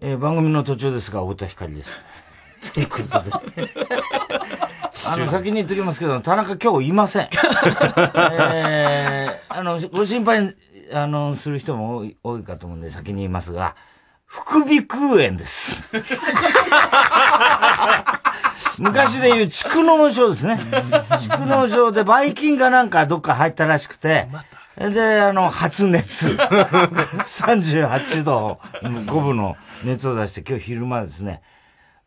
えー番組の途中ですが、太田光です。 ということで。あの、先に言っておきますけど、田中今日いません。えーあの、ご心配、あの、する人も多い多いかと思うんで、先に言いますが、副鼻腔炎です。昔で言う蓄膿症ですね。蓄膿症で、ばい菌がなんかどっか入ったらしくて、で、あの、発熱。38度5分の熱を出して、今日昼間ですね、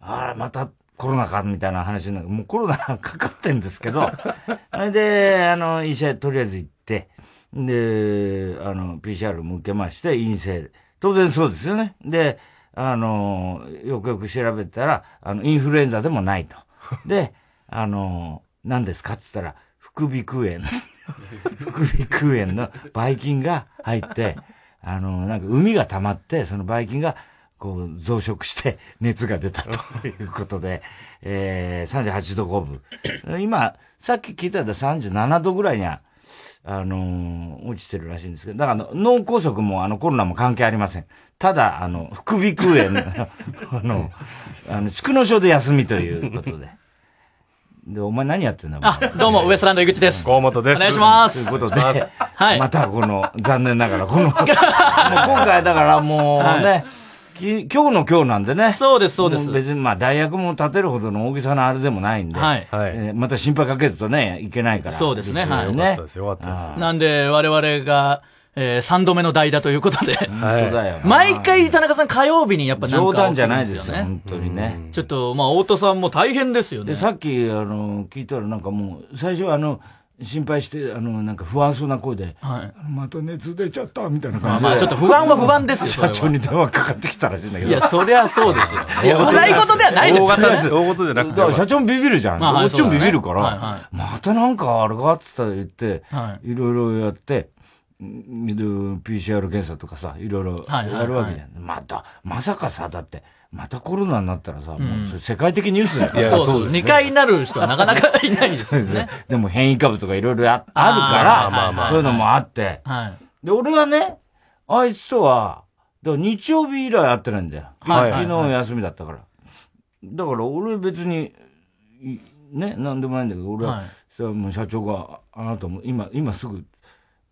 あら、またコロナか、みたいな話になる。もうコロナかかってんですけど、 それで、あの、医者へとりあえず行って、で、あの、PCR も受けまして、陰性。当然そうですよね。で、あの、よくよく調べたら、あの、インフルエンザでもないと。で、あの、何ですかって言ったら、副鼻腔炎。 副鼻腔炎のばい菌が入って、あの、なんか海が溜まって、そのばい菌が、こう、増殖して、熱が出たということで、えー、38度5分。今、さっき聞いたら37度ぐらいには、あのー落ちてるらしいんですけど、だからあの脳梗塞もあのコロナも関係ありません。ただ、あの、副鼻腔炎の、 あの、あの、蓄膿症で休みということで。で、お前何やってんだあ、どうも、ウエストランド井口です。河本です。お願いしますということで、はい。またこの、残念ながら、 この、もう今回だからもうね、き今日の今日なんでね。そうですそうですも別にまあ大学も立てるほどの大げさなあれでもないんで。はいはいえーまた心配かけるとね、いけないから。そうですねよはいよかねったですよ、よかったです。なんで、我々が、えー、3度目の代打ということで、はいそうだよ。毎回田中さん火曜日にやっぱなんか冗談じゃない起できるんすよ、本当にね。ちょっと、まあ、太田さんも大変ですよねで、。さっき、あの、聞いたらなんかもう、最初はあの、心配して、あの、なんか不安そうな声で、はいあのまた熱出ちゃった、みたいな感まあじまあ、で、ちょっと不安は不安ですよ、それ 社は長に電話かかってきたらしいんだけど。いや、そりゃそうですよ。いや、笑い事ではないで大すよ。型です。大事じゃなく だて。から社長もビビるじゃん。まあはいこっちもビビるから、そうだねはいはまたなんかあれかっつったら言って、、はいろいろやって、んで PCR 検査とかさ、いろいろはいはいはいやるわけじゃん。また、まさかさ、だって、またコロナになったらさ、もうそれ世界的ニュースだよ。そうそう。2回なる人はなかなかいないですよ でね。でも変異株とかいろいろああるから、あーまあまあそういうのもあって。はい。で、俺はね、あいつとは、だから日曜日以来会ってないんだよ。はい昨日休みだったから。だから俺別に、いね、なんでもないんだけど、俺は、はいそしたらもう社長が、ああなたも今、今すぐ、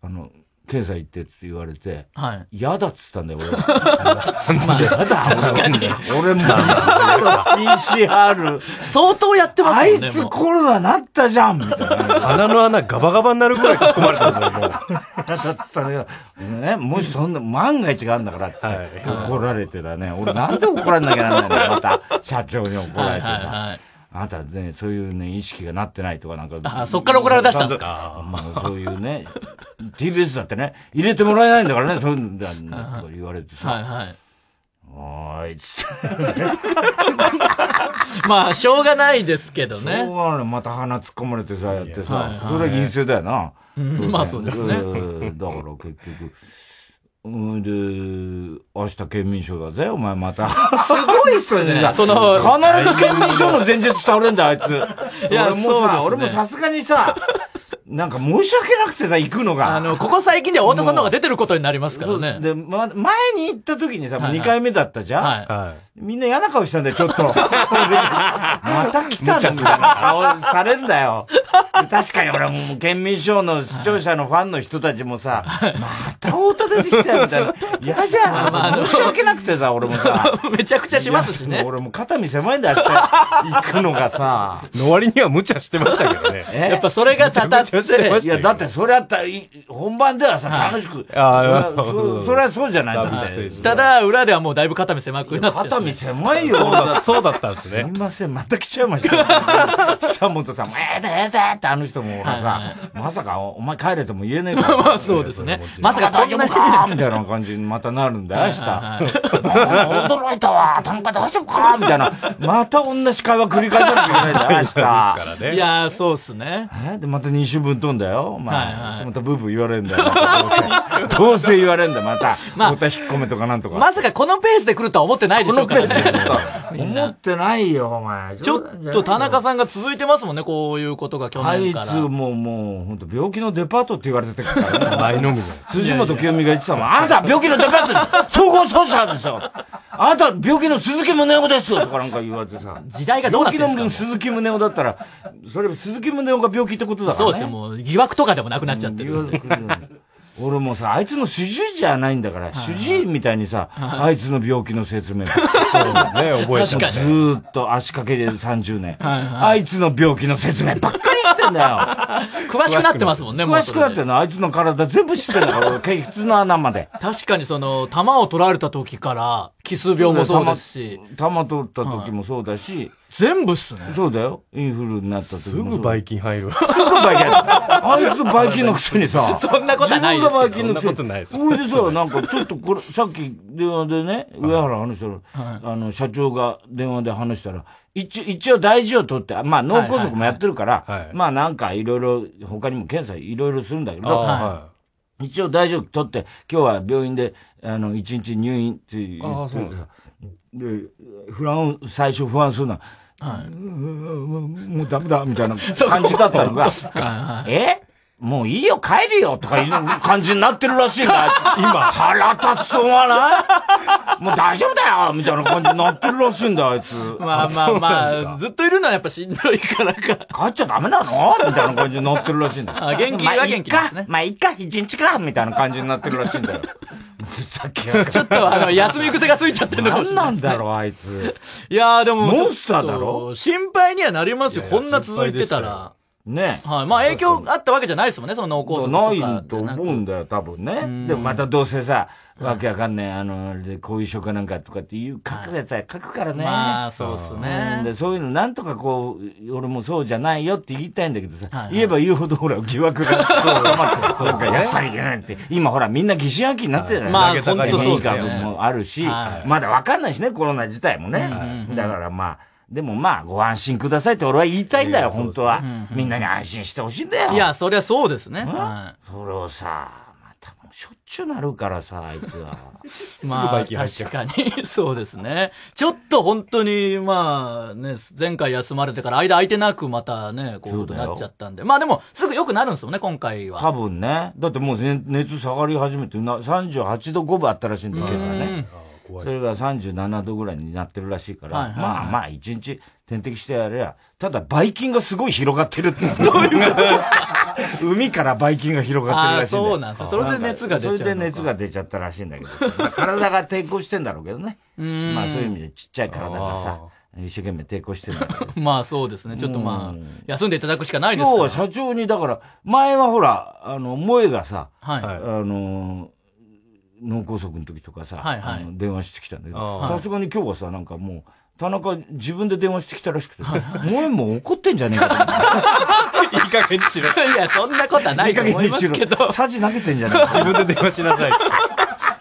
あの、検査行ってって言われて、はい。嫌だっつったんだ よ、俺は。嫌だ、確かに。俺もう、PCR、相当やってますあよいね。つもうコロナなったじゃんみたいな。鼻の穴ガバガバになるぐらい突っ込まれたんですよ、もう。腹立つたん だけど、ね、もしそんな、万が一があんだからっつって、はい怒られてだね。俺なんで怒られなきゃなんないんだよ、また、社長に怒らはれいてはいさ。はい。あなたね、そういうね、意識がなってないとかなんか。あ、そっから怒られ出したんですかもうそういうね、TBS だってね、入れてもらえないんだからね、そういうのだとか言われてはいさ、はい。おーい、つって、 まあ、しょうがないですけどそうね。がないまた鼻突っ込まれてさ、やってはいはさ、いそれは陰性だよな。うんまあそうですね。うんだから結局、うんで、明日県民賞だぜ、お前また。すごいっす ね。その、必ず県民賞の前日倒れんだよ、あいつ。いやそうで俺もさ、すね俺もさすが にさ、なんか申し訳なくてさ、行くのが。あの、ここ最近では太田さんの方が出てることになりますからね。で、ま、前に行った時にさ、もうはい2回目だったじゃん、はい。はみんな嫌な顔したんだよ、ちょっと。俺また来たんだみたいな顔されんだよ。確かに俺もう県民賞の視聴者のファンの人たちもさ、また太田出てきたよ、みたいな。嫌じゃん、申し訳なくてさ、俺もさ。 めちゃくちゃ しますしいやね。俺もう肩身狭いんだよ、行くのがさ。い。の割には無茶してましたけどね。 えやっぱそれがたたっめちゃめちゃしてまてし、いや、だってそれやったら、い本番ではさ、楽しく。あーそそそれはそうじゃないだっダブルて。ステージただ、裏ではもうだいぶ肩身狭くなって。肩身狭いよ、そうだそうだったんですすいね。ません、また来ちゃいました。久本さんも、えーだえーだってあの人も、ほらさ、まさかおお前帰れとも言えねえか ら。まあそうですね。まさかこんんなかみたいな感じにまたなるんだよ、明日。あー驚いたわ単価大丈夫かみたいな。また同じ会話繰り返さなきゃいけないんだよ、明日。ねいやー、そうっすね。えで、また2週分飛んだよ。まあ、はいはいまたブーブー言われるんだよ。ど うせ。どうせ言われるんだよ、また。ままあた引っ込めとかなんとか。まさかこのペースで来るとは思ってないでこしょのうペからーね。スで。思ってないよ、お前。ちょっと田中さんが続いてますもんね、こういうことが去あ年いから。つ、もう、もう、本当病気のデパートって言われてたか らね。前のみじゃないですか。辻元清美が言ってたもん。あなたは病気のデパートです総合奏者ですよあなたは病気の鈴木宗男ですよとかなんか言われてさ。時代がどうなってるん病気のですか鈴木宗男だったら、それ鈴木宗男が病気ってことだからそうね。ですよ、もう疑惑とかでもなくなっちゃってるんで。俺もさ、あいつの主治医じゃないんだから、主治医みたいにさ、あいつの病気の説明。そうだね、覚えてず確かにーっと足掛けで30年。あいつの病気の説明ばっかりしてんだ 詳しくなってますもんね、よ。もう詳しくなってんの、あいつの体全部知ってんだから、俺、血質の穴まで。確かにその、弾を取られた時から、奇数病もそうですし、玉取った時もそうだし、全部っすね。そうだよ。インフルになった時すもそぐう。バイキン入る。すぐバイキン。あいつバイキンのくせにさ。 そんなことはないです自分がけどバイキンのくせそんなことないでに。すそれでさ、なんかちょっとこれ、さっき電話でね、上原話したら、あの、社長が電話で話したら、一応、一応大事を取って、まあ脳梗塞もやってるかはら、いはいはいまあなんかいろいろ、他にも検査いろいろするんだけど、あ一応大丈夫取って、今日は病院で、あの、一日入院って言あっあてそうなんるでさ。で、不安、最初不安するな。うんうんうんもうダメだ、みたいな感じだったのが、えもういいよ、帰るよ、とかいう感じになってるらしい んだ。今、腹立つと思わないもう大丈夫だよ、みたいな感じになってるらしいんだ、あいつ。まあまあまあ、ずっといるのはやっぱしんどいからか。帰っちゃダメなのみたいな感じになってるらしいんだよ。あ元気まあは元気ですねいっかまあ、いっか、一日か、みたいな感じになってるらしいんだよ。ふざけやがっ てちょっとあの、休み癖がついちゃってんのかもしれ何ない。なんだろう、あいつ。いやーでも。モンスターだろ心配にはなりますよ、いやいやこんな続いてたら。ねえ。はい。まあ影響あったわけじゃないですもんね、その脳梗塞とかなじゃなく。いと思うんだよ、多分ね。でもまたどうせさ、わけわかんない、あの、あれで、後遺症かなんかとかっていう、書くやつは書くからね。まあ、そうっすうんね。でそういうの、なんとかこう、俺もそうじゃないよって言いたいんだけどさ、はいはい言えば言うほどほら、疑惑が、そう、なんかやっぱりねって、今ほら、みんな疑心暗鬼になってるじゃないまあ投げたがりほんとそう変異ですよ株ねもあるし、はまだわかんないしね、コロナ自体もね。だからまあ、でもまあ、ご安心くださいって俺は言いたいんだよ、本当は。みんなに安心してほしいんだよ。いや、そりゃそうですね。はそれをさ、またしょっちゅうなるからさ、あいつは。い。 まバあ、イキン入っちゃ確かに、そうですね。ちょっと本当に、まあね、前回休まれてから間空いてなくまたね、こそううだよなっちゃったんで。まあでも、すぐ良くなるんですよね、今回は。多分ね。だってもうね熱下がり始めてな、38度5分あったらしいんだよ、今朝ね。怖それが37度ぐらいになってるらしいから、はいはいはいまあまあ、一日点滴してやれや。ただ、ばい菌がすごい広がってるって。どういうことですか海からばい菌が広がってるらしいんだよ あーそうなんですよそれでなんか熱が出ちゃうのかそれで熱が出ちゃったらしいんだけど。まあ体が抵抗してんだ ろうけどね。まあそういう意味でちっちゃい体がさ、一生懸命抵抗してるんだけど。まあそうですね。ちょっとまあ、休んでいただくしかないです今か日ら。は社長に、だから、前はほら、あの、萌えがさ、はい。あのー、脳梗塞の時とかさ、はいはいあの電話してきたんだけあど、さすがに今日はさ、なんかもう、田中自分で電話してきたらしくて、萌えも怒ってんじゃねえかと思っていい加減にしろ。 いや、そんなことはないと思いますけど。サジ投げてんじゃねえか。自分で電話しなさい。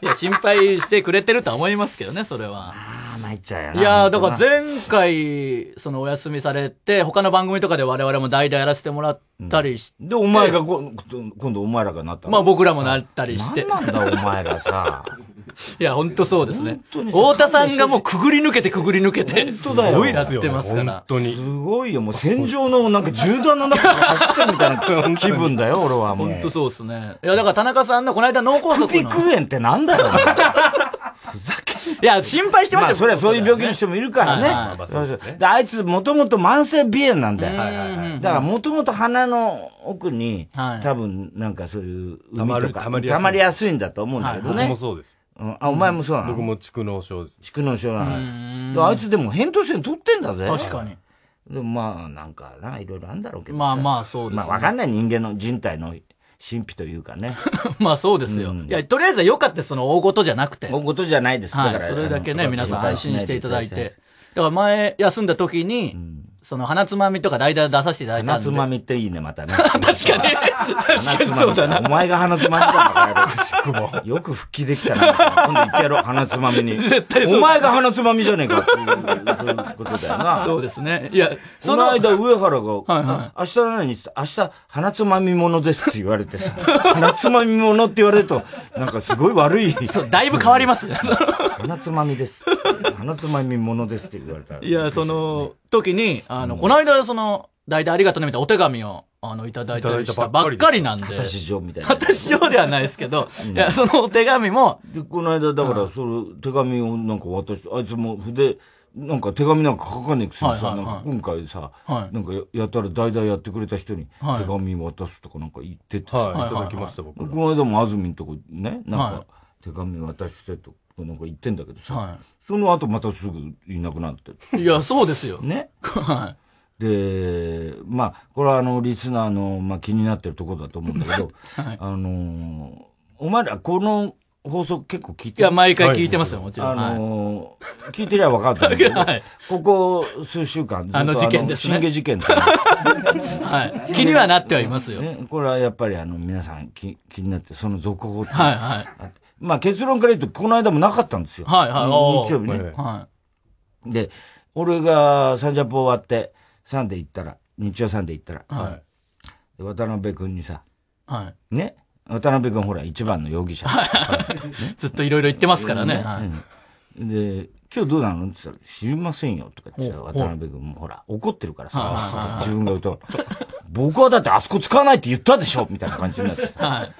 いや、心配してくれてるとは思いますけどね、それは。あー参っちゃうよな。いやー、だ本当かなら前回、そのお休みされて、他の番組とかで我々も代打やらせてもらったりし、で、お前がこ、 今度お前らがなったのまあ僕らもなったりして。なんなんだお前らさ。いや、ほんとそうですねほんとに。太田さんがもうくぐり抜けてくぐり抜けて。本当だすよごいですよね。やってますから本当に。すごいよ、もう戦場のなんか銃弾の中で走ってるみたいな気分だよ、俺はもう。ほんとそうですね。いや、だから田中さんのこの間脳梗塞首の。食えんってなんだよ。いや、心配してましまたあ、よ。それはそういう病気の人もいるからはいはいねま。あそうそそううですねで、あいつ、もともと慢性鼻炎なんだよ。はいはいはい。だから、もともと鼻の奥に、はい多分、なんかそういう、溜ま海るとか、溜まりやすい溜まりやすいんだと思うんだけど僕ねも。そうです。うんあ、お前もそうな僕のも蓄膿症です。蓄膿症なの。であいつでも、扁桃腺取ってんだぜ。確かに。でもまあ、なんかな、いろいろあるんだろうけどさ。まあまあそうですまねあ、わかんない人間の人体の神秘というかね。 まあそうですよ。いや、とりあえずは良かったですその大事じゃなくて。大事じゃないです。はだい、からそれだけあね、の皆さん安心していただい心配て。だから前休んだ時に、その鼻つまみとか代打出させていただいたんで。鼻つまみっていいね、またね。 確かに。確かにそうだな。お前が鼻つまみ だから、よく復帰できたな。今度言ってやろう、鼻つま みに。絶対お前が鼻つまみじゃねえかっていう、そういうことだよな。 そうですね。いや、そ そのの、間、上原いが、は明日の何って言って、明日、鼻つまみものですって言われてさ、 鼻つまみものって言われると、なんかすごい悪い。だいぶ変わりますね。その鼻つまみです。鼻つまみものですって言われたら。いや、その、時に、あの、この間、その、代打ありがとうねみたいなお手紙を、あの、いただいたりしたばっかりなんで。私情みたいな。私上ではないですけど、いや、そのお手紙も、で、この間、だから、その手紙をなんか渡して、あいつも筆、なんか手紙なんか書かねえくせにさ、はいなはんいはいか今回さ、はいなんかややったら代々やってくれた人にはい手紙渡すとかなんか言っててさ、はい、いただきました、僕こも。の間も安住んとこね、なんはか手紙渡してとかなんか言ってんだけどさ、はその後またすぐいなくなって、い。いや、そうですよ。ね。はで、まあ、これはあの、リスナーの、まあ、気になってるところだと思うんだけど、 はいあのお前らこの放送結構聞いい。いてるや、毎回聞いてますよ、もちろあん。はいのー聞いてりゃ分かると思うけど、 はいここ数週間ずっとあの事件ですねあの信玄事件っていうの がはい。気にはなってはいますよ。ね、これはやっぱりあの皆さん気気になって、その続報って、はいはい。まあ結論から言うと、この間もなかったんですよ。はいはいおー日曜日はね。いはで、俺がサンジャポ終わって、サンデー行ったら、日曜サンデー行ったら、はいで渡辺君にさ、い。はい。ね、渡辺君ほら一番の容疑者。ずっといろいろ言ってますからね。はいで、今日どうなのって言ったら、知りませんよとか言ってさ、ほう渡辺君もほら、怒ってるからはいはいさ、自分が言うと、僕はだってあそこ使わないって言ったでしょみたいな感じになってさ、はい。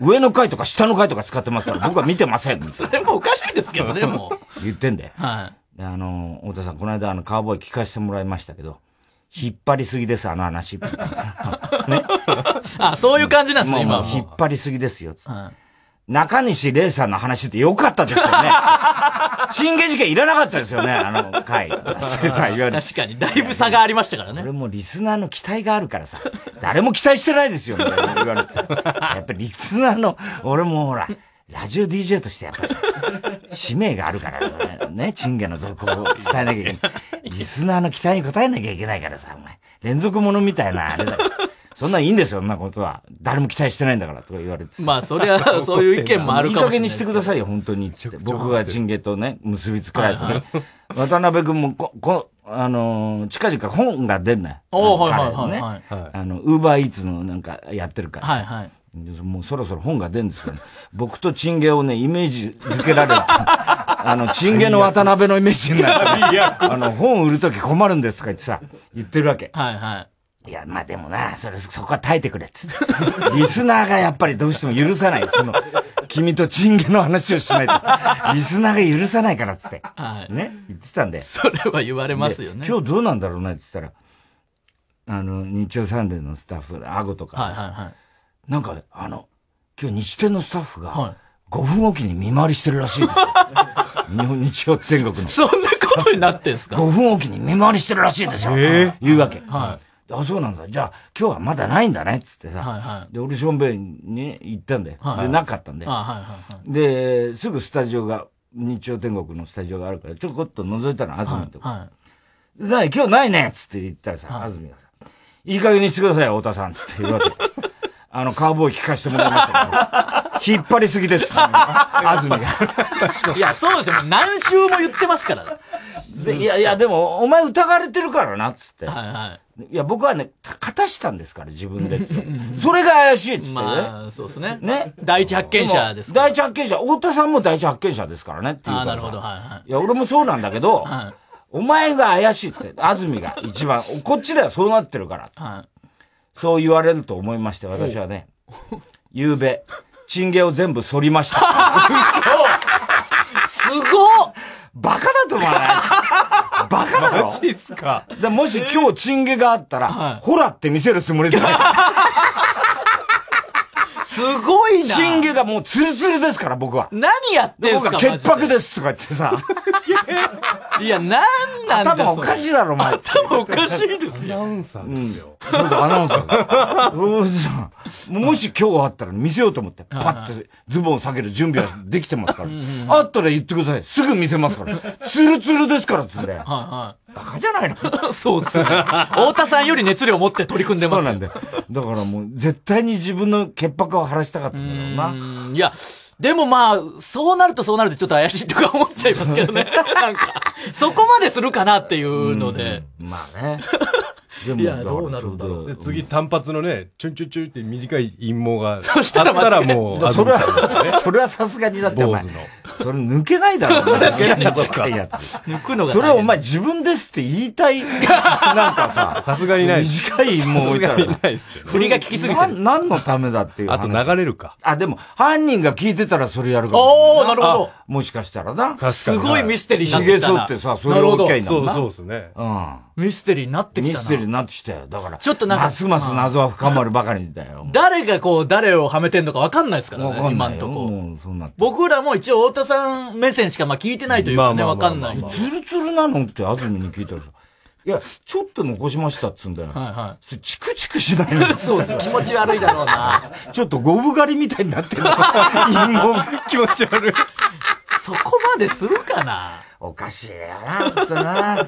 上の階とか下の階とか使ってますから、僕は見てませんみたいなでもおかしいですけどね、もう。 言ってんだよ。はい。であの、太田さん、この間あの、カーボーイ聞かせてもらいましたけど、引っ張りすぎです、あ の話。みたいなあ、そういう感じなんですもね、う今もはうもう引っ張りすぎですよ。はい中西礼さんの話って良かったです よね。チンゲ事件いらなかったですよね、あの回。さ言われて確かに、だいぶ差がありましたからこね。れもうリスナーの期待があるからさ、誰も期待してないですよ、みたいな言われてさ。やっぱりリスナーの、俺もほら、ラジオ DJ としてやっぱさ、使命があるからね、チンゲの続報を伝えなきゃいけない。リスナーの期待に応えなきゃいけないからさ、お前、連続ものみたいなあれだよそんなんいいんですよ、そんなことは。誰も期待してないんだから、とか言われてさ。まあ、そりゃ、そういう意見もあいるいかも加しれな減にい。してくださいよ、本当にっつって。僕がチンゲとね、結びつけられてね。渡辺君もこ、こ、あのー近々本が出るのよ。おーはいあのはいはい彼のはいはいあの、ウーバーイーツのなんかやってるからさ。はいはい。でもうそろそろ本が出るんですよね。僕とチンゲをね、イメージ付けられて、あの、チンゲの渡辺のイメージになって、いや、あの、本売るとき困るんですとか言ってさ、言ってるわけ。はいはい。いや、まあでもな、それ、そこは耐えてくれっつって。 リスナーがやっぱりどうしても許さない。その、君とチンゲの話をしないと。リスナーが許さないからっつって。はいね、言ってたんで。それは言われますよね。で今日どうなんだろうなって言ったら、あの、日曜サンデーのスタッフ、アゴとか、はいはいはい。なんか、あの、今日日天のスタッフはがい、 5分おきに見回りしてるらし いですよ。日本日曜天国の。そんなことになってんすか5分おきに見回りしてるらしいですよ。え言うわけ。はあ、そうなんだ。じゃあ、今日はまだないんだね、つってさ。はいはいで、俺、ションベンに行ったんだよ。はいで、なかったんで、あはいはいはい。で、すぐスタジオが、日曜天国のスタジオがあるから、ちょこっと覗いたの、安住のとこ。はない、今日ないねっつって言ったらさ、安住がさ、いい加減にしてくださいよ、太田さんっつって言うわけ。あの、カーボーイ聞かせてもらいましたけど、引っ張りす ぎです。安住が。い。いや、そうですよ。もう何週も言ってますから。はいでいやいや、でも、お前疑われてるからな、っつって。はいや、僕はね、た勝たしたんですから、自分でっつって。それが怪しいっつっい。て ね。まあ、そうですね。ね第一発見者ですから。第一発見者、太田さんも第一発見者ですからねっていうあかあ、らさなるほど。はいはい。いや、俺もそうなんだけど、はいお前が怪しいって、安住が一番、こっちではそうなってるから、はい。そう言われると思いまして、私はね、昨べ、チンゲを全部剃りました。すごっバカだと思わないバカだろマジっすか。でもし今日チンゲがあったら、はいほらって見せるつもりじゃない。すごいなチンゲがもうツルツルですから、僕は。何やってんす僕かは潔白マですとか言ってさ、ジで。いや、なんなんだ頭おかしい。いだろ、お前。それ頭おかしいですアよ。ナウンサーですよ。そうそう、アナウンサー。うんそうもし今日あったら見せようと思って、パッとズボンを下げる準備はできてますから。あったら言ってください。すぐ見せますから。ツルツルですから、つって。はいはバカじゃないのそうっすね。太田さんより熱量持って取り組んでますそようなんだよ。だからもう、絶対に自分の潔白を晴らしたかったんだろうな。うんいや、でもまあ、そうなるとそうなるとちょっと怪しいとか思っちゃいますけどね。 なんか、そこまでするかなっていうので。まあね。でいやだからどうなるんだろうそれでで次単発のね、チュンチュンチュンって短い陰謀があっしたら間違たいないらもだう、からそれ安住さんは、それはさすがにだってお前坊主の、それ抜けないだろ うな。抜けない近いやつ。抜くのが大変。それをお前自分ですって言い たい、なんかさ、さすがにないです。短いもう置さすいたがにら。ないですよね。振りが効きすぎてなる。何のためだっていう話。あと流れるか。あ、でも、犯人が聞いてたらそれやるかも。 おー、なるほど。もしかしたらな。確かすに。ごいミステリーになひってげきた剃な。ってさ、それが OK になそるうな。そうですね。うミステリーになってん。きミたステリーな。になってきたよ。だから、ちょっとなんかますます謎は深まるばかりだよ。誰がこう、誰をはめてんのかわかんないですからわね、かん今なんいよ。とこ。もうそうなって。僕らも一応太田さん目線しかまあ聞いてないというかね、まあわまかあまあんないんで。ツルツルなのって安住に聞いたらさ、いや、ちょっと残しましたっつうんだよ。はいはそれチクチクしないのい。そうですね。気持ち悪いだろうな。ちょっとゴブ狩りみたいになってる。陰謀 気持ち悪い。そこまでするかな。おかしいよな、ほん とな。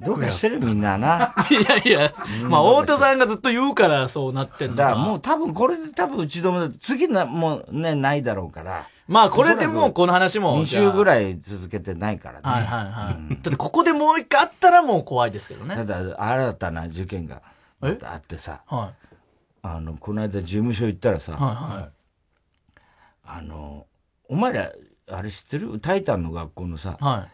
どうかしてるみんなな。いやいや、まあ、太田さんがずっと言うからそうなってんだだからもう多分これで多分打ち止めだ。次な、もうね、ないだろうから。まあ、これでもうこの話も。 2週ぐい。らい続けてないからね。はいはいはい。だってここでもう一回あったらもう怖いですけどね。ただ、新たな事件がまたあってさ、はあの、この間事務所行ったらさ、い。はいはあの、お前ら、あれ知ってるタイタンの学校のさい。、はい。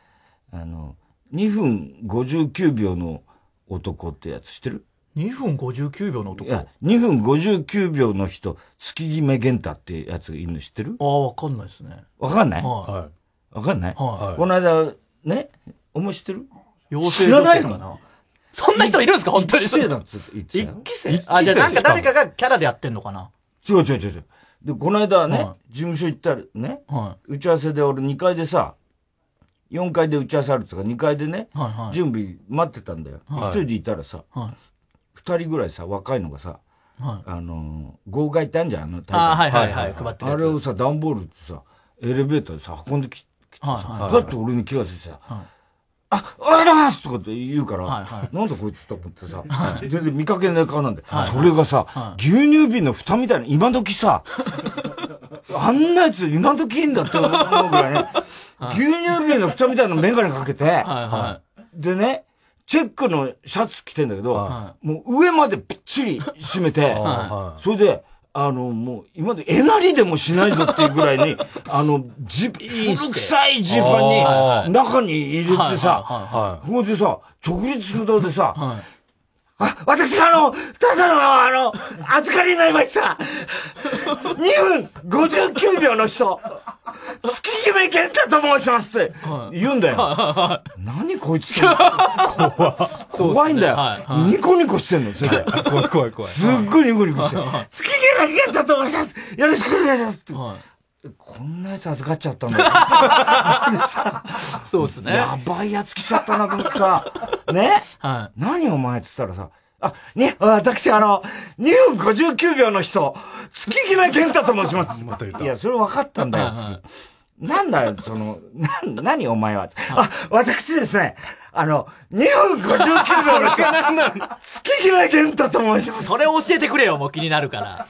あの、2分59秒の男ってやつ知ってる2分59秒のい男。あや、2分59秒の人、月決め玄太ってやつがいるの知ってるあ、わかんないですね。わかんないわははかんないい。はこの間、ねお前知ってるい。妖精知らないの女性かなそんな人いるんですか本当に。一期生だっつって言って一たよ期生あ、じゃあなんか誰かがキャラでやってんのかな違う違う違う違う。で、この間ね、は事務所行ったらね、は打ち合わせで俺2階でさ、4階で打ち合わせあるっつうか、2階でね、い。はいはい。準備待ってたんだよ。一、はい人でいたらさ、は二人ぐらいさ、若いのがさ、い。はい。あのー、号外ってあんじゃん、あのタイあーはいはいははいはいい。配ってるあやつ。れをさ、段ボールってさ、エレベーターでさ、運んできてはいパはッと俺に気がついてさ、はいあ、おはようございますとかって言うから、はいはなんだこいつと思ってさ、全然見かけない顔なんで、それがさ、牛乳瓶の蓋みたいな、今時さ、あんなやつ今時いいんだって思うぐらいね、牛乳瓶の蓋みたいなメガネかけて、い。はいはでね、チェックのシャツ着てんだけど、はもう上までぴっちり締めて、い。はそれで、あの、もう、今まで、えなりでもしないぞっていうぐらいに、あの、ジーして古臭いジーパンに、中に入れてはいはいさ、い。はほんでさ、直立不動でい。さ、はい。あ、私、あの、ただの、あの、預かりになりました。2分59秒の人、月姫健太と申しますって言うんだよ。何こいつって怖いんだよはい。ニコニコしてんの、そ れで。い。怖い怖い怖い。すっごいニコニコして、月が源だと思いますよろしくお願い しますってはこんなやつ預かっちゃったんだよ。い。そうですね。やばいやつ来ちゃったなと思っ てさ、ねは何お前って言ったらさ、あ、ね、私あの、2分59秒の人、月姫健太と申 します。また言ったいや、それ分かったんだよ、つってはいはなんだよ、その、な、何お前は。あ、私ですね、あの、2分59秒の 人、月姫健太と申しますい。。それを教えてくれよ、もう気になるから。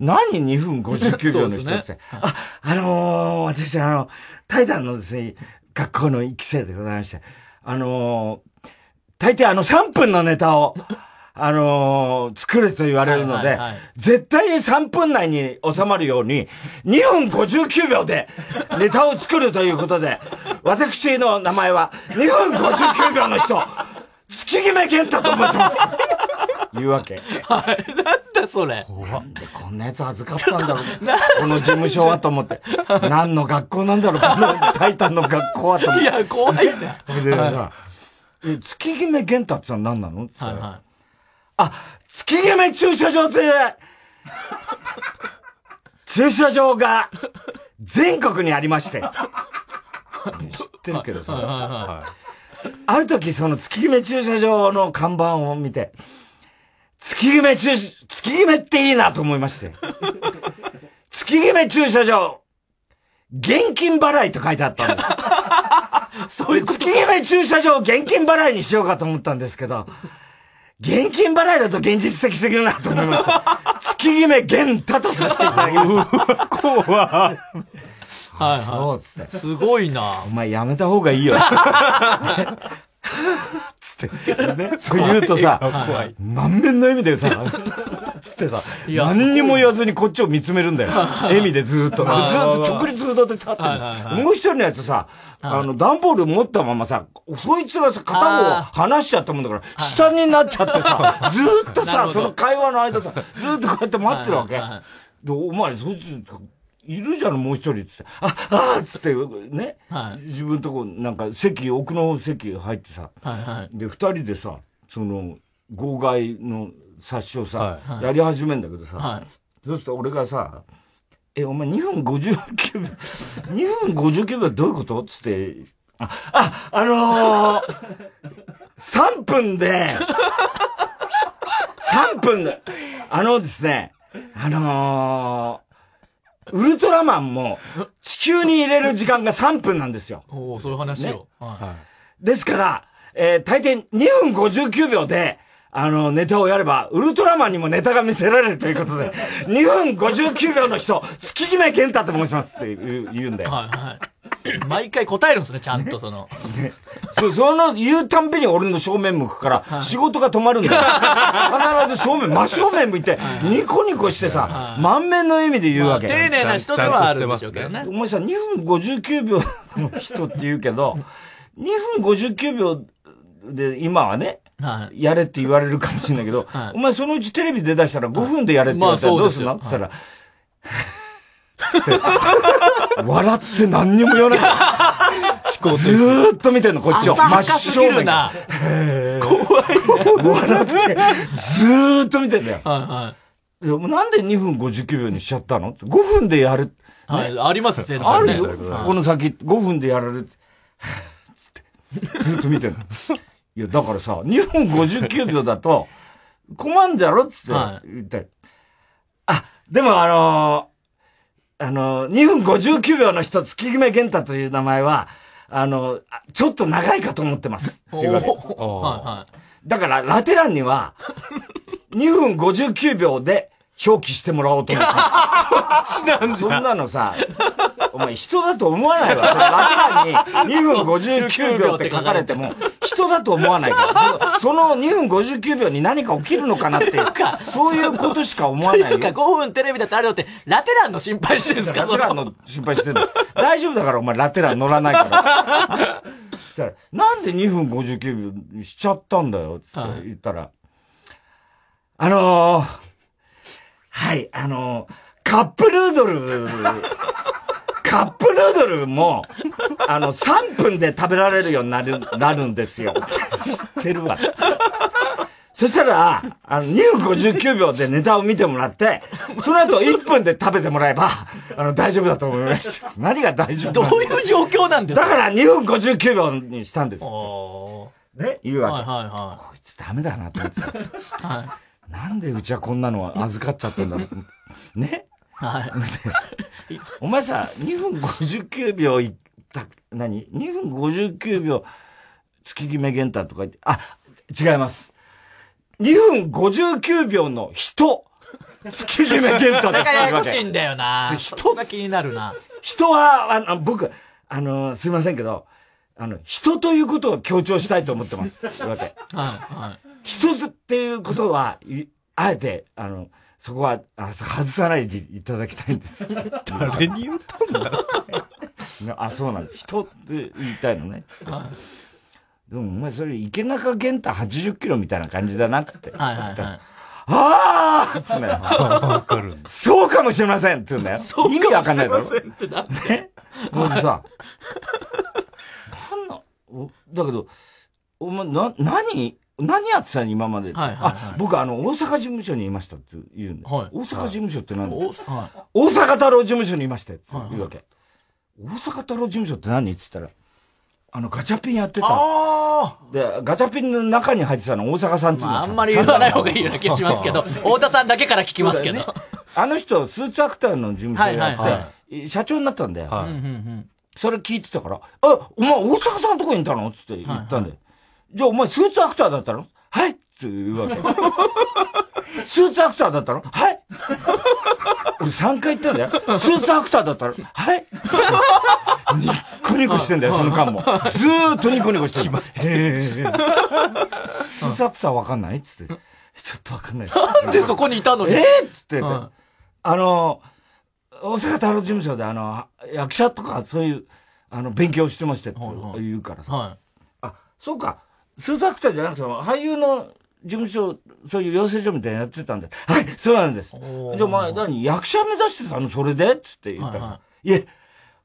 何2分59秒のそ人うでっすて、ねあ、あのー、私、あの、タイタンのですね、学校の1期生でございまして、あのー、大抵あの3分のネタを、あのー、作れと言われるのはでいはいはい、絶対に3分内に収まるように、2分59秒でネタを作るということで、私の名前は、2分59秒の人、月決め健太と申します。言うわけ。はい。なんだそれ。なんでこんなやつ預かったんだろう。この事務所はと思って。何の学校なんだろう、このタイタンの学校はと思っいて。や、怖いね。それでさえ月決め玄太ってのは何なのって言はっいたらはあ、月決め駐車場って、駐車場が全国にありまして。知ってるけどい。さ、はいははある時その月決め駐車場の看板を見て、月決め駐、月決めっていいなと思いまして。 月決め駐車場、現金払いと書いてあったんだ。 そういうこと月姫駐車場を現金払いにしようかと思ったんですけど、現金払いだと現実的すぎるなと思いました。月姫玄太とさせていただきました。 怖はいはいそうですね。すごいな。お前やめた方がいいよ。 つって、ね、そう言うと さ、怖い。満面の笑みでさ、つってさ、いや何にも言わずにこっちを見つめるんだよ。笑みでずーっと。ずーっと直立不動で立ってるいはいの。もう一人のやつさ、あの、段ボール持ったままさ、そいつがさ、片方あ離しちゃったもんだから、下になっちゃってさ、ずーっ となるさ、ほそどの会話の間さ、ずーっとこうやって待ってるわけはいはいはい。で、お前、そいつ、いるじゃん、もう一人、つって。あ、あーっつって、ねは。い自分とこ、なんか、席、奥の席入ってさ。はいはい。で、二人でさ、その、号外の冊子をさ、はやり始めんだけどさ、はいそうすると俺がさ、え、お前2分59秒、2分59秒どういうことつって、あ、あ、あのー、3分で、3分で、あのですね、あのー、ウルトラマンも地球に入れる時間が3分なんですよ。おおそういう話を。はいですから、えー大抵2分59秒で、あの、ネタをやれば、ウルトラマンにもネタが見せられるということで、2分59秒の人、月姫健太と申しますって言う言うんだよ。はいはい。毎回答えるんですね、ちゃんとその。そその言うたんびに俺の正面向くから、仕事が止まるんだよ。必ず正面、真正面向いて、ニコニコしてさ、満面の意味で言うわけ。丁寧な人ではあるんでしょうけどね。お前さ、2分59秒の人って言うけど、2分59秒で今はね、はい。やれって言われるかもしれないけど、はいお前そのうちテレビで出したら5分でやれって言われたらまあどうすんの、そうですって言ったら、笑って何にも言わない。ずーっと見てんの、こっちを。浅はかすぎるな。怖い。真正面から。笑って、ずーっと見てんだよ。はいやもうなんで2分59秒にしちゃったの ?5 分でやる。い。はい。ありますよ、全然ね。あるよ、はいこの先5分でやられるって。つって、ずっと見てんの。いや、だからさ、2分59秒だと、困んだろっつっては言って、あ、でもあのーあのー、2分59秒の人、月姫玄太という名前は、あのーあちょっと長いか と思ってます。っていうわけおはいはい。だから、ラテ欄には、2分59秒で表記してもらおうと思ってます。そんなのさ、お前人だと思わないわ。それラテ欄に2分59秒って書かれても、人だと思わないから。その2分59秒に何か起きるのかなっていう、そういうことしか思わないなよ。んかラ5分テレビだってあるよって、ラテランの心配してるんですか、そテ欄の。の心配してるの。 大丈夫だからお前ラテ欄乗らないから。 そしたら、なんで2分59秒にしちゃったんだよって言ったら、あのー、はい、あのー、カップヌードル、カップヌードルも、あの、3分で食べられるようになる、なるんですよ。 知ってるわ。そしたら、あの、2分59秒でネタを見てもらって、その後1分で食べてもらえば、あの、大丈夫だと思います。 何が大丈夫どうなのいう状況なんですだかから2分59秒にしたんです。おーね、言うわけ。はいはいはこいつダメだなと思ってた。い。はい。なんでうちはこんなのは預かっちゃってんだろう。ねはい。お前さ、2分59秒いった、何 ?2 分59秒、月決め玄太とか言って、あ、違います。2分59秒の人、月決め玄太なでんす。かややこしいんだよな。 人人が気になるな。人は、あの、僕、あの、すいませんけど、あの、人ということを強調したいと思ってます。わけはいはい。人っていうことは、いあえて、あの、そこは、あ外さないでいただきたいんです。誰に言ったんだねあ、そうなんです。人って言いたいのね。つってはでも、お前それ池中玄太80キロみたいな感じだな、つって。はいはいはい。ああ つってね。わかるんだ。そうかもしれませんって言うんだよ。意味わかんないだろ。ね。もうさ、なんなおだけど、お前、な、何何やってたの今までって、はいはいはいあ、僕あの、大阪事務所にいましたって言うんだよ。はい大阪事務所って何だよおはい。大阪太郎事務所にいましたよってはい言うわけ。大阪太郎事務所って何って言ったら、あの、ガチャピンやってた。あで、ガチャピンの中に入ってたの大阪さんっつあうのまあ、さあんまり言わない方がいいような気がしますけ ど、太田さんだけから聞きますけど。あの人、スーツアクターの事務所やって、はいはいは社長になったんだよ。はうんうんうんそれ聞いてたから、あ、お前大阪さんのとこにいたのつって言ったんで、じゃあお前スーツアクターだったのはいって言 うわけ。スーツアクターだったのはい俺3回言ったんだよ。スーツアクターだったの はいニッコニコしてんだよ、その 間も。ずーっとニコニコしてる。へースーツアクターわかんないつって。 ちょっとわかんないです。なんでそこにいたのに。えっつって、うんあの、大阪太郎事務所であの、役者とかそういう、あの、勉強してましたって言うからさ。はあ、そうか。スーツアクターじゃなくて、俳優の事務所、そういう養成所みたいなのやってたんで。はい、そうなんです。おーじゃあお前、何、役者目指してたのそれでつって言ったら、はいいはえ、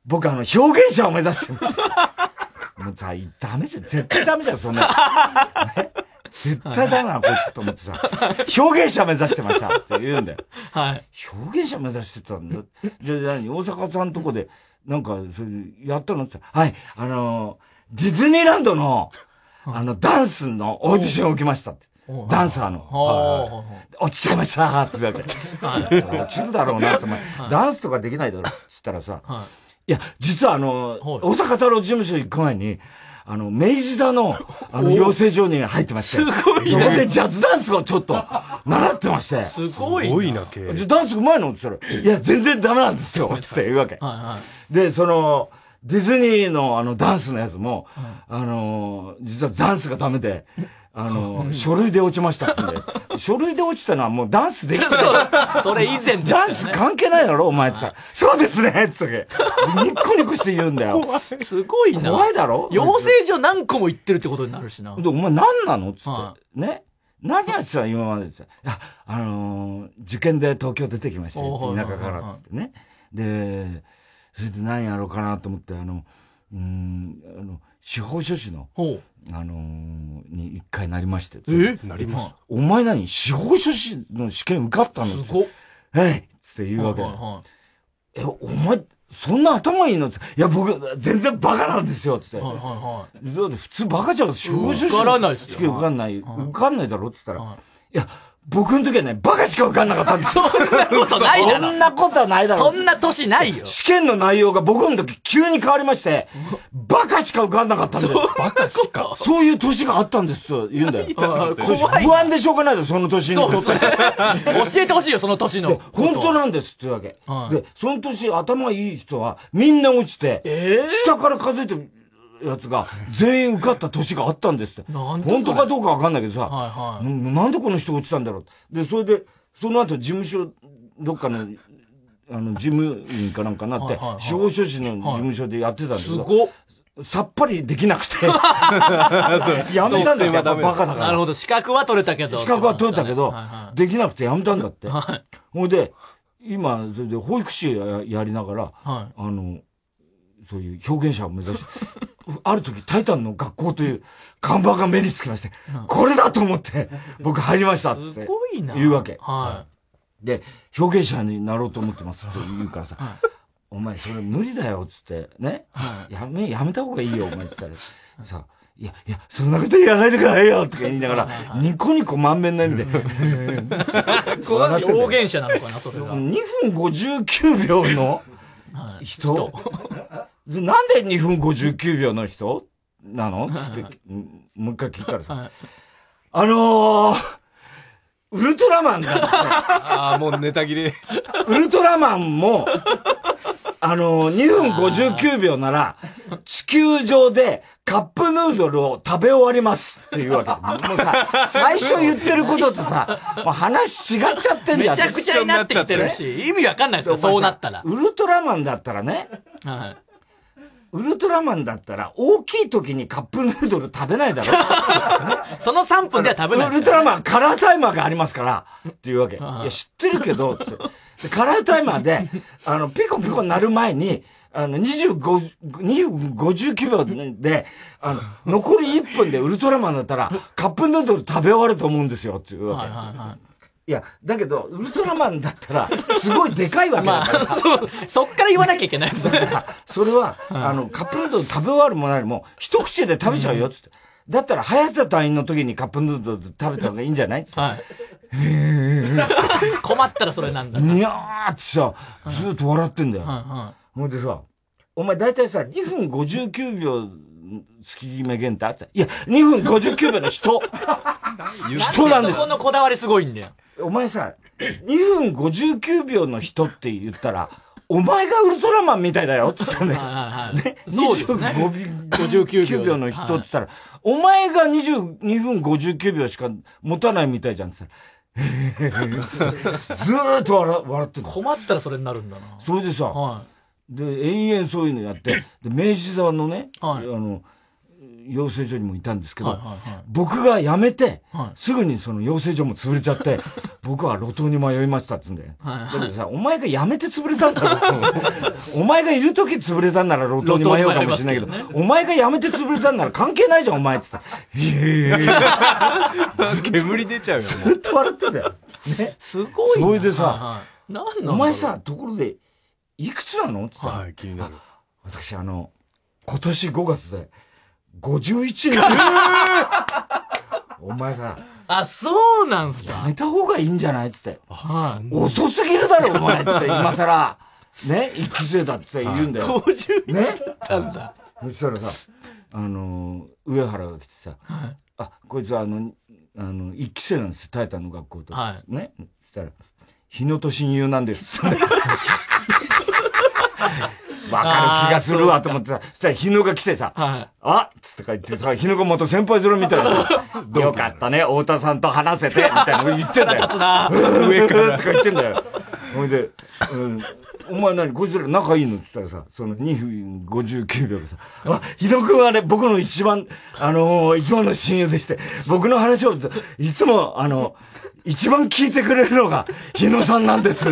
僕あの、表現者を目指して ます。もうさ、ダメじゃん。絶対ダメじゃん、そんな。 ね絶対ダメなの、こいつと思ってさ、表現者目指してましたって言うんだよ。い。はい。表現者目指してたんだ。じゃあ何大阪さんとこで、なんか、それやったのって言ったらはい、あのーディズニーランドの、あの、ダンスのオーディションを受けましたって。ダンサー の。お落ちちゃいました つぶやいて。落ちるだろうな、お前。ダンスとかできないだろ、つったらさ。いや、実はあの、はい大阪太郎事務所行く前に、あの、明治座 の、あの、養成所に入ってまして。すごいねそこでジャズダンスをちょっと、習ってまして。ーすごいすな。ごはいいな、けじゃあダンスうまいのって言ったら、いや、全然ダメなんですよ。つって言うわけ。はい。で、その、ディズニーのあのダンスのやつも、あの、実はダンスがダメで、あの、書類で落ちましたっつうんで。書類で落ちたのはもうダンスできてない。 そうそれ以前ですダンス関係ないだろお前ってさ、そうですねっつって。ニッコニコして言うんだよ。すごいな。怖いだろ養成所何個も行ってるってことになるしな。で、お前何なのつって、はね何やってたの今までって。あ、あのー受験で東京出てきましたよおう田舎からっつってね。で、それで何やろうかなと思って、あの、うーん、あの、司法書士の、ほう。あのーに一回なりまして。なります。お前何司法書士の試験受かったのすごっ。えいっつって言うわけ。え、お前、そんな頭いいのつっていや、僕、全然バカなんですよつって。はいはいはいはいはい。だって普通バカじゃん。司法書士受からないっすよ試験受かんない。受かんないだろって言ったら、はいい、や、僕の時はね、バカしか受かんなかったんですよ。そんなことないだそろ。んなことはないだろそ。んな年ないよ。試験の内容が僕の時急に変わりまして、バカしか受かんなかったんですバカしか。そういう年があったんですよ、言うんだよ。あーそ怖うい。不安でしょうがないですその年にそうとでっすねて。教えてほしいよ、その年 のこと。本当なんですってわけ。はいで、その年頭いい人はみんな落ちて、下から数えてるやつが全員受かった年があったんですって。なん本だそれ当かどうかわかんないけどさ、はいはいななんでこの人落ちたんだろう。で、それで、その後事務所、どっかの、あの、事務員かなんかなっはいてはいはい、司法書士の事務所でやってたんだけすど、ごっ。さっぱりできなく て、やめたんだよ、やっぱバカだからなる。ほど、資格は取れたけど。資格は取れたけど、はいはできなくてやめたんだって。ほいで、今、それで保育士ややりながら、はいあの、そういう表現者を目指して、 ある時、タイタンの学校という看板が目につきまして、これだと思って、僕入りましたっいつっすて。ごいな。言うわけ。はで、表現者になろうと思ってますって言うからさ、お前それ無理だよっつって、ね、やめ、やめた方がいいよ、お前っつったら、さ、いや、いや、そんなこと言わないでくださいよとか言いながら、ニコニコ満面な意味で、い。表現者なのかな、それが。 2分59秒の人で なんで2分59秒の人なのつって、うんもう一回聞いたらはさい、あのー、ウルトラマンだっああ、もうネタ切れ。て、ウルトラマンも、あのー、2分59秒なら、地球上でカップヌードルを食べ終わりますっていうわけ。もうさ、最初言ってることとさ、もう話違っちゃってんじめゃん。ちゃくちゃになってきてるし、意味わかんないですよ、そうなったら。ウルトラマンだったらね、はい。ウルトラマンだったら、大きい時にカップヌードル食べないだろ。 その3分では食べないウですルよトラマン、カラータイマーがありますから、っていうわけ。いああや、知ってるけど、つってでカラータイマーで、あの、ピコピコ鳴る前に、あの、25、2 59秒で、あの、残り1分でウルトラマンだったら、カップヌードル食べ終わると思うんですよ、っていうわはけ。いはいはい。いや、だけど、ウルトラマンだったら、すごいでかいわけだまかあ、そう、そっから言わなきゃいけないですね。ら、それは、あの、カップヌードル食べ終わるも何も、一口で食べちゃうよ、つって。だったら、早田隊員の時にカップヌードル食べた方がいいんじゃないつって。はい。困ったらそれなんだ。にゃーってさ、ずーっと笑ってんだよ。はほんでさ、お前大体さ、2分59秒、月決め源太って。いや、2分59秒の人人なんですそこ。のこだわりすごいんだよ。お前さ、2分59秒の人って言ったら、お前がウルトラマンみたいだよって言ったんだよ。はいはいはい。そうですね。 25秒の人って言ったら、お前が22分59秒しか持たないみたいじゃんって 言ったら、 ずーっと笑笑ってる。困ったらそれになるんだな。それでさ、はで、延々そういうのやって、で明治座のね、はいあの、養成所にもいたんですけど、はいはいはい僕が辞めて、はいすぐにその養成所も潰れちゃって、 僕は路頭に迷いましたっつうんで。だけどさ、お前が辞めて潰れたんだろ うお前がいる時潰れたんなら路頭に迷うかもしれないけど、路頭に迷いますお前が辞めて潰れたんなら関係ないじゃん、お前っつって。いやいやいや煙出ちゃうよ、もうずっと笑ってたよ。ねい。。すごいな。それでさはいはい、なんなんだろうお前、さ、ところで、いくつなのっつったら、はい、気になる。私あの、今年5月で51に お前さ、あ、そうなんすやか。めた方がいいんじゃないっつって。はい。遅すぎるだろ、お前っつって、今更。ね、一期生だっつって言うんだよ。 51ね。なんだ。そしたらさ、あのー、上原が来てさ、あ、こいつはあの、あの、一期生なんですよ、タイタンの学校と。はね。そしたら、日野と親友なん ですっつって。わかる気がするわと思ってさ、そしたら日野が来てさ、はい。あっつって書いてさ、日野がまた先輩面みたい なさ、よかったね、太田さんと話せて、みたいなの言ってんだよ。 上からとか言ってんだよ。 ほいで、うん、お前何、こいつら仲いいのって言ったらさ、その2分59秒でさ、あ、ひどくんはね、僕の一番、あのー一番の親友でして、僕の話をずいつも、あの、一番聞いてくれるのが、日野さんなんです。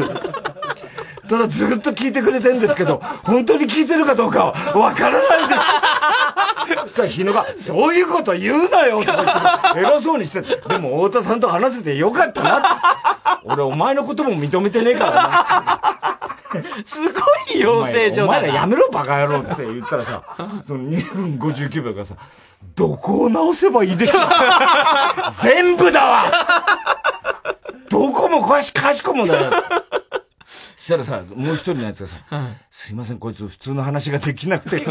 ただずっと聞いてくれてんですけど、本当に聞いてるかどうかはわからないです。そしたら日野が、そういうこと言うなよとか言ってさ、偉そうにして、でも太田さんと話せてよかったなって。俺お前のことも認めてねえからすごい養な。成所おだ前らな。やめろバカ野郎って言ったらさ、その2分59秒がさ、どこを直せばいいでしょう全部だわどこもかし、かしこもだよそしたらさ、もう一人のやつがさ、すいません、こいつ普通の話ができなくて、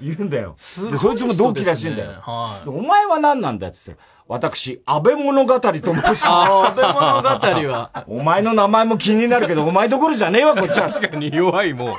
言うんだよ。で、そいつも同期らしいんだよ。はでお前は何なんだっつって私、安倍物語と申しい。ます。あ、安倍物語は、お前の名前も気になるけど、お前どころじゃねえわ、こっちは。確かに弱い、も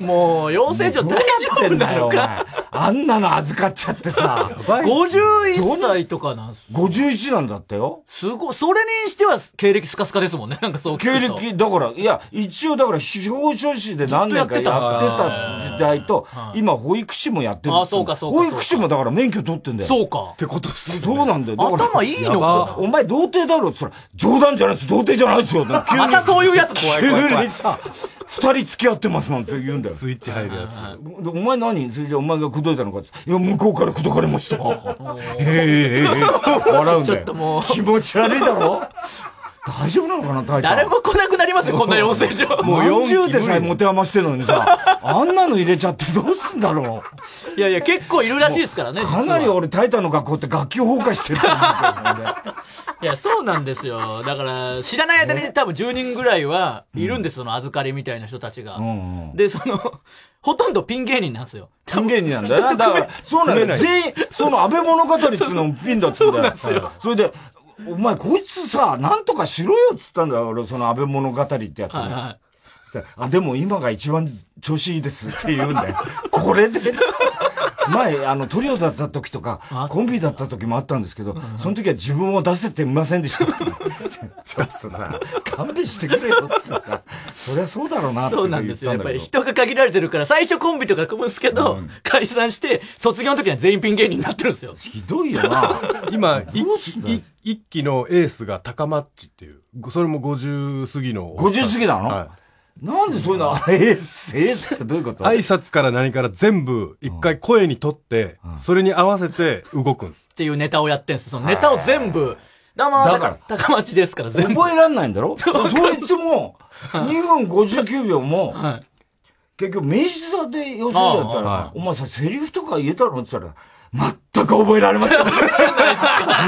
う。もう、養成所大丈夫なのおか前。あんなの預かっちゃっ てさ。 51歳とかなんす。 51なんだったよ。すごい。それにしては経歴スカスカですもんね。 なんかそう聞経くと。歴、だから、いや、一応だから、表彰士で何年かやってた時代と、今、保育士もやってる。あそうかそうか保育士もだから免許取ってんだよ。そうか。てことっすねそうなんだよ。だから頭いいのやばかお前、童貞だろって言ったら、冗談じゃないです、童貞じゃないです よ。急にな。またそういうやつ怖い怖い急怖にい。さ、二人付き合ってますなんて言うんだよ。スイッチ入るやつ。でお前何それじゃあお前が口説いたのかっつっていや、向こうから口説かれました。へえへえへえ。笑うんだよ。ちょっともう気持ち悪いだろ大丈夫なのかな、タイタン誰も来なくなりますよ、こんな養成所。もうもう40 40でさえ持て余してるのにさ、あんなの入れちゃってどうすんだろう。いやいや、結構いるらしいですからね。かなり実は俺、タイタンの学校って学級崩壊してると思うんだよね。いや、そうなんですよ。だから、知らない間に多分10人ぐらいはいるんです、その預かりみたいな人たちが。んで、その、ほとんどピン芸人なんですよ。人間にな んだよな。だから、そうなんだよ。全員、その安倍物語っつうのもピンだっつうんだ よ。それで、お前こいつさ、なんとかしろよっつったんだよ、俺、その安倍物語ってやつに。はいはい。あ、でも今が一番調子いいですって言うんだよ。これで、前、あの、トリオだった時とか、コンビだった時もあったんですけど、その時は自分を出せてみませんでしたっつって。ちょっとさ、勘弁 してくれよっつってさ。そりゃそうだろうなってそ言うったなんんだですけよ。ど。やっぱり人が限られてるから、最初コンビとか組むんですけど、解散して、卒業の時には全員ピン芸人になってるんですよ。ひどいよな。 今、いどうすんだよい一期のエースが高マッチっていう、それも50過ぎの。 50過ぎなのはなんでそういうの、エース、エースってどういうことい。挨拶から何から全部、一回声にとって、それに合わせて動くんです。っていうネタをやってんです。そのネタを全部、どうも、だから高町ですから、全部。覚えらんない んだろそいつも、2分59秒も、はい結局、明治座で要するにだったあら、お前さ、セリフとか言えたのって言ったら、全く覚えられません。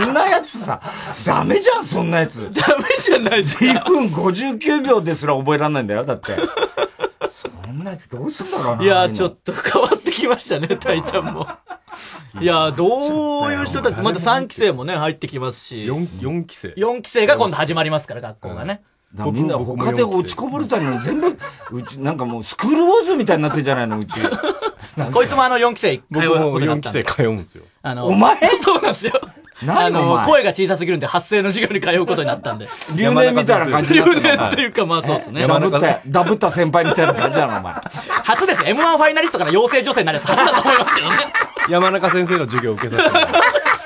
そんなやつさ、ダメじゃん、そんなやつ。ダメじゃないですか。 2分59秒ですら覚えられないんだよ、だって。そんなやつどうすんだろうな。い や、今ちょっと変わってきま したね、タイタンも。いや、どういう人たち、また3期生もね、入ってきますし、 4, 四期生。 4期生が今度始まりますから、学校がね。だからみんな僕も他で落ちこぼれたのに全部、うち、なんかもうスクールウォーズみたいになってんじゃないの、うち。こいつもあの4期生通僕うこもとになっ4た期んで生通うんですよ。あの、お前 そうなんですよ。あ何おの、前声が小さすぎるんで、発声の授業に通うことになったんで。留年みたいな感じに留なってる年というか、まあそうですね。ダ山ブっ中た、ダブった先輩みたいな感じなの、お前。初です。M1 ファイナリストから養成女性になるやつ初だと思いますけどね。山中先生の授業を受けさせてもらう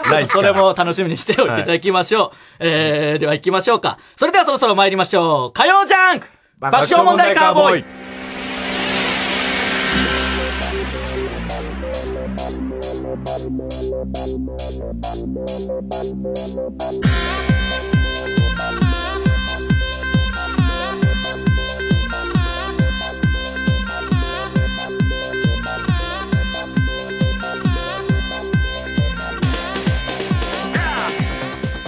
来期かそられも楽しみにしておいていただきましょう。えー、では行きましょうか。それではそろそろ参りましょう。火曜ジャンク爆笑問題カーボーイ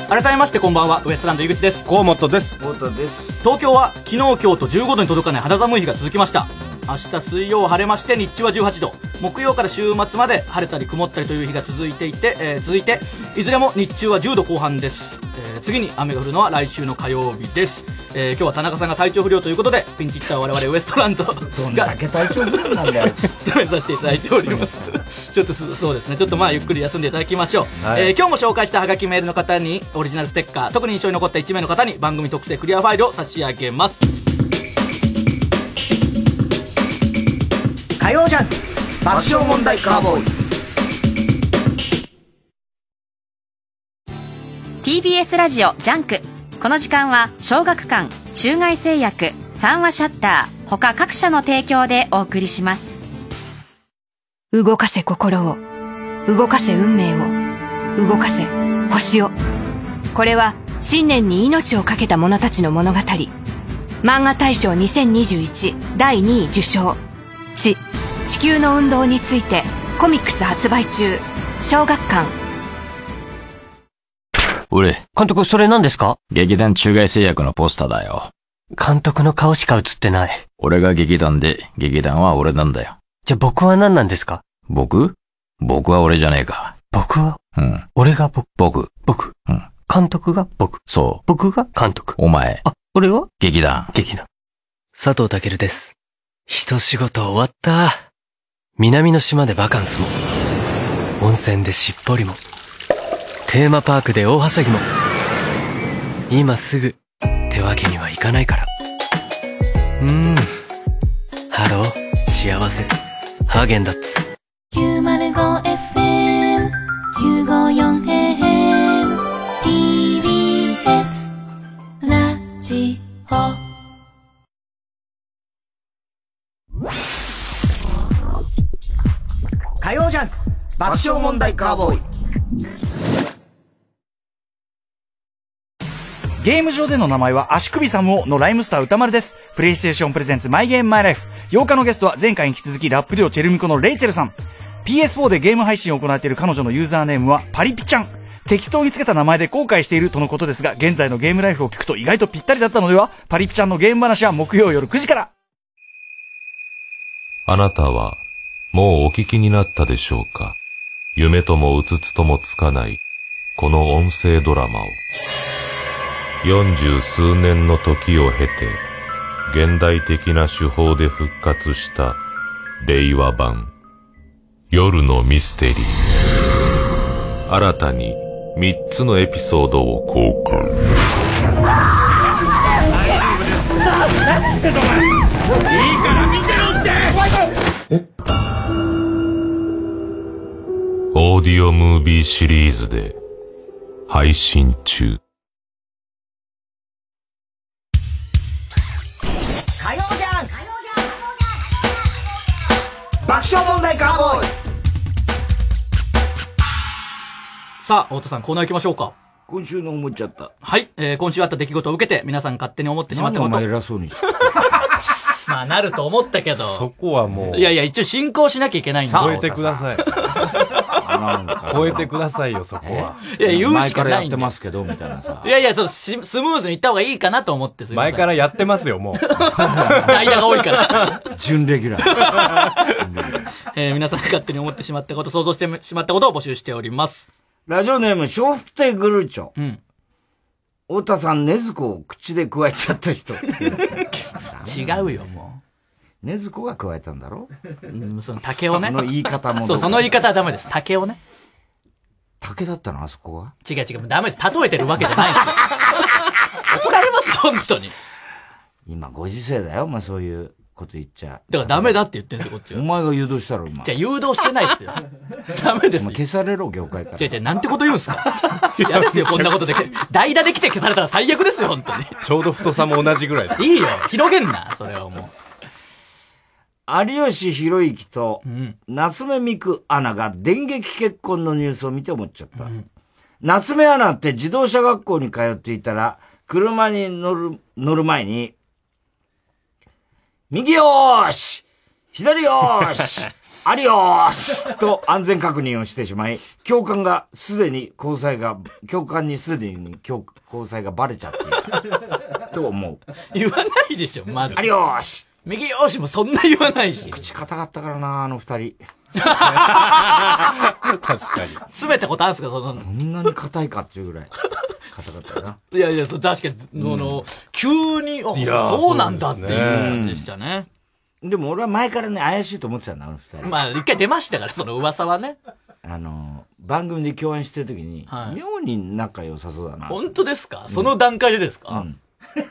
改めましてこんばんは、ウエストランド井口です。河本です太田です。東京は昨日今日と15度に届かない肌寒い日が続きました明日水曜晴れまして日中は18度木曜から週末まで晴れたり曇ったりという日が続いていて、えー続いていずれも日中は10度後半です、えー次に雨が降るのは来週の火曜日です、えー今日は田中さんが体調不良ということでピンチヒッター我々ウエストランドどんがだけ体調不良なんだよ。務めさせていただいております。 ちょっとすそうですね、ちょっとまあゆっくり休んでいただきましょう。はいえー今日も紹介したハガキメールの方にオリジナルステッカー、特に印象に残った1名の方に番組特製クリアファイルを差し上げます。火曜ジャンク、爆笑問題カーボーイ。 TBS ラジオジャンクこの時間は小学館中外製薬三話シャッター他各社の提供でお送りします動かせ心を動かせ運命を動かせ星をこれは信念に命を懸けた者たちの物語漫画大賞2021第2位受賞「地地球の運動」についてコミックス発売中小学館俺、監督、それ何ですか劇団中外製薬のポスターだよ。監督の顔しか映ってない。俺が劇団で、劇団は俺なんだよ。じゃあ僕は何なんですか僕僕は俺じゃねえか。僕は、うん。俺が僕、僕。僕、うん。監督が僕、そ僕が監督。う。お前。あ、俺は劇団。劇団。佐藤健です。一仕事終わった。南の島でバカンスも、温泉でしっぽりも、テーマパークで大はしゃぎも、今すぐってわけにはいかないから。うーん。ハロー、幸せ。ハーゲンダッツ。 905FM 954AM TBS ラジオ火曜ジャンク、爆笑問題カーボーイ。ゲーム上での名前は足首サムオのライムスター歌丸です。プレイステーションプレゼンツマイゲームマイライフ。8日のゲストは前回に引き続きラップ量チェルミコのレイチェルさん。PS4 でゲーム配信を行っている彼女のユーザーネームはパリピちゃん。適当につけた名前で後悔しているとのことですが、現在のゲームライフを聞くと意外とぴったりだったのではパリピちゃんのゲーム話は木曜夜9時から。あなたは、もうお聞きになったでしょうか夢ともうつつともつかない、この音声ドラマを。四十数年の時を経て、現代的な手法で復活した、令和版、夜のミステリー。新たに、三つのエピソードを公開。オーディオムービーシリーズで、配信中。爆笑問題カーボーイ。さあ、太田さん、コーナー行きましょうか。今週の思っちゃった。はい、えー今週あった出来事を受けて、皆さん勝手に思ってしまなっんたでこおと。前偉そうにして。まあ、なると 思ったけそど。こはもう、いやいや、一応進行しなきゃいけないんで。覚えてください。なんか超えてくださいよ、そこは。いや、言うしか前からなやいっんてで。ますけど、みたいなさ。いやいや、そのしスムーズにいった方がいいかなと思って、すいませ前んからやってますよ、もう。 間が多いから。 準レギュラー。 えー皆さんが勝手に思ってしまったこと、想像してしまったことを募集しております。ラジオネーム、笑福亭グルーチョ。うん。太田さん、禰豆子を口で加えちゃった人。違うよ、もう。禰豆子が加えたんだろうん、その竹をね。その言い方もどか。そう、その言い方はダメです。竹をね。竹だったのあそこは違う違う、もうダメです。例えてるわけじゃないんですよ 怒られます、本当に。今、ご時世だよ、お前そういうこと言っちゃ。だからダメだって言ってんすよ、こっちは。お前が誘導したろ、今。じゃあ誘導してないっすよ。ダメですお前消されろ、業界から。違う違う、なんてこと言うんすか嫌ですよ、こんなことで。代打で来て消されたら最悪ですよ、本当に。ちょうど太さも同じぐらいだ。いいよ、広げんな、それはも有吉博之と、夏目三久アナが電撃結婚のニュースを見て思っちゃった。夏目アナって自動車学校に通っていたら、車に乗る、乗る前に、右よーし左よーしありよーしと安全確認をしてしまい、教官がすでに交際が、教官にすでに教交際がバレちゃっていた。と思う。言わないでしょ、まず。ありよーし右よーしもそんな言わないし。口硬かったからな、あの二人。う。確かに。詰めたことあるんすか、その。こんなに硬いかっていうぐらい。硬かったな。いやいや、そう確かに、うんあの、急に、あいやーそうなんだっていうそうですね感じでしたね。でも俺は前からね、怪しいと思ってたんだ、あの二人。まあ、一回出ましたから、その噂はね。あの、番組で共演してる時に、妙に仲良さそうだな。本当ですかその段階でですか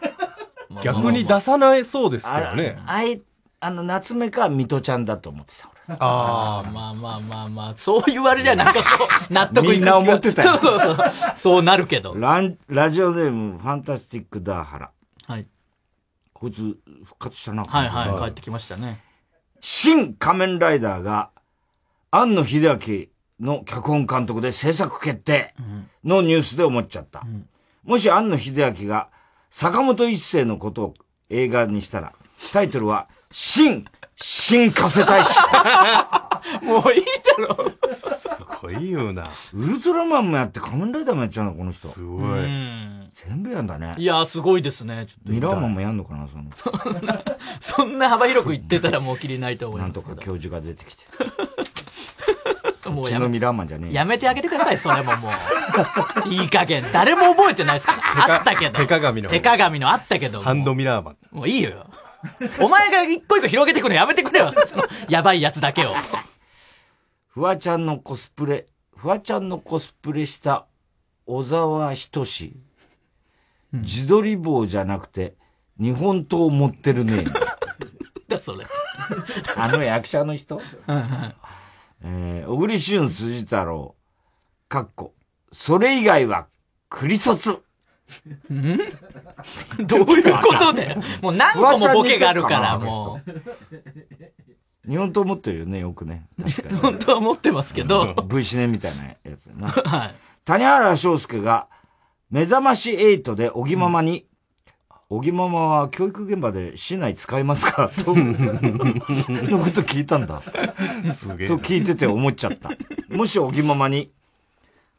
逆に出さないそうですけどね。あい、あの、夏目か、水戸ちゃんだと思ってた、俺。ああ、まあまあまあまあ、そう言われりゃなんかそう、納得いくみんな思ってたよ。そうそうそう。そうなるけど。ランラジオネーム、ファンタスティック・ダーハラ。はい。こいつ、復活したな。はいはい、帰ってきましたね。新仮面ライダーが、庵野秀明の脚本監督で制作決定のニュースで思っちゃった。もし庵野秀明が坂本一世のことを映画にしたら、タイトルは、新、新加瀬大使。もういいだろ。すごいよな。ウルトラマンもやって仮面ライダーもやっちゃうの、この人。すごい全部やんだね。いやー、すごいですね。ちょっとミラーマンもやんのかな、その。そんな幅広く言ってたらもうきりないと思いなまんすと。か教授が出てきて。もううちやのめミラーマンじゃねえよやめてあげてください、それももう。いい加減。誰も覚えてないですから。あったけど。手鏡の手鏡のあったけど。ハンドミラーマン。もういいよ。お前が一個一個広げてくのやめてくれよ。そのやばいやつだけを。フワちゃんのコスプレ、フワちゃんのコスプレした小沢仁志。自撮り棒じゃなくて、日本刀を持ってるね。だ、それ。あの役者の人はいはい えー、小栗旬辻太郎、かっこ、それ以外は、栗卒。 どういうことだよ。もう何個もボケがあるから、もう。日本刀持ってるよね、よくね。確かう。本当は持ってますけど。に。V シネみたいなやつだ な。はい。谷原章介が、目覚まし8で小木ママに、小木ママは教育現場で市内使いますかと、 のこと聞いたんだ。すげえなと聞いてて思っちゃ った。もし小木ママに、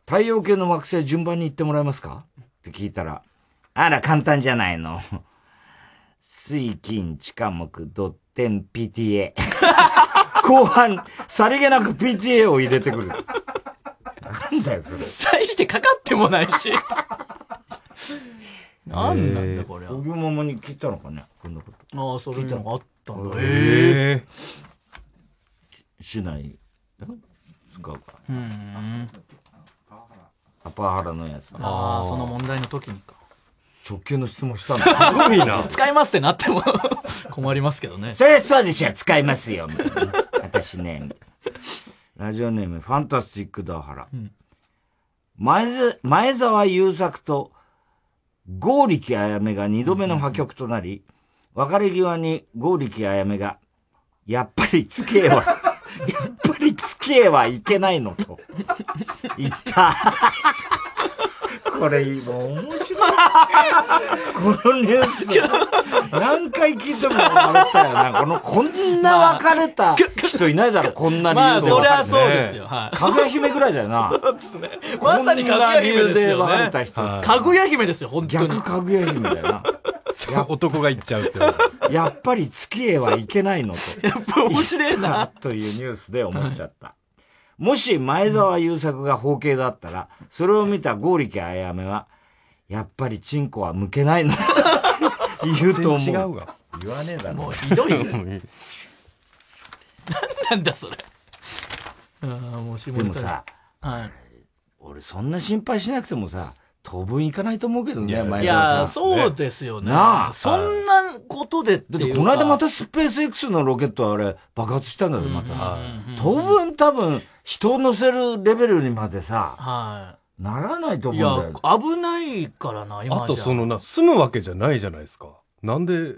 太陽系の惑星順番に行ってもらえますかって聞いたら、あら、簡単じゃないの。水、金、地下、木、土、天、PTA。後半、さりげなく PTA を入れてくる。なんだよ、それ。大してかかってもないし。なんなんだこれは。小木ママに聞いたのかねこんなこと。ああ、そういうのがあったんだ。えええ。え市内、え使うか。うん。アパハラのやつ。ああ、その問題の時にか。直球の質問したんだ。 使いますってなっても困りますけどね。 それそうで しょ、使いますよ。みたいなね私ね。みたいなラジオネーム、ファンタスティックダーハラ。前ず前澤友作と剛力あやめが二度目の破局となり、別れ際に剛力あやめが、やっぱり付き合えは、 やっぱり付き合えはいけないのと言った。 これ今面白い。このニュー ス、何回聞いても笑っちゃうよな。この、こんな別れ た人いないだろ、こんな理由で別れて。まあそりゃそうですよはいかぐや姫ぐらいだよな。まさにかぐや姫ですよこんな理由で別ねれた。人はいかぐや姫ですよ、本当に。逆かぐや姫だよな。男が言っちゃうって。やっぱり月へはいけないの と。やっぱ面白いな。というニュースで思っちゃった。もし前澤友作が包茎だったら、それを見た剛力あやめは、やっぱりチンコは向けないの。って言うと思う。全然違うわ言わねえだろ。もうひどい よねなんだそれ。ああ、もう下ネタでもさ、はい。俺そんな心配しなくてもさ、当分いかないと思うけどね、前澤さん。いや、そうですよね。なあそんなことでってだっいてうこの間またすスペース X のロケットあれ爆発したんだよ、また。当分多分人を乗せるレベルにまでさ、はならないとい。思いうんだやよ。、危ないからな、今じゃ。あとそのな、住むわけじゃないじゃないですか。なんで、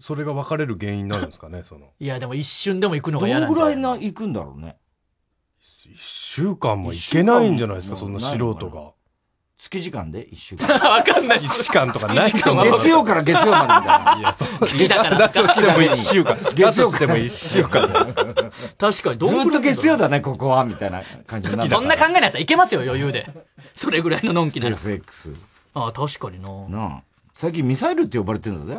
それが別れる原因になるんですかね、その。いや、でも一瞬でも行くのどが嫌なんのじぐゃらいな行くんだろうね。一週間もいけないんじゃないですか、そんな素人が。月時間で一週間。わかんない。 1時間とかないと思う。月曜から月曜までみたいな。いや、そう。だとしても一週間。だとしても一週間。確かに、どずうっと月曜だね、ここは、みたいな感じになるそんな考えないやつはいけますよ、余裕 で。それぐらいののんきなら。スペース X。ああ、確かにな。なあ。最近ミサイルって呼ばれてんだ ぜ、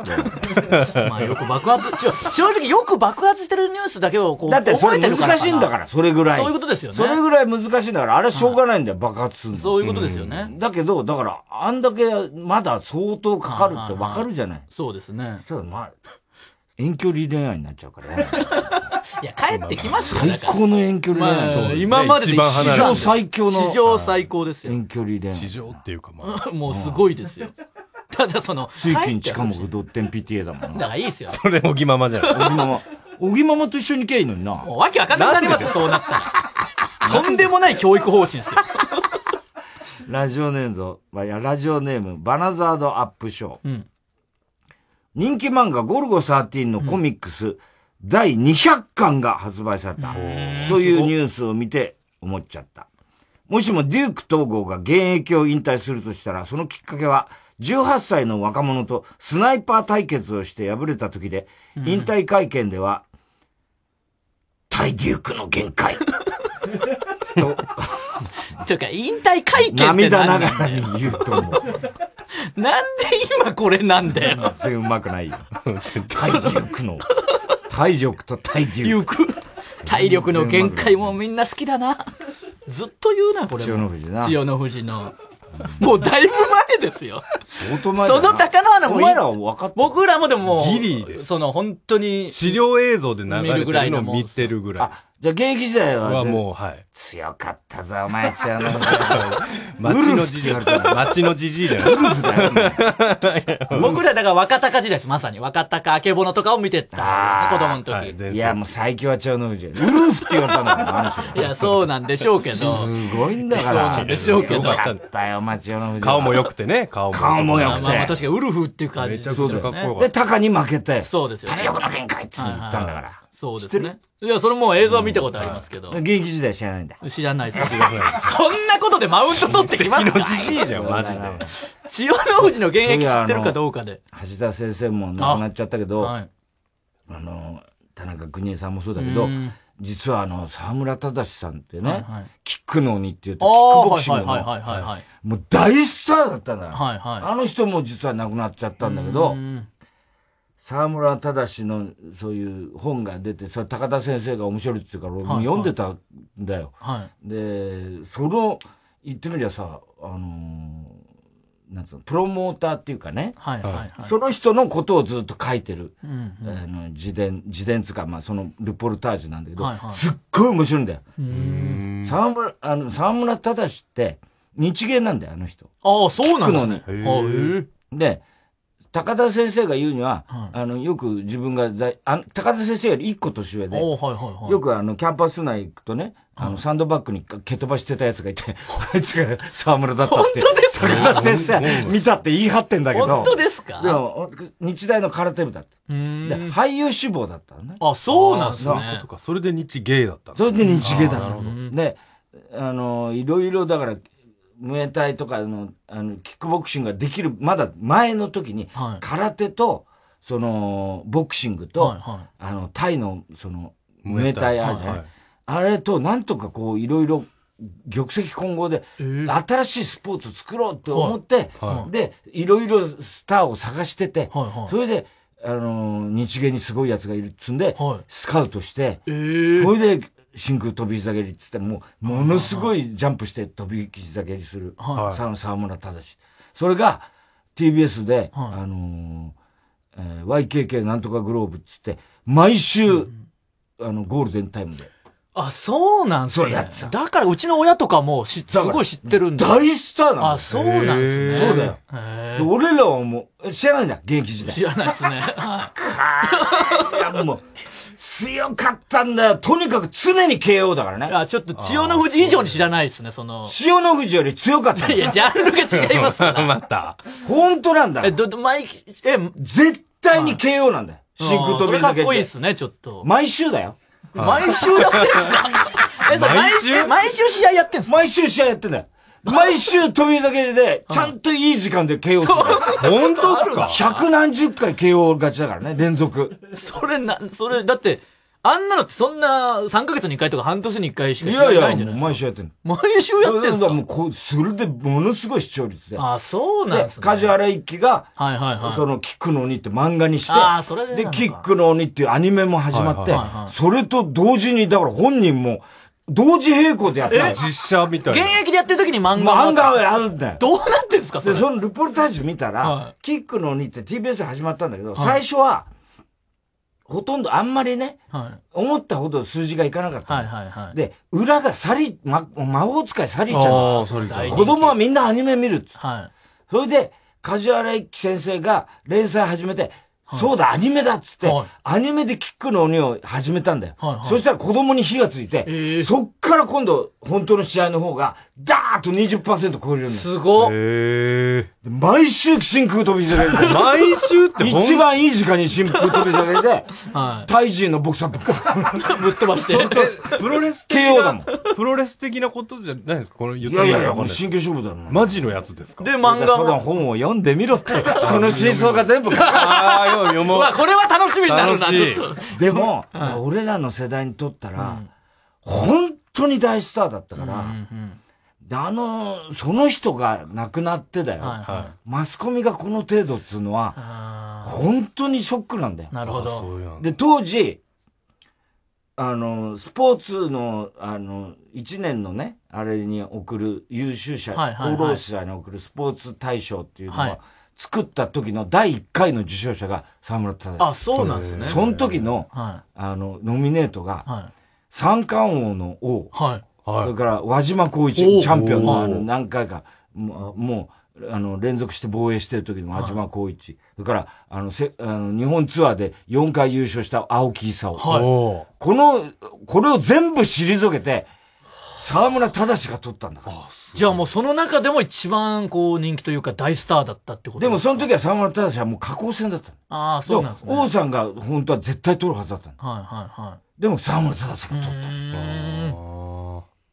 あれ。まあよく爆発、ちょ正直よく爆発してるニュースだけをこう、だってそれ覚えてるから難しいんだから、それぐらい。そういうことですよね。それぐらい難しいんだから、あれはしょうがないんだよ、爆発するのそういうことですよねうんだけど、だから、あんだけまだ相当かかるってわかるじゃない。そうですね。そしたら、まあ、遠距離恋愛になっちゃうからね。 いや、帰ってきますよ。だ最から高の遠距離恋まあ愛。そうですね今までで一番離れ史る上最強の。史上最高ですよ遠距離恋愛。地上っていうか、 もうすごいですよ。ただその、つい帰近っち近ゃうくドッテン PTA だもんだな。からいいですよ。それ、おぎままじゃない。おぎまま。おぎままと一緒に行けばいいのにな。もうわけわかんなくなりますよ、そうなったら。とんでもない教育方針ですよ。ラジオネーム、まあいや、ラジオネーム、バナザードアップショー。うん人気漫画、ゴルゴ13のコミックス、第200巻が発売された、というニュースを見て思っちゃった。もしもデューク統合が現役を引退するとしたら、そのきっかけは、18歳の若者とスナイパー対決をして敗れた時で、うん引退会見では、対デュークの 限界。というか、引退会見って何涙ながらに言うと思う。なんで今これなんだよ。全然うまくないよ。体力の。体力と体力。体力の限界もみんな好きだな。ずっと言うな、これも。千代の富士な千代の富士の。もうだいぶ前ですよ。相当前だそなの高野花もいお前らは分かった。僕らもでももう、ギリその本当に、資料映像で流見るれぐてらいるののをもう見てるぐらい。じゃあ現役時代は。はもう、はい。強かったぞ、お前千代の富町のじじい。町のじじいじゃ ない。僕らだから若隆時代です、まさに。若隆あけぼのとかを見てた。子供の時。士。いや、もう最強は千代の富士。ウルフって言われたんだから、あの人。いや、そうなんでしょうけど。すごいんだから。そうなんでしょうけど強かったよ、町代の富士。顔も良くてね、顔も。顔も良くてまあまあ確かにウルフっていう感じですよね。めちゃくちゃかっこよかったで鷹に負けてそうですよね。体力の限界っつって言ったんだからはいはいはい。そうですね。いや、それもう映像は見たことありますけど。現役時代知らないんだ。知らないです。そんなことでマウント取ってきますかじじいだよマジで千代の富士の現役知ってるかどうかで。橋田先生も亡くなっちゃったけど、あ,、はいの、田中邦衛さんもそうだけどうん、実はあの、沢村忠さんってね、はいはいキックの鬼って言って、キあッあ、クボはクいシンはグいの、はいはいはいはい。もう大スターだったんだよ、はいはいあの人も実は亡くなっちゃったんだけど、沢村忠のそういう本が出て、それ高田先生が面白いって言うから、俺も読んでたんだよ。はで、その、言ってみりゃさ、あのーなんつうの、プロモーターっていうかね、はいはいはいその人のことをずっと書いてる、うんうんあの自伝、自伝つうか、まあ、その、ルポルタージュなんだけど、はいはいすっごい面白いんだよ。うん沢村、あの、沢村忠って、日芸なんだよ、あの人。ああ、そうなんですね。聞くあのにへえで、高田先生が言うには、あの、よく自分が在あ、高田先生より一個年上で、おはいはいはい。よくあの、キャンパス内行くとね、あの、サンドバッグに蹴飛ばしてたやつがいて、 あいつが沢村だったって。本当ですか高田先生見たって言い張ってんだけど。本当ですかでも、日大の空手部だった。うーんで、俳優志望だったのね。あ、そうなんですあーそういうねこと。それで日芸だった。それで日芸だあーなっるほた。で、あの、いろいろだから、ムエタイとかの、あの、キックボクシングができる、まだ前の時に、空手と、その、ボクシングと、はいはあの、タイの、その、ムムエエタタイイあるじゃないはいはいあれと、なんとかこう、いろいろ、玉石混合で、新しいスポーツ作ろうって思って、はいはいで、いろいろスターを探してて、はいはいそれで、あのー日芸にすごいやつがいるっつんで、スカウトして、それで、真空飛び膝蹴りっつって、もう、ものすごいジャンプして飛び膝蹴りする、はいさ沢村忠志。それが、TBS で、あのーえー YKK なんとかグローブっつって、毎週、あの、ゴールデンタイムで。あ、そうなんすそうやねってた。だからうちの親とかもしすごい知ってるんだ。大スターなのあ、そうなんすね。そうだよ。へでー。俺らはもう、知らないんだ、現役時代。知らないっすね。 はいや、もう、強かったんだよ。とにかく常に KO だからね。あ、ちょっと千代の富士以上に知らないっすね、その。千代の富士より強かったのいやジャンルが違いますからまた。 本当なんだ。え、ど、毎、え、絶対に KO なんだよ。真空飛びあーそ下れかげっこいいっすね、ちょっと。毎週だよ。毎週やってんすか え、それ毎週毎週試合やってんす毎週試合やってんだよ。毎週飛び下げで、ちゃんといい時間で KO する。 本当っすか百何十回 KO 勝ちだからね、連続。それな、それ、だって、あんなのってそんな3ヶ月に1回とか半年に1回しいか試や合いないんじや、ゃない毎週やってんの。毎週やってんすかもうこう、それでものすごい視聴率で。あ、そうなんすね。梶原一騎が、はいはいはい。その、キックの鬼って漫画にして、あーそれでなでんだキックの鬼っていうアニメも始まっはいて、はいはいはいそれと同時に、だから本人も、同時並行でやってたのえ実写み現役でやってる時に漫画漫画ををやるんだよ。どうなってんすかそで、れ。そのルポルタージュ見たら、はキックの鬼って TBS で始まったんだけど、はい最初は、ほとんどあんまりね、は思ったほど数字がいかなかったの。いはいはい。で、裏がサリ、ま、魔法使いサリーちゃんあーサリーちゃん子供はみんなアニメ見るっつってはい。それで、梶原一騎先生が連載始めて、そうだ、アニメだっつって、アニメでキックの鬼を始めたんだよ。はいはいそしたら子供に火がついて、そっから今度、本当の試合の方が、ダーッと20%超えるようになる。すごで毎週真空飛び下げる。 毎週ってほん一番いい時間に真空飛び下げで、 はタイ人のボクサーぶっか ぶっ飛ばしてそうそうプロレス KO だもん。 プロレス的なことじゃないですかこの言っいてるやいやいのや、はわもうかんなです真剣勝負だな。マジのやつですかで、漫画そのも。本を読んでみ ろって、その真相が全部書いてああー読む読もううわこれは楽しみになるな楽しいちょっでも、俺らの世代にとったら、本当に大スターだったから、であの、その人が亡くなってだよ。はいはマスコミがこの程度っつうのは、本当にショックなんだよ。なるほどあそうで、当時、あの、スポーツの、あの、一年のね、あれに送る優秀者、はいはいはい功労者に送るスポーツ大賞っていうのを、はい作った時の第1回の受賞者が沢村忠あそうなんですねその時の、はあの、ノミネートが、は三冠王の王、それから輪島光一、おうチャンピオンのあおのう何回か、もう、もうあの、連続して防衛してる時の輪島光一、それから、あの、せ、あの、日本ツアーで4回優勝した青木功。はいこの、これを全部退けて、沢村忠が取ったんだから。じゃあもうその中でも一番こう人気というか大スターだったってことでもその時は沢村忠はもう下降戦だったの。ああ、そうなんですね。でも王さんが本当は絶対取るはずだったの。はいはいはい。でも沢村忠が取った。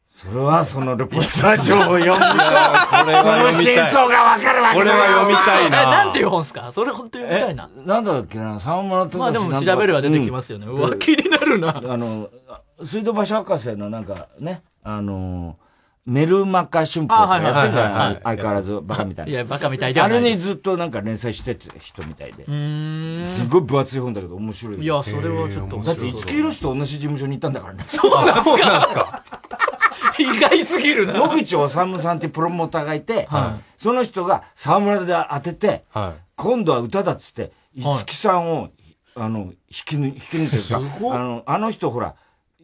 それはそのルポルタージュを読むと、その真相がわかるわけだよ えなんていう本ですかそれ本当に読みたいな。えなんだっけな、沢村忠まあでも調べれば出てきますよねうわ気になるな。あの、水道橋博士のなんかね、あの、メルマカ春報とかやってるあはいはいじゃはいなはいい相変わらずバカみたいな。いやバカみたいではあないれにずっとなんか連載してた人みたいで。んすごい分厚い本だけど面白い。いやそれはちょっと面白だいって五木ひろしと同じ事務所にいたんだからね。そうなんすか意外すぎるな。野口治さんってプロモーターがいて、はその人が沢村で当てて、はい今度は歌だっつって、はい五木さんを、あの、引き抜、引き抜いてるか、あの、あの人ほら、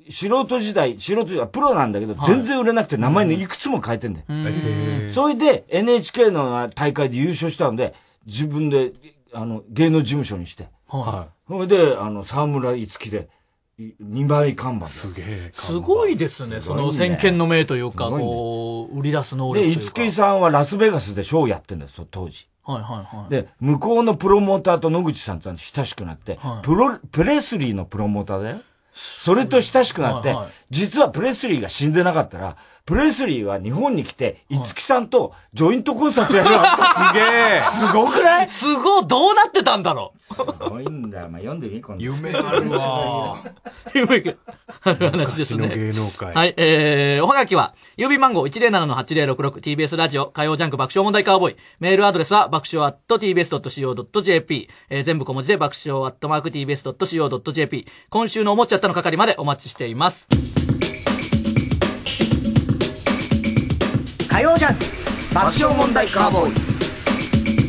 素人時代、素人時代、プロなんだけど、全然売れなくて名前のいくつも変えてんだよ。それで NHK の大会で優勝したので、自分で、あの、芸能事務所にして。はそれで、あの、沢村五木で、2枚看板。すげえ。すごいですね、その先見の明というか、こう、売り出す能力で、という五木さんはラスベガスでショーをやってんだよ、そ当時。か。はいはいはい。で、向こうのプロモーターと野口さんと親しくなって、はいプロ、プレス リーのプロモーターだよ。それと親しくなって、はいはい実はプレスリーが死んでなかったら、プレスリーは日本に来て、五木さんとジョイントコンサートやるわすげえすごくないすごいどうなってたんだろうすごいんだよ。まあ、読んでみ、この。夢あるわ。 夢がある話ですね。昔の芸能界はい、えー、おはがきは、郵便番号 107-8066TBS ラジオ火曜ジャンク爆笑問題カーボーイ。メールアドレスは爆笑 at tbs.co.jp。えー、全部小文字で爆笑 at mark tbs.co.jp。今週のおもちゃったの係までお待ちしています。火曜ジャンク爆笑問題カーボーイ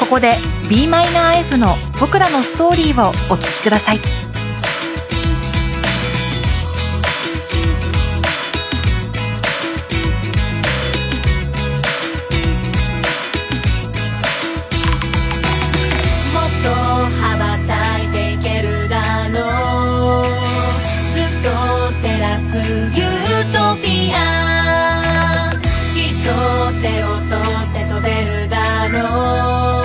ここで b マイナー f の「僕らのストーリー」をお聴きくださいもっと羽ばたいていけるだろうずっと照らすユートピアきっと手を取って飛べるだろう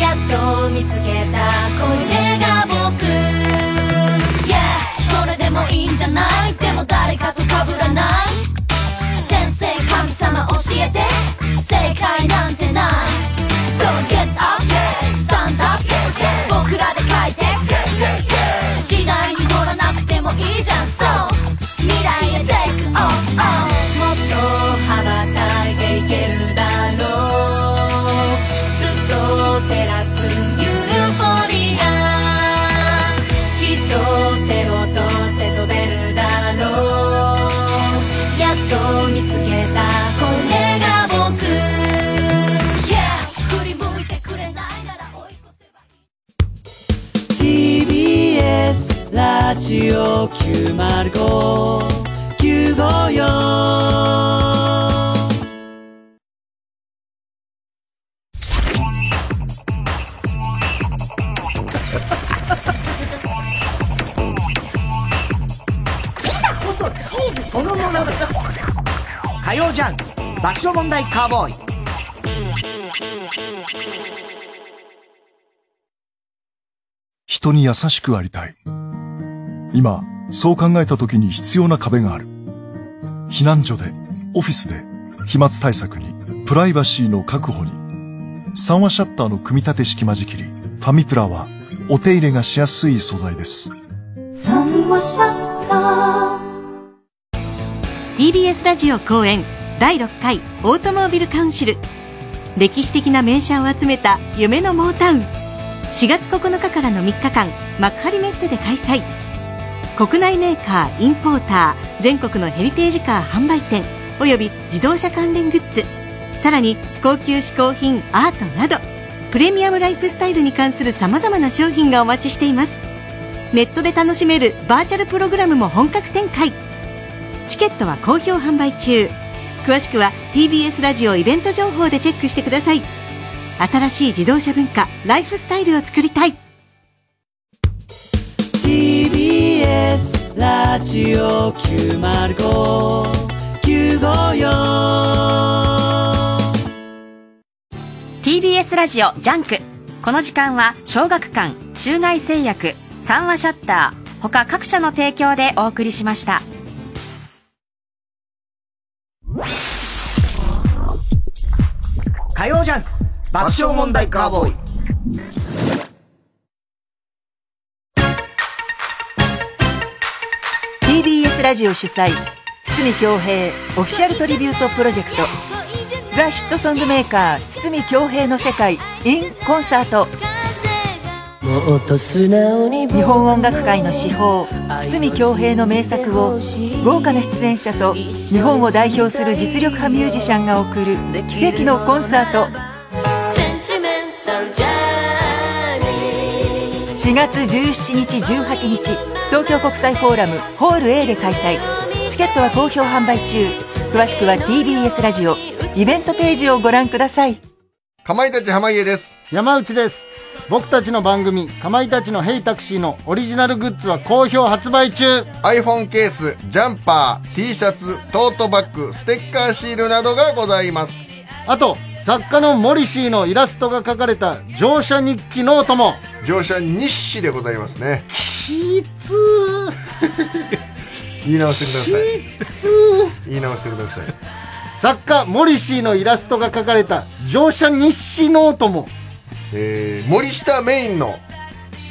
やっと見つけたこれが僕 Yeah それでもいいんじゃないでも誰かと被らない先生神様教えて正解なんてない So get up, stand up 僕らで書いて時代に乗らなくてもいいじゃん So 未来へ take off、もっと羽ばたいていけるだろうずっと照らすユーフォリアきっと手を取って飛べるだろうやっと見つけたこれが僕 Yeah 振り向いてくれないなら TBS ラジオ905-954こそチーズそのものだ火曜ジャンク爆笑問題カーボーイ人に優しくありたい。今、そう考えた時に必要な壁がある。避難所で、オフィスで、飛沫対策に、プライバシーの確保に、三話シャッターの組み立て式間仕切り、ファミプラは、お手入れがしやすい素材です。 TBS ラジオ公演第6回オートモービルカウンシル歴史的な名車を集めた夢のモータウン4月9日からの3日間幕張メッセで開催国内メーカーインポーター全国のヘリテージカー販売店および自動車関連グッズさらに高級嗜好品アートなどプレミアムライフスタイルに関するさまざまな商品がお待ちしていますネットで楽しめるバーチャルプログラムも本格展開チケットは好評販売中詳しくは TBS ラジオイベント情報でチェックしてください新しい自動車文化ライフスタイルを作りたい TBS ラジオ905-954 TBS ラジオジャンクこの時間は小学館中外製薬三話シャッター他各社の提供でお送りしました火曜ジャンク爆笑問題カーボーイ「TBS ラジオ主催堤恭平オフィシャルトリビュートプロジェクト」「ザ・ヒットソングメーカー堤恭平の世界 in コンサート」もっと素直に日本音楽界の至宝堤恭平の名作を豪華な出演者と日本を代表する実力派ミュージシャンが送る奇跡のコンサート4月17日18日東京国際フォーラムホール A で開催チケットは好評販売中詳しくは TBS ラジオイベントページをご覧くださいかまいたち濱家です山内です僕たちの番組「かまいたちのヘイタクシー」のオリジナルグッズは好評発売中 iPhone ケースジャンパー T シャツトートバッグステッカーシールなどがございますあと作家のモリシーのイラストが書かれた乗車日記ノートも乗車日誌でございますねきつー 言い直してくださいきつー言い直してください作家モリシーのイラストが描かれた乗車日誌ノートもえー森下メインの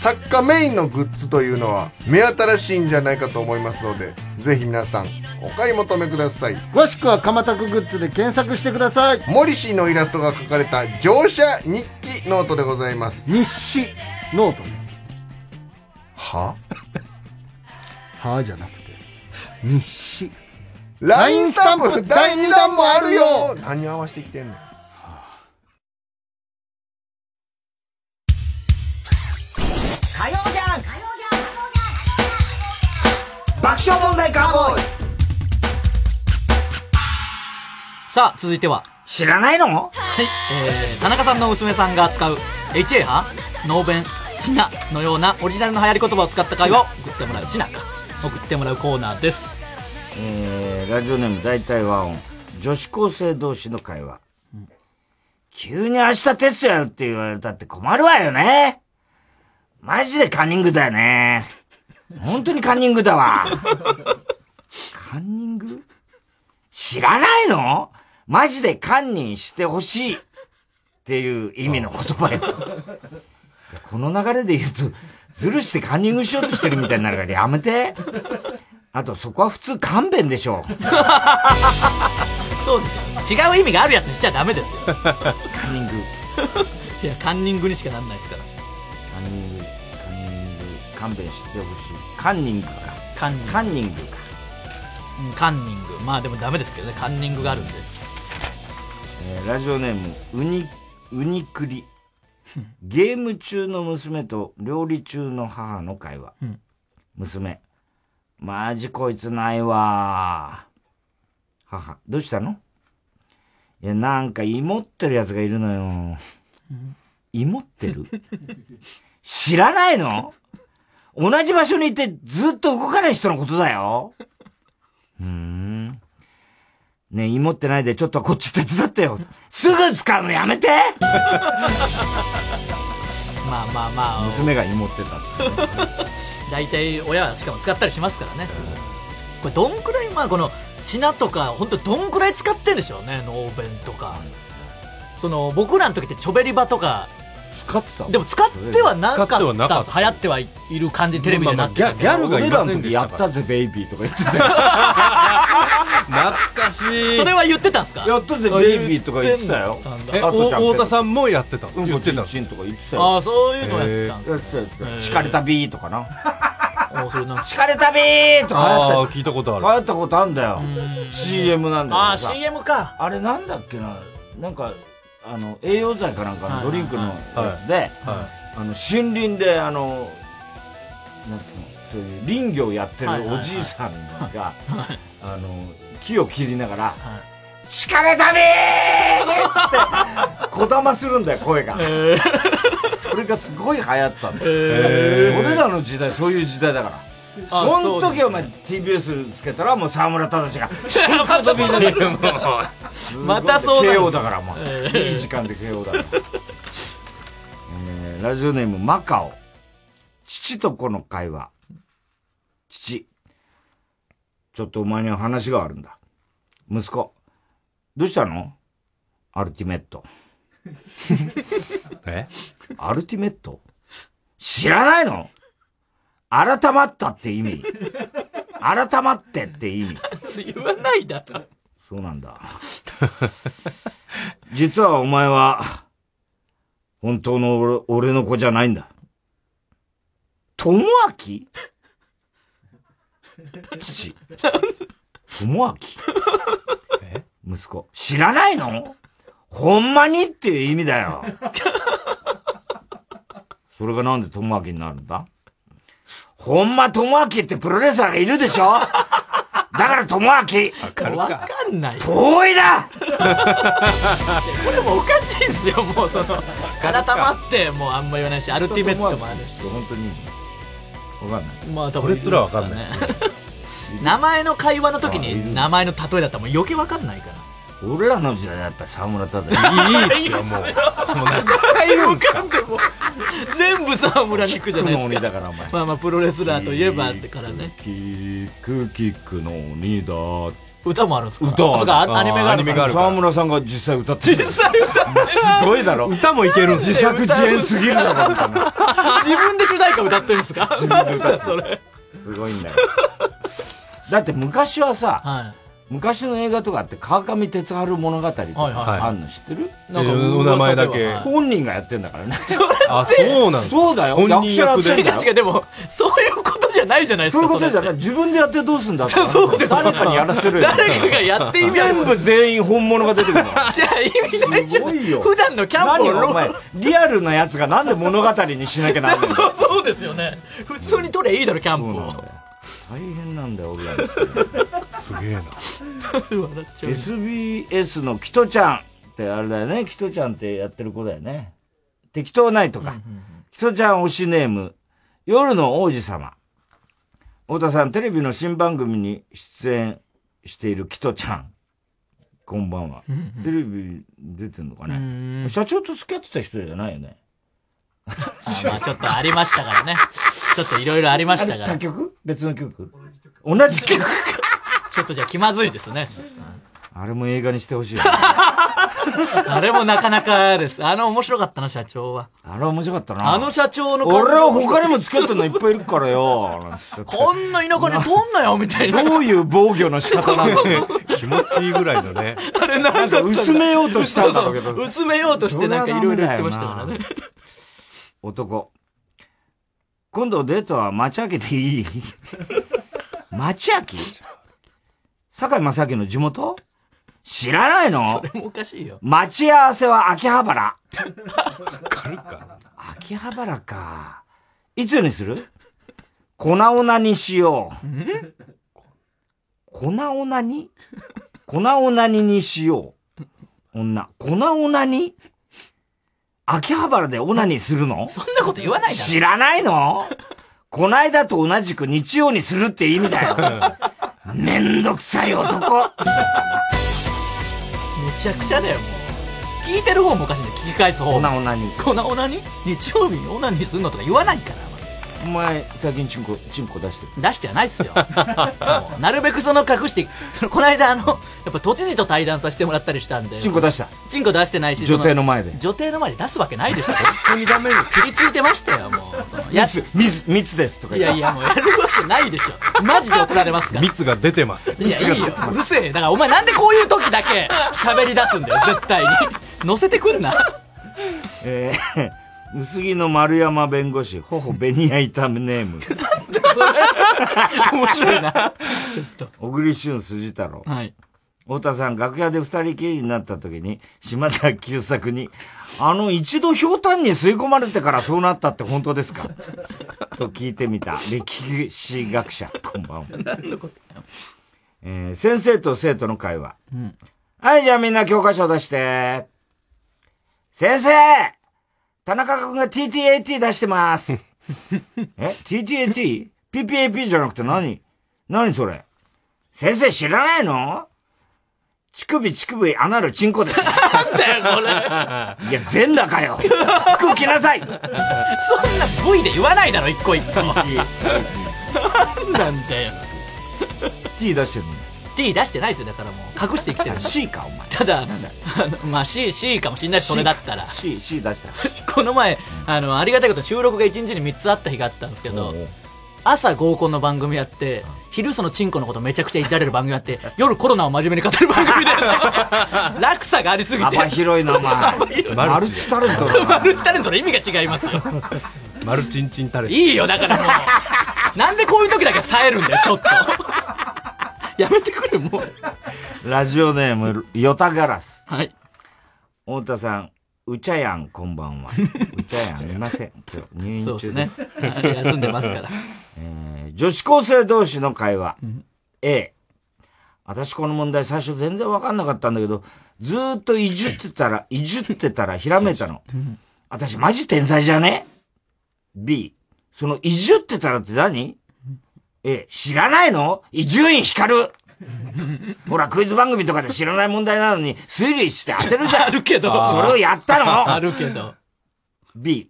作家メインのグッズというのは目新しいんじゃないかと思いますのでぜひ皆さんお買い求めください詳しくはかまたくグッズで検索してくださいモリシーのイラストが書かれた乗車日記ノートでございます日誌ノートねははじゃなくて日誌 LINE スタンプ第2弾もあるよは何合わせてきてんねん火曜じゃん爆笑問題カーボーイさあ、続いては。知らないのはい。えー、田中さんの娘さんが使う、HA 派ノーベン、チナのようなオリジナルの流行り言葉を使った回を送ってもらう、チナか。送ってもらうコーナーです。えー、ラジオネーム大体和音女子高生同士の会話、急に明日テストやるって言われたって困るわよねマジでカンニングだよね本当にカンニングだわカンニング知らないのマジでカンニンしてほしいっていう意味の言葉よこの流れで言うと、ずるしてカンニングしようとしてるみたいになるからやめて。あと、そこは普通勘弁でしょう。そうですよ。違う意味があるやつにしちゃダメですよ。カンニング。いや、カンニングにしかなんないですから。カンニング、カンニング、勘弁してほしい。カンニングか。カンニング。カンニングか。うん、カンニング。まあでもダメですけどね、カンニングがあるんで。えーラジオネーム、ウニ、ウニクリ。ゲーム中の娘と料理中の母の会話。うん娘、マジこいつないわ。母、どうしたのいや、なんか芋ってるやつがいるのよ。芋ってる知らないの同じ場所にいてずっと動かない人のことだよ。うーん。ねえ、芋ってないでちょっとこっち手伝ってよ。すぐ使うのやめてまあまあまあ。娘が芋ってたって。大体親はしかも使ったりしますからね、これどんくらいまあこのチナとか本当どんくらい使ってんでしょうねノーベンとか、その僕らの時ってチョベリバとか使ってたでも使ってはなかった使ってはなかっ流行ってはいる感 じテレビでなってたけどまあまあギャギャルがいませんでしたから俺らの時やったぜベイビーとか言ってたよ懐かしいそれは言ってたんすかやったぜベイビーとか言ってたよえ加トおちゃん太田さんもやってたの言ってたチンとか言ってああそういうのやってたんですね敷かれたビーとかなおそれなんか 敷かれたビーとか流行あっあた聞いたことあ流る行ったことあんだよ CM なんだああけどさ CM かあれなんだっけななんかあの栄養剤かなんかのドリンクのやつであの森林であのなんつうのそういう林業やってるはいはいはおいじいさんがあの木を切りながら「力れたびこだまするんだよ声が、 それがすごい流行ったんだよ、へー俺らの時代そういう時代だからあそのそうです時お前 TBS つけたらもう沢村忠が 「ショートビジョン」すごいまたそうなんだ KO だからもう、えーいい時間で KO だから、えーラジオネームマカオ父と子の会話父ちょっとお前には話があるんだ息子どうしたのアルティメッ トえアルティメット知らないの改まったって意味。改まってって意味。言わないだろそうなんだ。実はお前は、本当の俺俺の子じゃないんだ。ともあき父。ともあき息子。知らないのほんまにっていう意味だよ。それがなんでともあきになるんだほんまともあきってプロレスラーがいる でしょだからともあき。わかんない遠いなこれもうおかしいんすよもうその改まってもうあんま言わないしアルティメットもあるし本当にわかんないまあ多そ分れすらわ か んないですね名前の会話の時に名前の例えだったらもう余計わかんないから俺らの時代はやっぱり沢村 忠いいっすよもうもう何回言うんすか全部沢村に行くじゃないです聞くのか鬼だからお前まあまあプロレスラーといえばからねキックキックの鬼だ歌もあるんですか歌あそうかアアニメがあるから沢村さんが実際歌ってる実際歌ってるすごいだろ歌もいける自作自演すぎるだろみたいな自分で主題歌歌ってるんですか自分で歌ってそれすごいんだよだって昔はさ、昔の映画とかって川上哲治物語とかはいはいあんの知ってる、なんかえーお名前だけ噂でははい 本人がやってんだからね あそうなのそうだよ本人役で役 者やってんだよ確かにでもそういうことじゃないじゃないですそうかいうことじゃれない自分でやってどうすんだってそうです誰かにやらせる誰かがやって意味ある全部全員本物が出てくるの じゃあ意味ないじゃない普段のキャンプ何をよロお前リアルなやつがなんで物語にしなきゃなんないんだよ そうですよね普通に撮れいいだろキャンプを大変なんだよ俺らの すげえ 笑なっちゃう SBS のキトちゃんってあれだよね。キトちゃんってやってる子だよね。適当ないとか。キトちゃん推しネーム、夜の王子様。太田さん、テレビの新番組に出演しているキトちゃん。こんばんはうんう。んテレビ出てんのかね。社長と付き合ってた人じゃないよね。あまあちょっとありましたからねちょっといろいろありましたからあれ他局別の局同じ曲かちょっとじゃあ気まずいですねあれも映画にしてほしいよね。あれもなかなかですあの面白かったな社長はあれ面白かったな。あの社長の俺は他にも付き合ってるのいっぱいいるからよ。なんつっちゃってこんな田舎に撮んなよみたいなどういう防御の仕方なんだよ。気持ちいいぐらいのね。あれなんだったんだなんか薄めようとしたんだろうけどそうそう薄めようとしてなんかいろいろ言ってましたからね男。今度デートは町明でいい 町明坂井正明の地元知らないのそれもおかしいよ待ち合わせは秋葉原。軽か秋葉原か。いつにする粉オナにしよう。粉オナに粉オナににしよう。女。粉オナに秋葉原でオナにするのそんなこと言わないだろ知らないのこないだと同じく日曜にするって意味だよ。めんどくさい男。めちゃくちゃだよもう聞いてる方もおかしいんだよ聞き返す方も粉オナに。こんなオナニ日曜日にオナニするのとか言わないからお前最近チンコチンコ出してる出してはないっすよもうなるべくその隠してそのこの間あのやっぱ都知事と対談させてもらったりしたんでチンコ出したチンコ出してないし女帝の前でそ女帝の前で出すわけないでしょ本当にダメ ですりついてましたよもうそのや密、密、密ですとかいやいやもうやるわけないでしょマジで怒られますから蜜が出てます。いやいいようるせえだからお前なんでこういう時だけ喋り出すんだよ絶対に乗せてくんなえー、 薄着の丸山弁護士、頬ベニヤ痛めネーム。面白いな小栗旬辻太郎。はい。太田さん、楽屋で二人きりになった時に、島田久作に、あの、一度ひょうたんに吸い込まれてからそうなったって本当 ですかと聞いてみた、歴史学者、こんばんは。 何のことえー先生と生徒の会話。うんはい、じゃあみんな教科書出して。先生田中君が TTAT 出してます。え ?TTAT?PPAP じゃなくて何何それ先生知らないの乳首乳首アナルチンコです。なんだよこれ。いや、全裸かよ。服着なさいそんな V で言わないだろ一個一個何なんだよ T 出してるの T 出してないですよだからもう隠して生きて る C かお前ただあのまあ C, C かもしんないそれだったら C, C 出したこの前あのありがたいことに収録が1日に3つあった日があったんですけど朝合コンの番組やって昼そのチンコのことめちゃくちゃいじられる番組やって夜コロナを真面目に語る番 組で落差がありすぎて幅広いなお幅前広。いマルチタレントだな。マ ルチタレントの意味が違いますよマルチンチンタレント。いいよ、だからもう。なんでこういう時だけ冴えるんだよ、ちょっと。やめてくれ、もう。ラジオネーム、ヨタガラス。はい。太田さん、うちゃやん、こんばんは。うちゃやん、いま せん。今日、入院中です。そうですねはい休んでますから えー女子高生同士の会話。A。私この問題最初全然わかんなかったんだけど、ずーっといじってたら、いじってたらひらめいたの。私マジ天才じゃね ?B。そのいじってたらって何 ?A。知らないの伊集院光 ほら、クイズ番組とかで知らない問題なのに、推理して当てるじゃん。 あるけどそれをやったの あるけど。 B。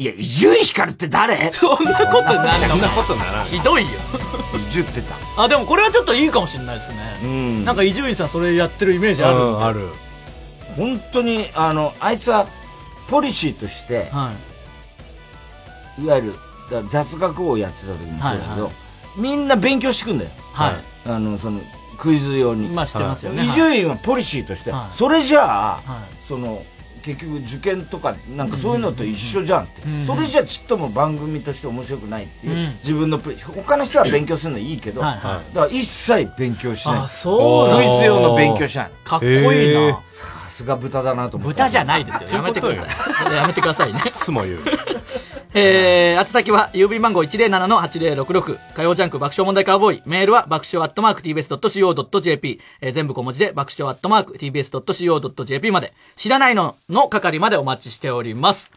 いや、伊集院光って誰そんなことないそんなことならひどいよ。伊集ってた。あ、でもこれはちょっといいかもしれないですね。うん。なんか伊集院さんそれやってるイメージあるんで。ある。本当に、あの、あいつは、ポリシーとして、い、わゆる、だ雑学をやってた時もそうだけど、はいはみんな勉強してくんだよ。はいあの、その、クイズ用に。まあしてますよねはい伊集院はポリシーとして、はいそれじゃあ、はその、結局受験とかなんかそういうのと一緒じゃんって、うんうんうんそれじゃちっとも番組として面白くないっていう、うん自分のプレ他の人は勉強するのいいけどはいはだから一切勉強しないあそうクイズ用の勉強しないかっこいいなへーさすが豚だなと思って豚じゃないですよ。やめてください。 それやめてくださいね。つも言う。えー、宛先は、郵便番号107-8066、火曜ジャンク爆笑問題カーボーイ、メールは爆笑アットマーク tbs.co.jp、えー、全部小文字で爆笑アットマーク tbs.co.jp まで、知らないのの係までお待ちしております。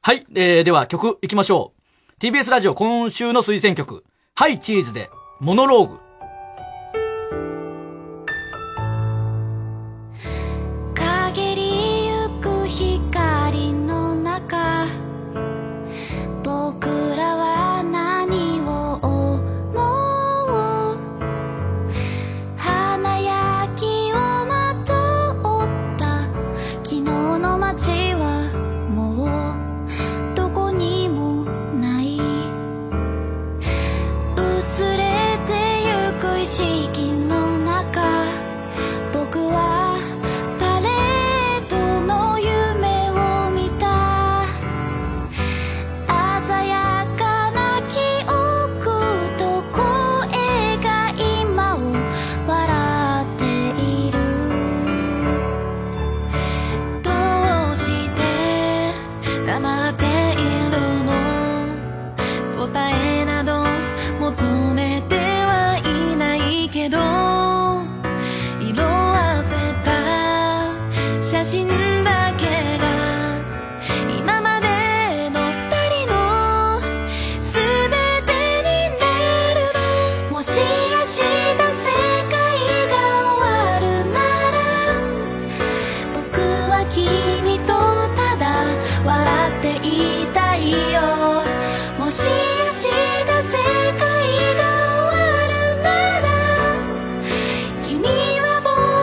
はい、えー、では曲いきましょう。TBS ラジオ今週の推薦曲、ハイチーズで、モノローグ。限りゆく光の中僕らは何を思う華やきをまとった昨日の街はもうどこにもない薄れてゆく意識の中僕はパレードの夢を見た鮮やかな記憶と声が今を笑っているどうして黙っているの答えなど求めてはいないけど色あせた写真だけが今までの二人の全てになるのもし明日世界が終わるなら僕は君とただ笑っていたいよもし明日世界が終わるなら君は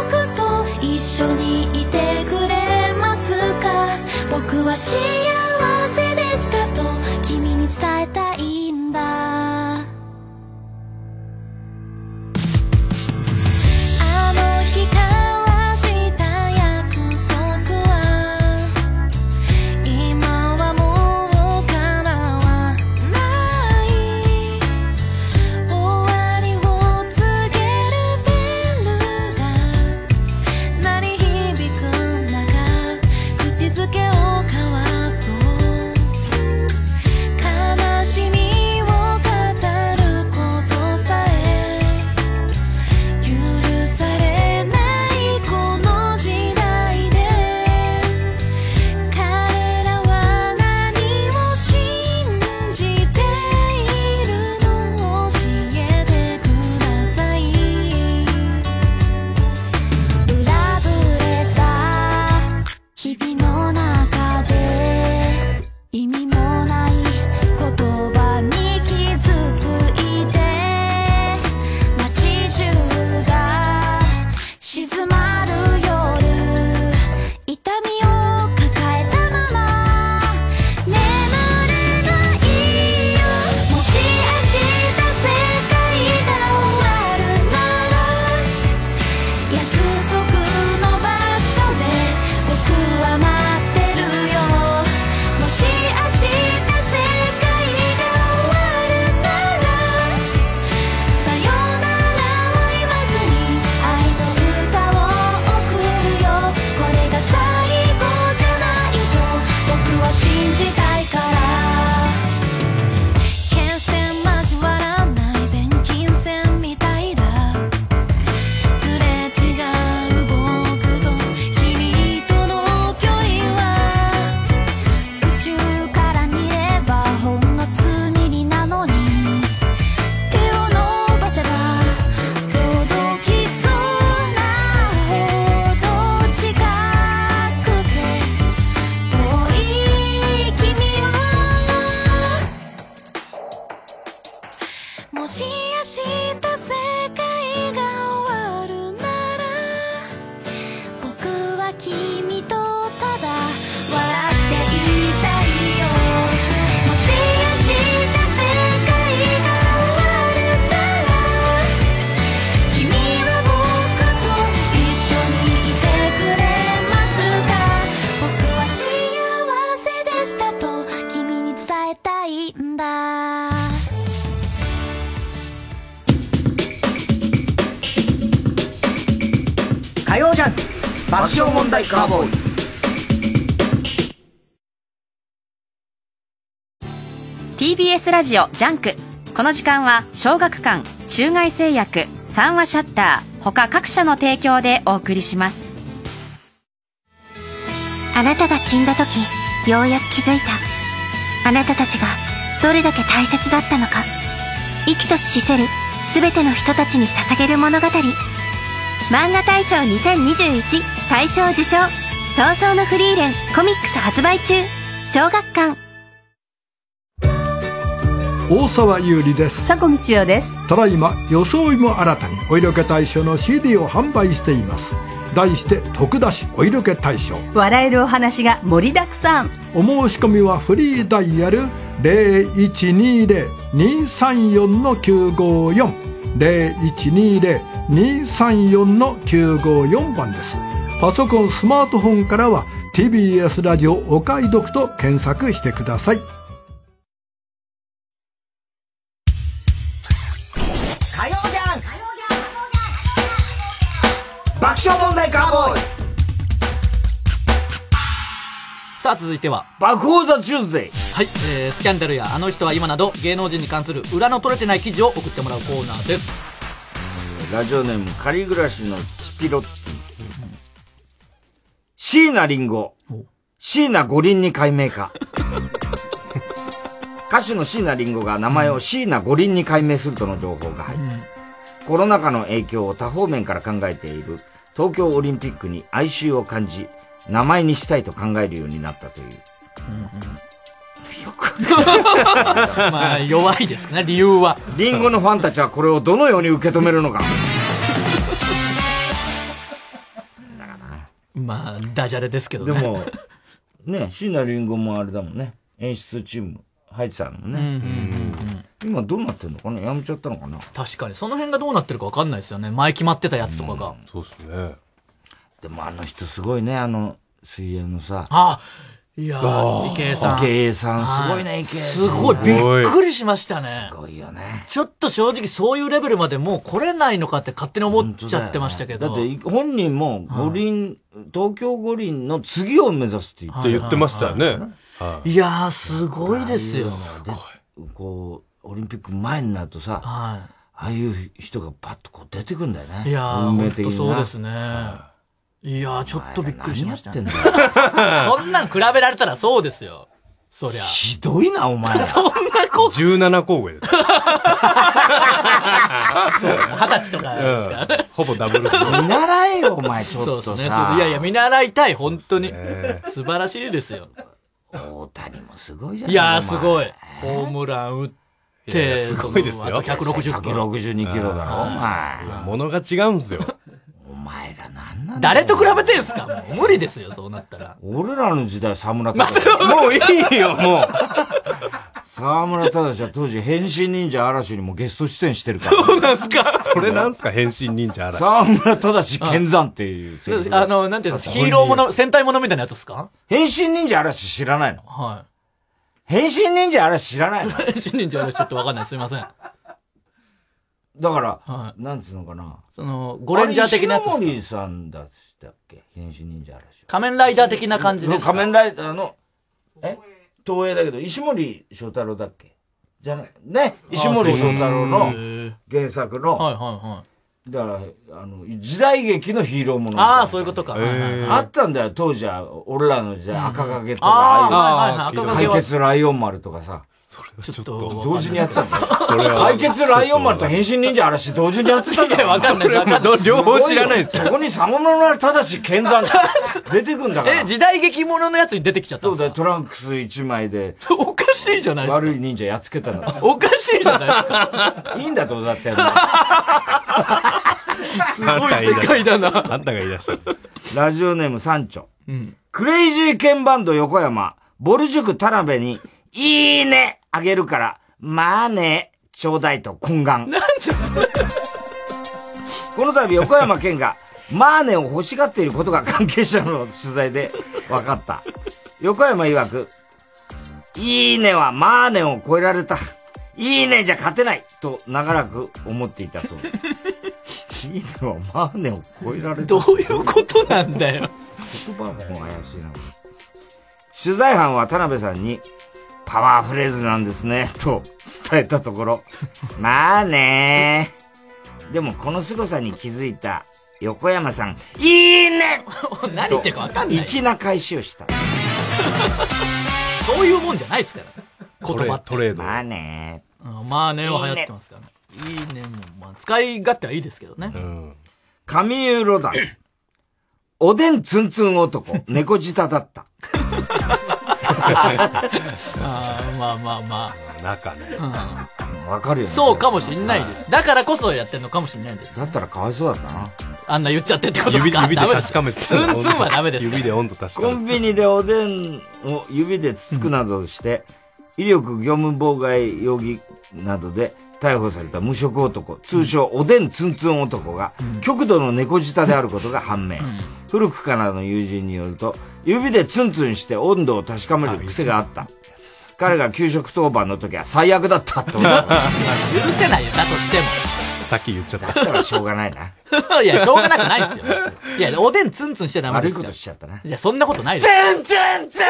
僕と一緒にいてくれますか僕は幸せでしたと君に伝えたいんだあの日交わした約束は今はもう叶わない終わりを告げるベルが鳴り響く中口づけを交わそうもし明日世界が終わるなら僕は君とただ笑っていたいよもし明日世界が終わるなら君は僕と一緒にいてくれますか僕は幸せでしたと君に伝えたいんだ火曜ジャンク爆笑問題カーボーイー TBS ラジオジャンクこの時間は小学館中外製薬三話シャッター他各社の提供でお送りしますあなたが死んだ時ようやく気づいたあなたたちがどれだけ大切だったのか生きとし死せる全ての人たちに捧げる物語漫画大賞2021大賞受賞早々のフリーレンコミックス発売中小学館大沢優里です佐古道代ですただいま装いも新たにお色気大賞の CD を販売しています題して「徳田氏お色気大賞」笑えるお話が盛りだくさんお申し込みはフリーダイヤル0120-234-954 0120-234-954番ですパソコンスマートフォンからは TBS ラジオお買い得と検索してください火曜ジャンク爆笑問題カーボーイさあ続いては爆王座チューズデイはい、えー、スキャンダルやあの人は今など芸能人に関する裏の取れてない記事を送ってもらうコーナーですラジオネーム、仮暮らしのチピロッティ。椎名林檎。椎名五輪に改名 か。歌手の椎名林檎が名前を椎名五輪に改名するとの情報が入った。コロナ禍の影響を多方面から考えている東京オリンピックに哀愁を感じ、名前にしたいと考えるようになったという。まあ弱いですね理由はリンゴのファンたちはこれをどのように受け止めるのかまあダジャレですけどでねもね椎名林檎もあれだもんね演出チーム入ってたのもね、うんうん今どうなってんのかなやめちゃったのかな 確かにその辺がどうなってるか分かんないですよね前決まってたやつとかが、そうですねでもあの人すごいねあの水泳のさあいやあーー池江さん池江さんすごいねは池江さんすごいびっくりしましたねすごいよねちょっと正直そういうレベルまでもう来れないのかって勝手に思っちゃってましたけどだって本人も五輪、東京五輪の次を目指すって言って言ってましたよねはいいやーすごいですよでこうオリンピック前になるとさ、ああいう人がパッとこう出てくんだよねいやー運本命的当にそうなですねいやーちょっとびっくりしましたね おそんなん比べられたらそうですよそりゃひどいなお 前そんな子17個上ですそう二十歳とかですからね、ほぼダブルス見習えよお前ちょっとさそうですねちょっといやいや見習いたい本当に、素晴らしいですよ大谷もすごいじゃないいやーお前すごいホームラン打っいやいてやすごいですよそのあと160キロ162キロだろお前物が違うんすよ誰と比べてんすかもう無理ですよそうなったら俺らの時代沢村忠志、もういいよもう沢村忠志は当時変身忍者嵐にもゲスト出演してるからそうなんすかそれなんすか変身忍者嵐沢村忠健山っていうセリ フあのなんていうんですかヒーローもの戦隊ものみたいなやつですか変身忍者嵐知らないのは変身忍者嵐知らないの 変身忍者嵐ちょっとわかんないすいませんだから、なんつうのかなそのゴレンジャー的なやつあれ石森さんだしたっけ変身忍者嵐仮面ライダー的な感じですか仮面ライダーのえ東映だけど石森章太郎だっけじゃないね石森章太郎あのそうへ原作のはいはいはいだからあの時代劇のヒーローものみたいなああそういうことかはいはいはいあったんだよ当時は俺らの時代赤影とかあーああいはういはいはい赤影は解決ライオン丸とかさちょっと同時にやってたんだそ れは解決ライオンマンと変身忍者嵐同時にやってたんだいやわかんないわかんない両方知らないですそこに様のなただし剣山出てくんだか らえ時代劇もののやつに出てきちゃったそうだよトランクス一枚で。おかしいじゃないですか。悪い忍者やっつけたの。おかしいじゃないですか。いいんだと、だって。すごい世界だな。あんたが言い出した。ラジオネーム三丁。クレイジーケンバンド横山、ボル塾田辺に、いいねあげるから、まあね、ちょうだいと懇願。なんこの度横山健が、マーネを欲しがっていることが関係者の 取材で分かった。横山曰く、いいねはマーネを超えられた。いいねじゃ勝てないと長らく思っていたそう。いいねはマーネを超えられた。どういうことなんだよ。言葉も怪しいな。取材班は田辺さんに、パワーフレーズなんですね、と伝えたところ、まあねでもこの凄さに気づいた横山さん、いいね何言ってるかわかんないよ。粋な返しをした。そういうもんじゃないですから。言葉トレード。まあねあまあねは流行ってますからね。いいねも、まあ、使い勝手はいいですけどね。 神ユーロ団。おでんツンツン男、猫舌だった。あーまあまあま中ね。あ。わかるうよん。ね。そうかもしんないです。だからこそやってんのかもしんないです。だったらかわいそうだったな。あんな言っちゃってってことですか指でダメです確かめてツンツンはダメですから。指で温度確コンビニでおでんを指でつつくなどして、威力業務妨害容疑などで逮捕された無職男、通称おでんツンツン男が、極度の猫舌であることが判明。古くからの友人によると、指でツンツンして温度を確かめる癖があった。彼が給食当番の時は最悪だったと思う。許せないよ、だとしても。 さっき言っちゃった。だったらしょうがない な。いや、しょうがなくないですよ。いや、おでんツンツンしちゃダメですよ。悪いことしちゃったな。いや、そんなことないです。ツンツンツ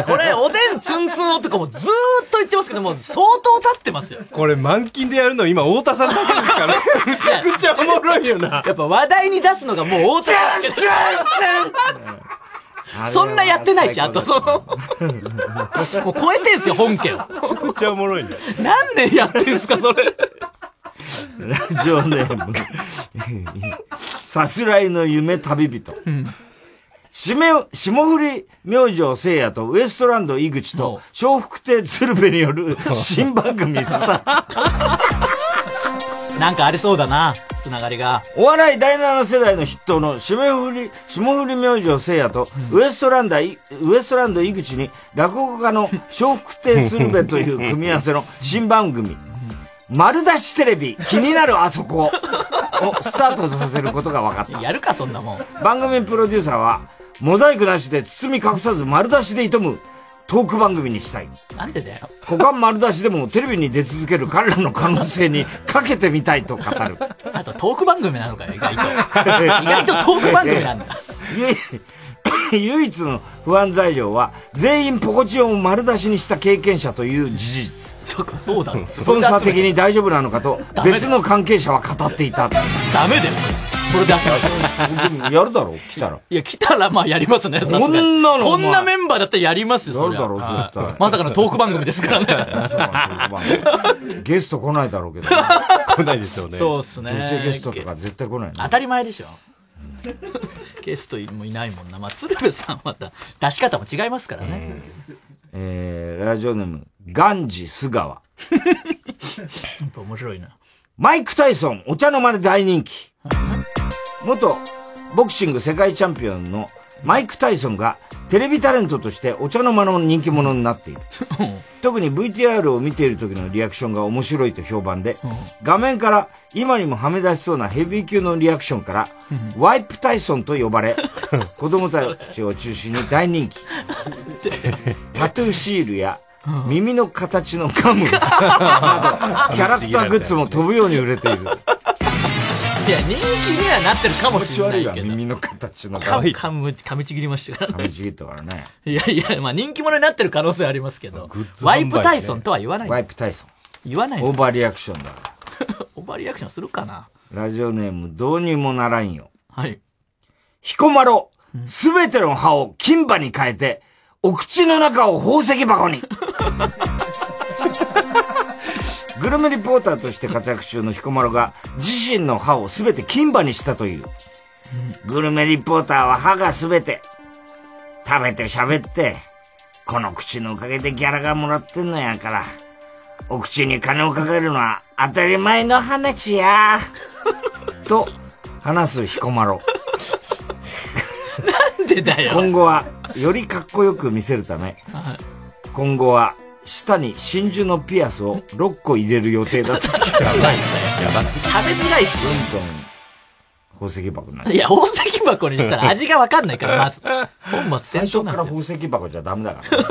ンこれ、おでんツンツン男もずーっと言ってますけども、相当経ってますよ。これ満勤でやるの今太田さんだけですからむちゃくちゃおもろいよなやっぱ話題に出すのがもう太田さんそんなやってないし、あとその、もう超えてんすよ、本家を。めっちゃおもろいねなんでやってんすか、それ。ラジオネーム、さすらいの夢旅人。しめ、霜降り明星聖夜とウエストランド井口と笑福亭鶴瓶による新番組スタート。なんかありそうだな、つながりが。お笑い第7世代の筆頭の霜降り、霜降り明星聖夜と、ウエストランダー、ウエストランド井口に落語家の笑福亭鶴瓶という組み合わせの新番組、丸出しテレビ、気になるあそこをスタートさせることが分かった。やるか、そんなもん。番組プロデューサーは、モザイクなしで包み隠さず丸出しで挑むトーク番組にしたい。なんでだよ。股間丸出しでもテレビに出続ける彼らの可能性にかけてみたいと語る。 あと、トーク番組なのかよ、意外と。意外とトーク番組なんだ。ゆ 唯一の不安材料は全員ポコチンを丸出しにした経験者という事実 そうだろスポンサー的に大丈夫なのかと別の関係者は語っていたダメだよ、それで やるだろ来たらいや、来たらまあやりますね、さすがにこんなのこんなメンバーだったらやりますよ、そりゃやるだろ絶対はいまさかのトーク番組です からね。ゲスト来ないだろうけど 来ないでしょうねそうっすね女性ゲストとか絶対来ない当たり前でしょ。ゲストもいないもんな。まあ、鶴瓶さんはまた出し方も違いますからね。えー、ラジオネームガンジスガワやっぱ面白いな。マイク・タイソン、お茶の間で大人気。元ボクシング世界チャンピオンのマイク・タイソンがテレビタレントとしてお茶の間の人気者になっている。特に VTR を見ている時のリアクションが面白いと評判で、画面から今にもはめ出しそうなヘビー級のリアクションから、ワイプ・タイソンと呼ば れ、子供たちを中心に大人気。タトゥーシールや耳の形のガムなど、キャラクターグッズも飛ぶように売れている。いや、人気にはなってるかもしれないけど。耳の形のかガム。噛む噛みちぎりましたから噛みちぎったからね。いやいや、まあ人気者になってる可能性はありますけど。ワイプタイソンとは言わない。ワイプタイソン。言わないオーバーリアクションだかオーバーリアクションするかなら。ラジオネーム、どうにもならんよ。はい。彦摩呂、すべての歯を金歯に変えて、お口の中を宝石箱にグルメリポーターとして活躍中の彦摩呂が自身の歯を全て金歯にしたという。グルメリポーターは歯が全て。食べて喋って、この口のおかげでギャラがもらってんのやから、お口に金をかけるのは当たり前の話 や。と、話す彦摩呂。なんでだよ。今後は、よりかっこよく見せるため、今後は、舌に真珠のピアスを6個入れる予定 だと。やばいやばい。食べづらいし。どんどん、宝石箱になるいや、宝石箱にしたら味がわかんな いから、まず。本末転最初から宝石箱じゃダメだから。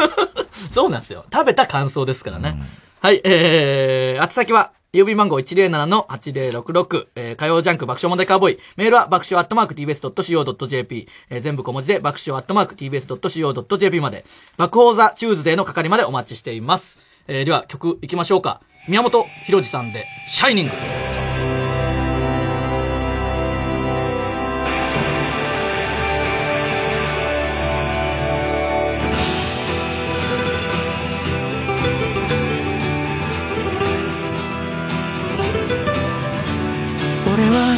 そうなんですよ。食べた感想ですからね。はい、えー、宛先は、郵便番号107-8066、えー、火曜ジャンク爆笑問題カーボーイ。メールは爆笑アットマーク tbs.co.jp。えー、全部小文字で爆笑アットマーク tbs.co.jp まで。爆放座チューズデーの係までお待ちしています。えー、では曲いきましょうか。宮本浩次さんで、シャイニング。俺は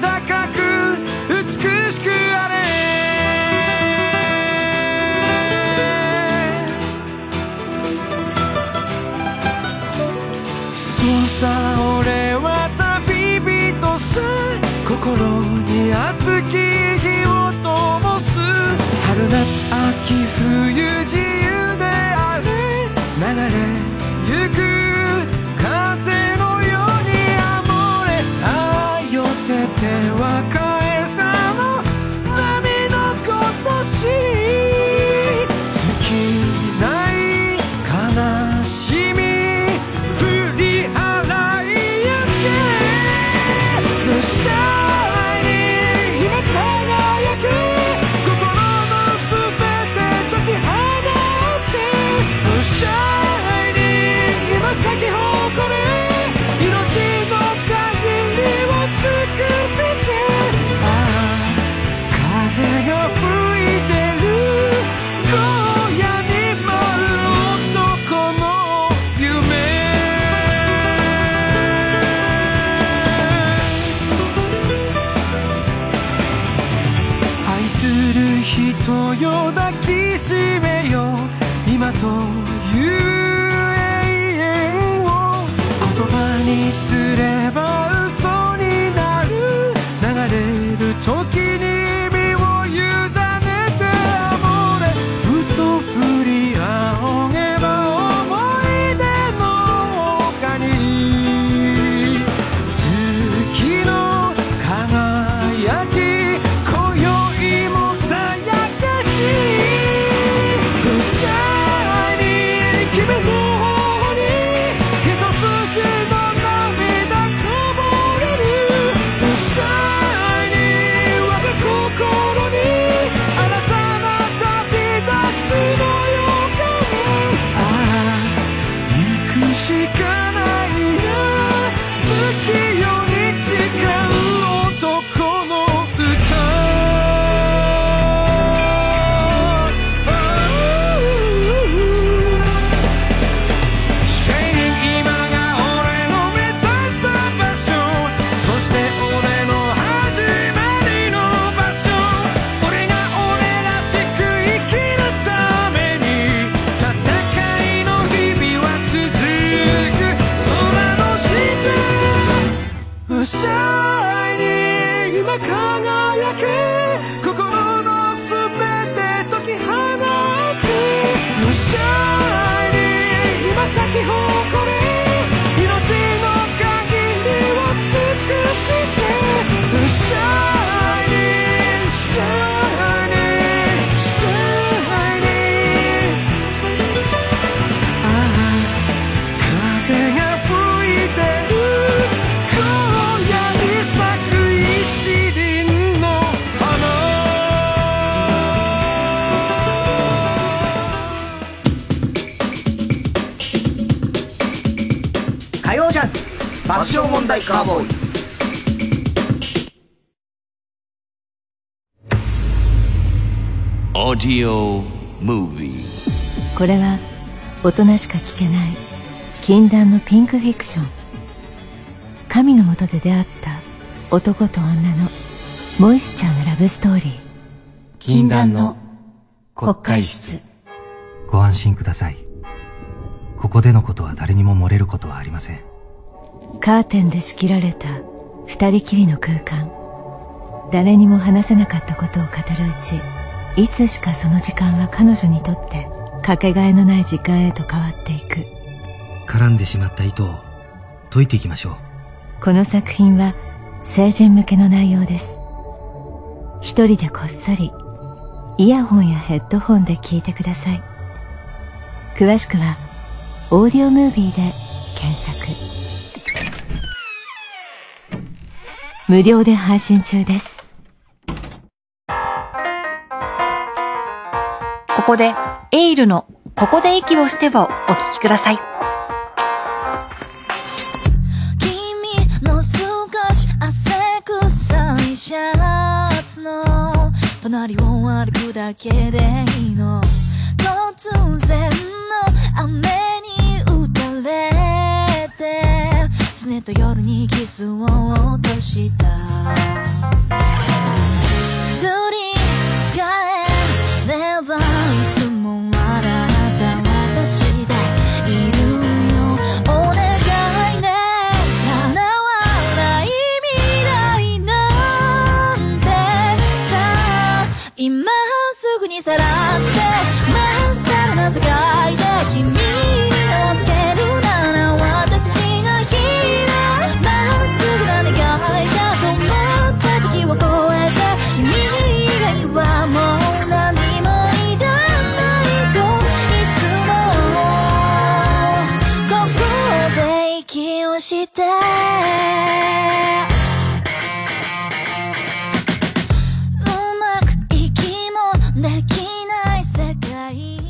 高く美しくあれそうさ俺は旅人さ心に熱き火を灯す春夏秋冬自由であれ流れゆく風のようにあもれ愛を捨てては返さの波のことし尽きない悲しみ振り払い上げるさらに今輝く心のすべて解き放ってうしゃいに今咲き誇る命の限りを尽くしてああ風が吹いてる今夜に舞う男の夢愛する人よ抱きしめよ今という永遠を言葉にすれば嘘になる流れる時に身を委ねてあれふと振り仰げば思い出の丘に月の輝き今宵もさやかしうっしゃに君の頬に一筋の涙こぼれるうっしゃに我が心に新たな旅立ちの予感ああ行くしかないな好きより誓う男の歌シェイ今が俺の目指した場所そして俺の始まりの場所俺が俺らしく生きるために戦いの日々は続く空の下うさいに今輝け心のすべて解き放ってうさいに今咲き誇れ命の限りを尽くしてうさいにさいにさいにああ風が吹いてる今夜に咲く一輪の花ャン爆笑問題カーボーイオーディオムービーこれは大人しか聞けない禁断のピンクフィクション神のもとで出会った男と女のモイスチャーなラブストーリー禁断の国会室。ご安心ください。ここでのことは誰にも漏れることはありません。カーテンで仕切られた二人きりの空間誰にも話せなかったことを語るうちいつしかその時間は彼女にとってかけがえのない時間へと変わっていく絡んでしまった糸を解いていきましょう。この作品は成人向けの内容です一人でこっそりイヤホンやヘッドホンで聞いてください詳しくはオーディオムービーで検索無料で配信中ですここでエイルのここで息をしてをお聞きください君の少し汗臭いシャツの隣を歩くだけでいいの突然の雨に打たれてすねた夜にキスを落とした振り返ればいつも笑った私でいるよお願いね叶わない未来なんてさ今すぐにさらってまっさらな世界で君に名をつけるなら私がヒーローまっすぐな願いが止まった時を越えて君以外はもう何もいらないといつもここで息をしてうまく息もできない世界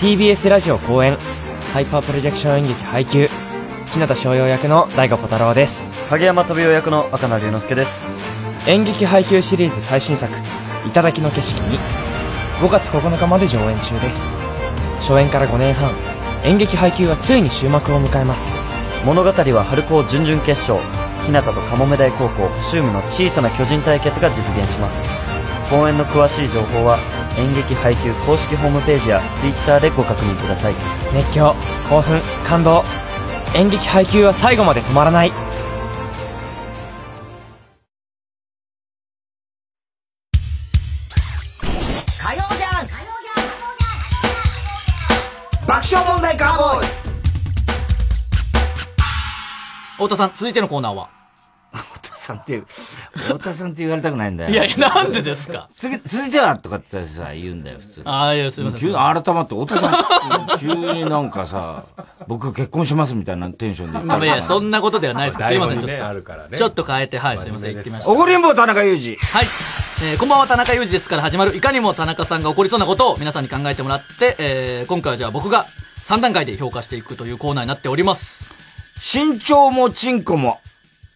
TBS ラジオ公演ハイパープロジェクション演劇配給日向翔陽役の大悟小太郎です影山飛雄役の若菜龍之介です演劇配給シリーズ最新作「頂の景色に」5月9日まで上演中です初演から5年半演劇配給はついに終幕を迎えます物語は春高準々決勝日向とかもめ台高校シウムの小さな巨人対決が実現します公演の詳しい情報は演劇配給公式ホームページや Twitter でご確認ください熱狂興奮感動演劇配給は最後まで止まらない火曜じゃん爆笑問題カーボーイ太田さん、続いてのコーナーは太田さんっていう、太田さんって言われたくないんだよ。いやいや、なんでですかすげ続いてはとかってさ、言うんだよ、普通。あーいやすいません急に改まって、太田さん、急になんかさ、僕結婚し ますみたいなテンションで言ったいやいや、そんなことではないです。すいません、ちょ台本にねっと。あるからねちょっと変えて、はい、すいません、言ってみました。怒りんぼ田中裕二。はい。えーこんばんは、田中裕二ですから始まる、いかにも田中さんが怒りそうなことを皆さんに考えてもらって、えー今回はじゃあ僕が3段階で評価していくというコーナーになっております。身長もチンコも、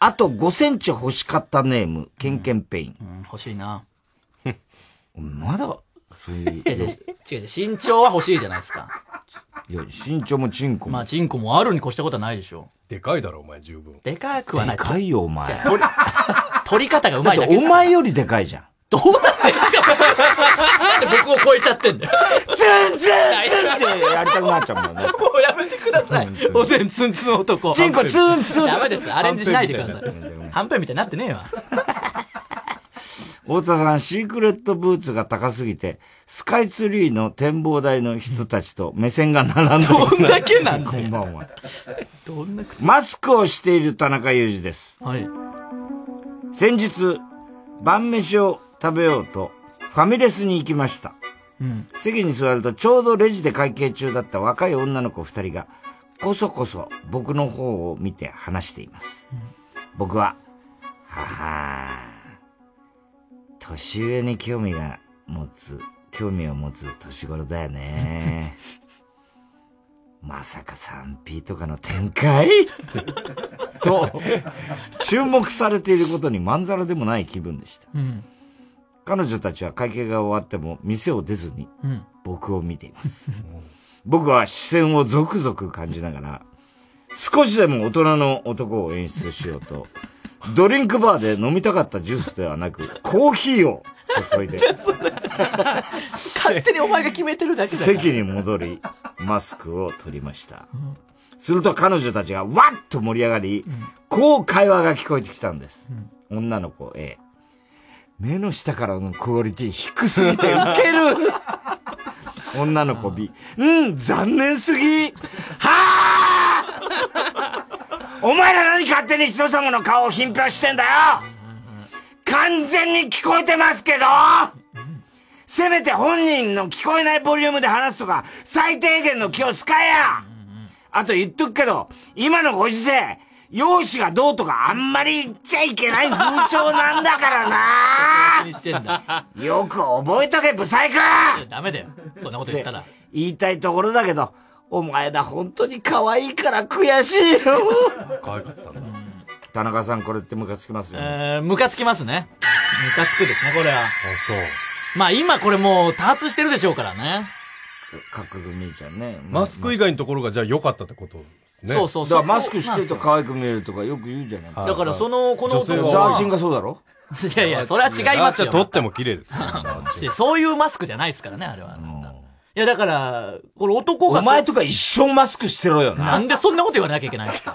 あと5センチ欲しかったネーム、ケンケンペイン。欲しいな。まだ、そういう。違う違う、違う違う身長は欲しいじゃないですか。いや、身長もチンコも。まあ、チンコもあるに越したことはないでしょ。でかいだろ、お前、十分。でかくはない。でかいよ、お前。じゃだ あ取り取り方がうまいだっけでておす。前よりでかいじゃん。なんで僕を超えちゃってんだよ。全然全然やりたくなっちゃうもんね。もうやめてください。おでんツンツン男。チンコツンツンダメです。アレンジしないでください。はんぺんみたいになってねえわ。太田さん、シークレットブーツが高すぎて、スカイツリーの展望台の人たちと目線が並んでる。どんだけなんだよこんばんは。どんな靴マスクをしている田中裕二です。はい。先日、晩飯を食べようと、ファミレスに行きました。うん。席に座るとちょうどレジで会計中だった若い女の子二人が、こそこそ僕の方を見て話しています。僕は、ははー年上に興味が持つ、興味を持つ年頃だよね。 まさか 3P とかの展開 と、注目されていることにまんざらでもない気分でした。うん。彼女たちは会計が終わっても店を出ずに僕を見ています。僕は視線をゾクゾク感じながら、少しでも大人の男を演出しようと、ドリンクバーで飲みたかったジュースではなく、コーヒーを注いで、勝手にお前が決めてるだけだよ。席に戻り、マスクを取りました。すると彼女たちがわっと盛り上がり、こう会話が聞こえてきたんです。女の子 A。目の下からのクオリティ低すぎてウケる女の子 B。うん、残念すぎお前ら何勝手に人様の顔を品評してんだよ完全に聞こえてますけどせめて本人の聞こえないボリュームで話すとか、最低限の気を使えやあと言っとくけど、今のご時世、容姿がどうとかあんまり言っちゃいけない風潮なんだからな よく覚えとけ、ブサイクダメだよ。そんなこと言ったら。言いたいところだけど、お前ら本当に可愛いから悔しいよ。可愛かったな。田中さん、これってムカつきますよね。えー、ムカつきますね。ムカつくですね、これは。まあ今これもう多発してるでしょうからね。角組ちゃんね。マスク以外のところがじゃあ良かったってことですね。そうそうだからマスクしてると可愛く見えるとかよく言うじゃないだからそのこのザ男はーチンがそうだろ いやいや、それは違いますよ。じゃあ撮っても綺麗ですよ。。し そういうマスクじゃないですからね、あれは。いや、だから、これ男が。お前とか一生マスクしてろよな。なんでそんなこと言わなきゃいけないんですか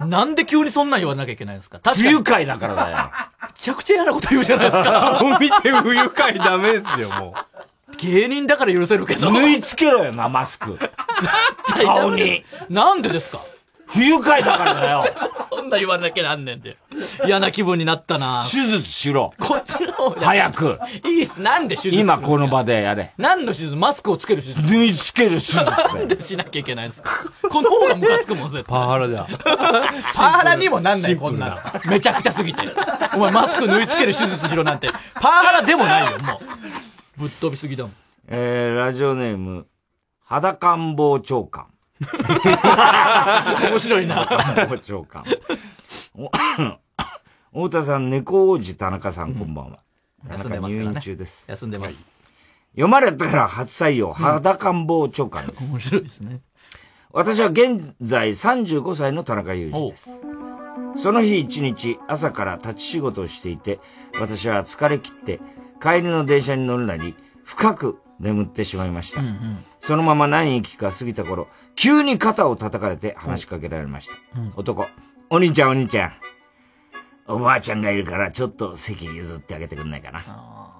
なんで急にそんなん言わなきゃいけないんですか不愉快だからだよ。めちゃくちゃ嫌なこと言うじゃないですか見て不愉快ダメですよ、もう。芸人だから許せるけど。縫い付けろよな、マスク。顔に。なんでですか不愉快だから だよ。そんな言わなきゃなんねんで。嫌な気分になったな手術しろ。こっちの方が早く。いいっす。なんで手術今この場でやれ。何の手術マスクをつける手術縫い付ける手術なんでしなきゃいけないんですかこの方がムカつくもん、絶対。パワハラじゃん。 パワハラにもなんない、こんなの。めちゃくちゃすぎて。お前マスク縫い付ける手術しろなんて、パワハラでもないよ、もう。ぶっ飛びすぎだもん。えー、ラジオネーム、肌官房長官。面白いな肌官房長官。お太田さん、猫王子田中さん、こんばんは。田休ん中でます入から院ね中です。休んでます。読まれたから初採用、肌官房長官です。面白いですね。私は現在35歳の田中裕二です。その日一日朝から立ち仕事をしていて、私は疲れ切って帰りの電車に乗るなり、深く眠ってしまいました。そのまま何駅か過ぎた頃、急に肩を叩かれて話しかけられました。うん男、お兄ちゃんお兄ちゃん。おばあちゃんがいるからちょっと席譲ってあげてくんないかな。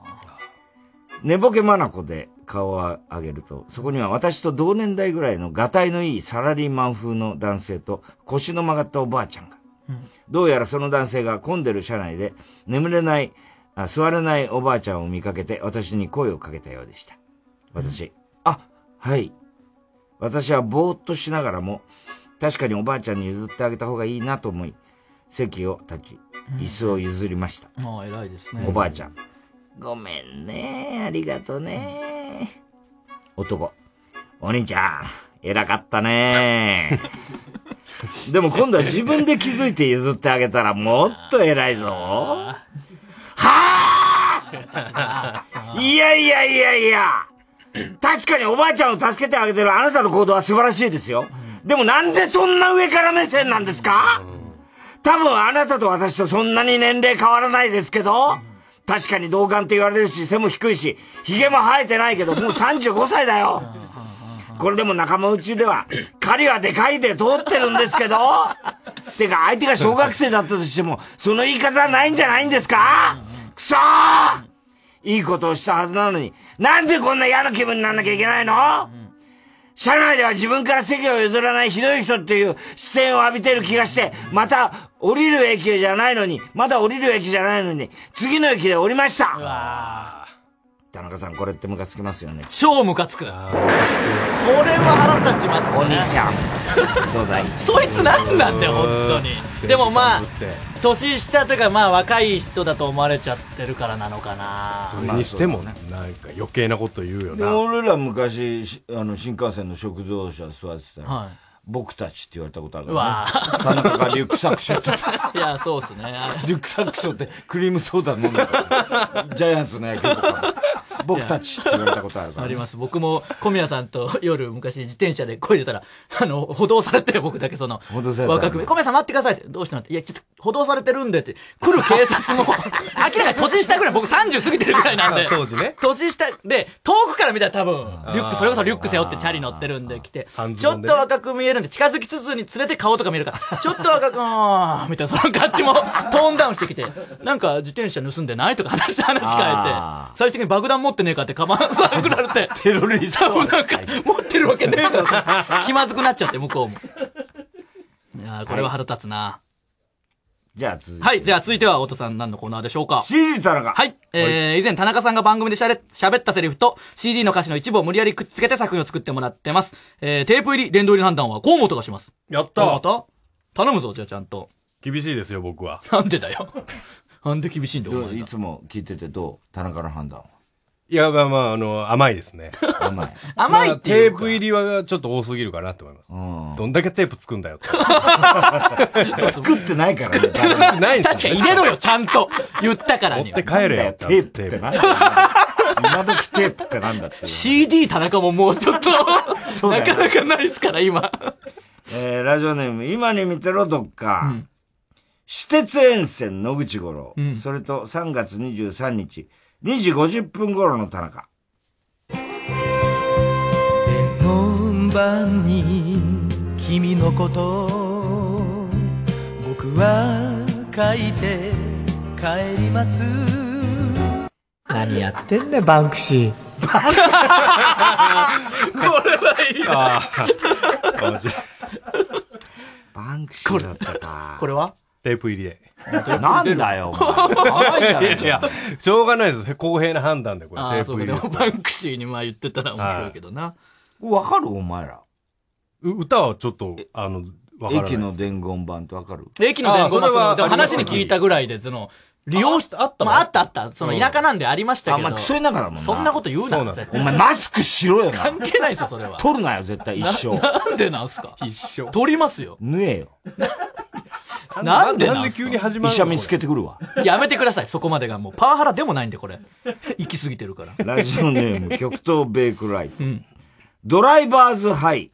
寝ぼけまなこで顔を上げると、そこには私と同年代ぐらいのガタイのいいサラリーマン風の男性と腰の曲がったおばあちゃんが。どうやらその男性が混んでる車内で眠れない、あ座れないおばあちゃんを見かけて私に声をかけたようでした。私、あ、はい。私はぼーっとしながらも、確かにおばあちゃんに譲ってあげた方がいいなと思い、席を立ち、椅子を譲りました。もう偉いですね。おばあちゃん。ごめんねありがとね男。お兄ちゃん、偉かっ たねでも今度は自分で気づいて譲ってあげたらもっと偉いぞ。はぁいやいやいやいや確かにおばあちゃんを助けてあげてるあなたの行動は素晴らしいですよ。でもなんでそんな上から目線なんですか多分あなたと私とそんなに年齢変わらないですけど、確かに童顔って言われるし、背も低いし、髭も生えてないけど、もう35歳だよ。これでも仲間内では、狩りはでかいで通ってるんですけど、てか相手が小学生だったとしても、その言い方はないんじゃないんですかくそーいいことをしたはずなのに、なんでこんな嫌な気分にならなきゃいけないの社内では自分から席を譲らないひどい人っていう視線を浴びてる気がして、また降りる駅じゃないのに、まだ降りる駅じゃないのに、次の駅で降りました。田中さん、これってムカつきますよね。超ムカつく。これは腹立ちますね。お兄ちゃん。どうだいそいつなんなんだよ、本当に。でもまあ、年下というかまあ若い人だと思われちゃってるからなのかな。それにしても、なんか余計なこと言うよでな。俺ら昔しあの新幹線の食堂車座ってたら、はい僕たちって言われたことあるうわからね田中がリュックサックしょってた いや、そうっすね。リュックサックしょってクリームソーダ飲んだからジャイアンツの野球とか僕たちって言われたことあるから、あります。僕も小宮さんと 夜昔自転車で漕いでたら、あの、歩道されて僕だけその、戻せ若く見小宮さん待ってくださいって、どうしたのって、いや、ちょっと歩道されてるんでって、来る警察 も、明らかに年下ぐらい、僕30過ぎてるぐらい なんで、当時ね。年下で、遠くから見たら多分、リュック、それこそリュック背負ってチャリ乗ってるんで来て、ちょっと若く見えるんで、近づきつつに連れて顔とか見えるから、 ちょっと若く、うーんみたいな、その感じもトーンダウンしてきて、なんか自転車盗んでないとか話、話変えあて、最終的に爆弾持ってねえかってカバン探られて、テロリストなんか、持ってるわけねえとか って、気まずくなっちゃって、向こうも。いやーこれは腹立つな。じゃあ続いて。はい、じゃあ続いては、太田さん何のコーナーでしょうか ?CD 田中はい。えー、以前田中さんが番組でしゃれ、喋ったセリフと CD の歌詞の一部を無理やりくっつけて作品を作ってもらってます。えー、テープ入り、殿堂入り判断は河本がします。やったまた頼むぞ、じゃあちゃんと。厳しいですよ、僕は。なんでだよ。なんで厳しいんだ、いつも聞いててどう田中の判断は。いや、まあまあ、あの、甘いですね。甘い。 甘いっていうテープ入りはちょっと多すぎるかなと思います。どんだけテープつくんだよ と。作ってないからね。作ってないんです確かに入れろよ、ちゃんと。言ったからに。持って帰れよよ。テープってなんだよ今時テープってなんだって。 CD 田中ももうちょっと、なかなかないですから、今。えーラジオネーム、今に見てろ、どっか。私鉄沿線野口五郎、それと3月23日、2時50分頃の田中。門番に君のこと僕は書いて帰ります何やってんだよ、バンクシこれはいいあー面白いバンクシーだったか。これはテープ入りで。なんだよ、甘いじゃないいやいや、しょうがないです。公平な判断で、これ、あテあ、ーそプう入か、りでですも。バンクシーにまあ言ってたら面白いけどな。わかるお前ら。う歌はちょっと、あの、わからないです。駅の伝言版ってわかる駅の伝言もその、でも話に聞いた。たぐらいで、その、利用した、あったまあ、あったあった。その、田舎なんでありましたけど。あんまクソ田舎だもんなそんなこと言うな、絶お対前マスクしろよな。関係ないですよ、それは。取るなよ、絶対一生。ななんでなんすか一生。取りますよ。縫えよ。なんでなんすか医者見つけてくるわ。やめてください、そこまでが。もう、パワハラでもないんで、これ。行き過ぎてるから。ラジオネーム、極東ベイクライト。ドライバーズハイ。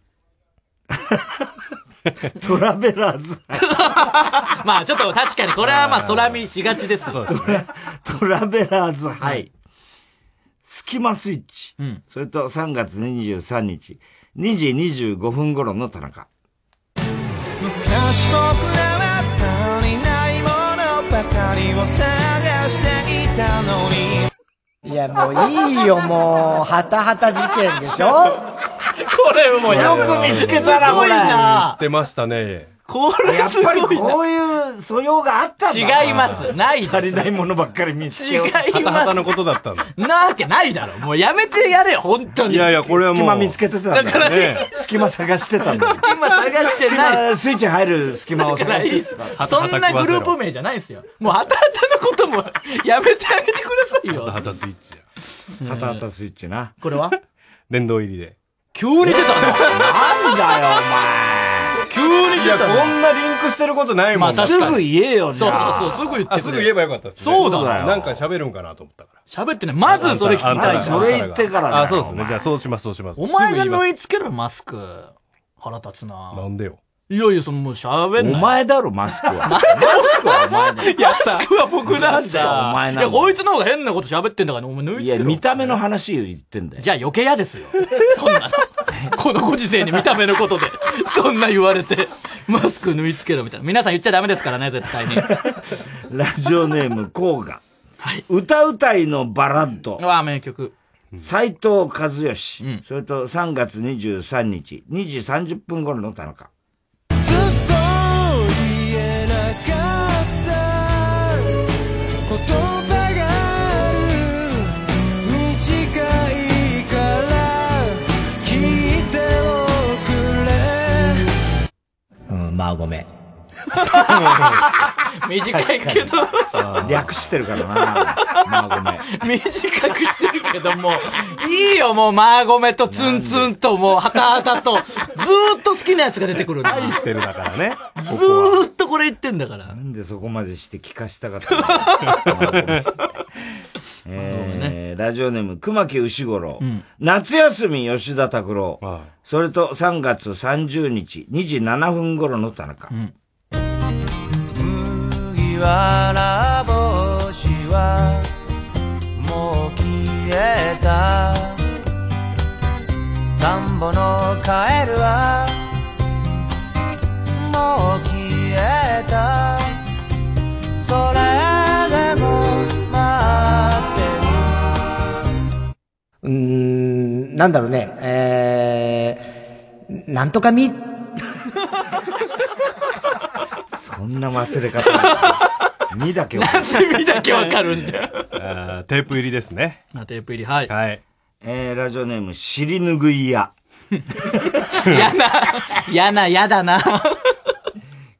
トラベラーズハイ。まあ、ちょっと確かに、これはまあ、空見しがちです。そうですね。トラベラーズハイ。スキマスイッチ。それと3月23日、2時25分頃の田中。昔僕らは何ないものばかりを探していたのにー。いや、もういいよ、もう、はたはた事件でしょこれもうよやく見つけたなこれ言ってましたね。これやっぱりこういう素養があったんだ違いますないです足りないものばっかり見つけよう違いますはたはたのことだったんだ。なわけないだろ。もうやめてやれよ、本当に。いやいやこれはもう隙間見つけてたんだよねからね。隙間探してたんだよ。今探してない隙間スイッチ入る隙間をだから探いいしってすた。そんなグループ名じゃないですよ。もう、はたはたのことも、やめてあげてくださいよ。ハタスイッチうんハタハタスイッチな。これは殿堂入りで。急に出たのなんだよ、急にいや、こんなリンクしてることないもん。まあ確かにすぐ言えよじそうゃあそうそうそうすぐ言ってくれすぐ言えばよかったですね。そうだよなんか喋るんかなと思ったか喋ってね、まずら。それ聞きたいから。あ、そうですね。じゃあそうします、そうします。お前がすぐ言いま縫いす付けろよ、マスク。腹立つななんでよ。いやいや、そのもう喋んない。お前だろ、マスク は。マスクはお前だよ。マスクは僕なマんスクはだ。お前いなんだや、こいつの方が変なこと喋ってんだから、お前縫いい付や、けろ。見た目の話言ってんだよ。じゃあ余計嫌ですよ。そん なの。このご時世に見た目のことで、そんな言われて、マスク縫い付けろみたいな。皆さん言っちゃダメですからね、絶 対に。ラジオネーム、甲賀。歌うたいのバラッド。わあ、名曲。斎藤和義、それと3月23日、2時30分頃の田中。言えなかった言葉がある短馬込。短いけど、略してるからな。まあごめん。 短くしてるけども、いいよ、もう、マーゴメとツンツンと、もう、ハタハタと、ずーっと好きなやつが出てくるんだ。愛してるだからね。ずーっとこれ言ってんだから。なんでそこまでして聞かしたか ったのえーラジオネーム、熊木牛五郎、うん夏休み吉田拓郎、それと3月30日2時7分頃の田中。麦わら帽子はもう消えた田んぼのカエルはもう消えたそれでも待ってるうーん、なんだろうね、えー、なんとかみ、そんな 忘れ方 なんだ。2だけわかる。なんで見だけわかるんだよ。あーテープ入りですね。テープ入り、はい。はい。えー、ラジオネーム、尻拭い屋。やな、やな、やだな。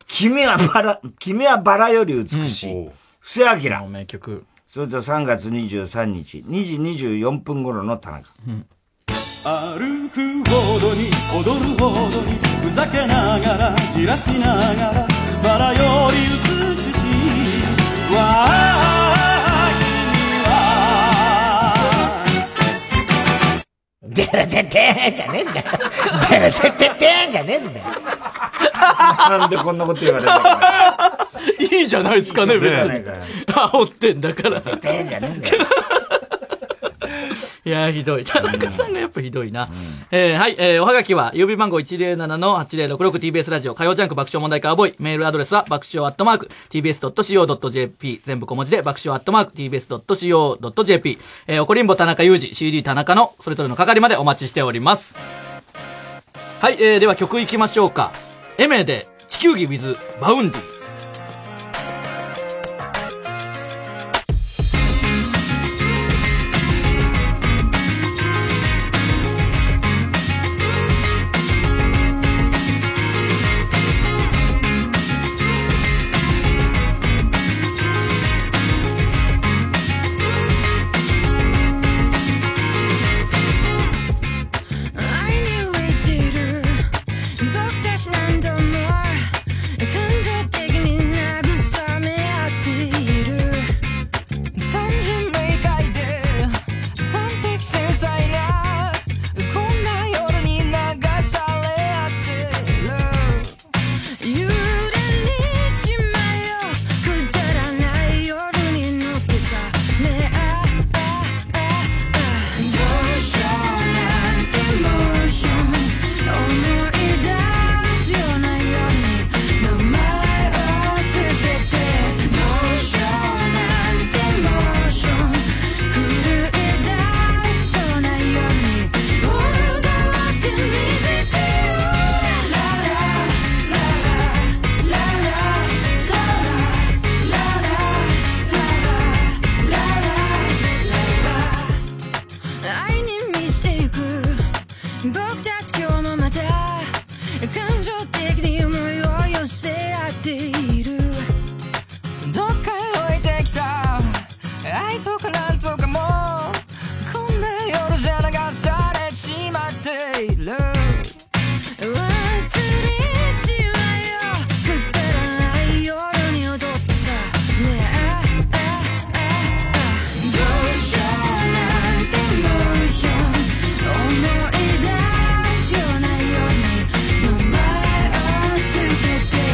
君はバラ、君はバラより美しい。布施明。名曲。それと3月23日、2時24分頃の田中。歩くほどに踊るほどにふざけながらじらしながらバラより美しいわあデレデデじゃねえんだよ。デレデデデじゃねえんだよ。なんでこんなこと言われたのいいじゃないですかね、別ねに。煽ってんだから。いやー、ひどい。田中さんがやっぱひどいな。えーはい、えーおはがきは、郵便番号 107-8066TBS ラジオ、火曜ジャンク爆笑問題カーボーイ。メールアドレスは、爆笑アットマーク、tbs.co.jp。全部小文字で、爆笑アットマーク、tbs.co.jp。えー、おこりんぼ田中裕二、CD 田中の、それぞれの係までお待ちしております。はい、えーでは曲いきましょうか。エメで、地球儀 with バウンディ。愛に浮いている僕たち何度も感情的に慰め合っている単純明快で端的繊細なこんな夜に流され合ってる揺れにちまよくだらない夜に乗ってさねえどうしようなんてモーション思い出すようなように名前をつけてどうしようなんてモーション狂い出しそうなように俺がわってみせてよラララララララララララララララ愛に満ちていく僕たち今日もまた感情的に思いを寄せ合っているどっかへ置いてきた愛とかなんとかもこんな夜じゃ流されちまっている忘れちまえよくだらない夜に踊ってさねえああああどうしようなんてもう一緒思い出すようなように名前を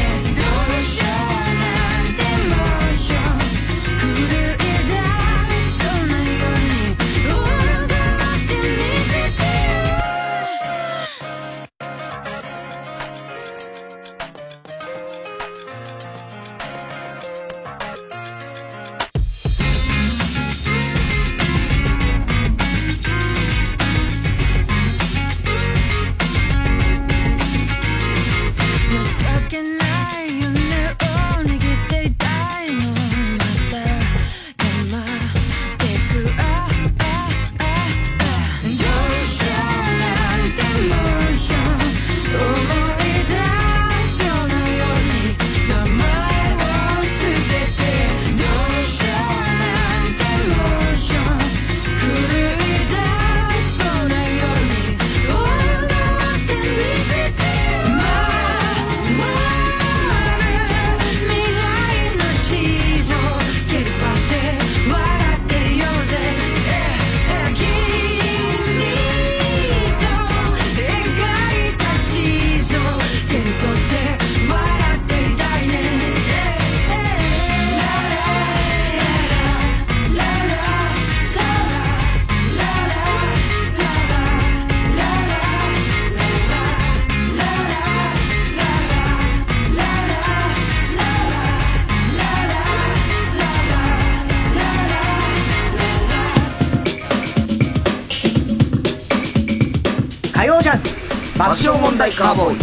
爆笑問題カーボーイ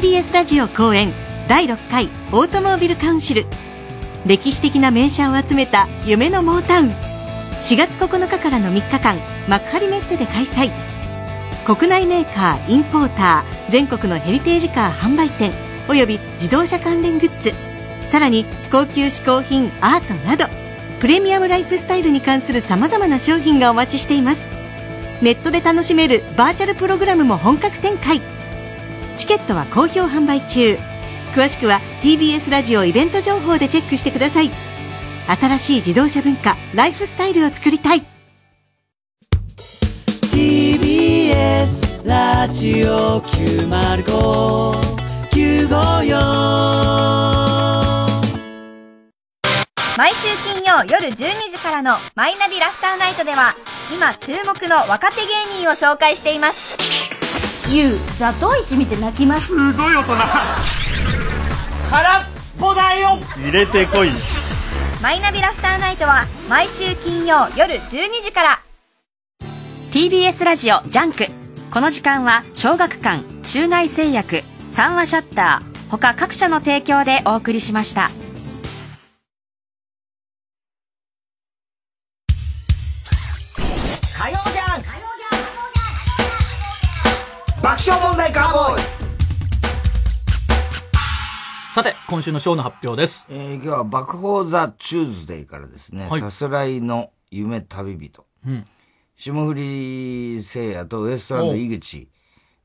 TBS ラジオ公演第6回オートモービルカウンシル歴史的な名車を集めた夢のモータウン4月9日からの3日間幕張メッセで開催国内メーカーインポーター全国のヘリテージカー販売店および自動車関連グッズさらに高級嗜好品アートなどプレミアムライフスタイルに関する様々な商品がお待ちしていますネットで楽しめるバーチャルプログラムも本格展開チケットは好評販売中詳しくは TBS ラジオイベント情報でチェックしてください新しい自動車文化ライフスタイルを作りたい TBS ラジオ905954毎週金曜夜12時からの「マイナビラフターナイト」では今注目の若手芸人を紹介していますゆうザトウイチ見て泣きますすごい大人空っぽだよ入れてこいマイナビラフターナイトは毎週金曜夜12時から TBS ラジオジャンクこの時間は小学館中外製薬三話シャッター他各社の提供でお送りしました火曜じゃん爆笑問題カーボーイさて、今週のショーの発表です。えー今日は爆砲ザ・チューズデイからですね、はいさすらいの夢旅人、うん霜降り聖夜とウエストランド井口、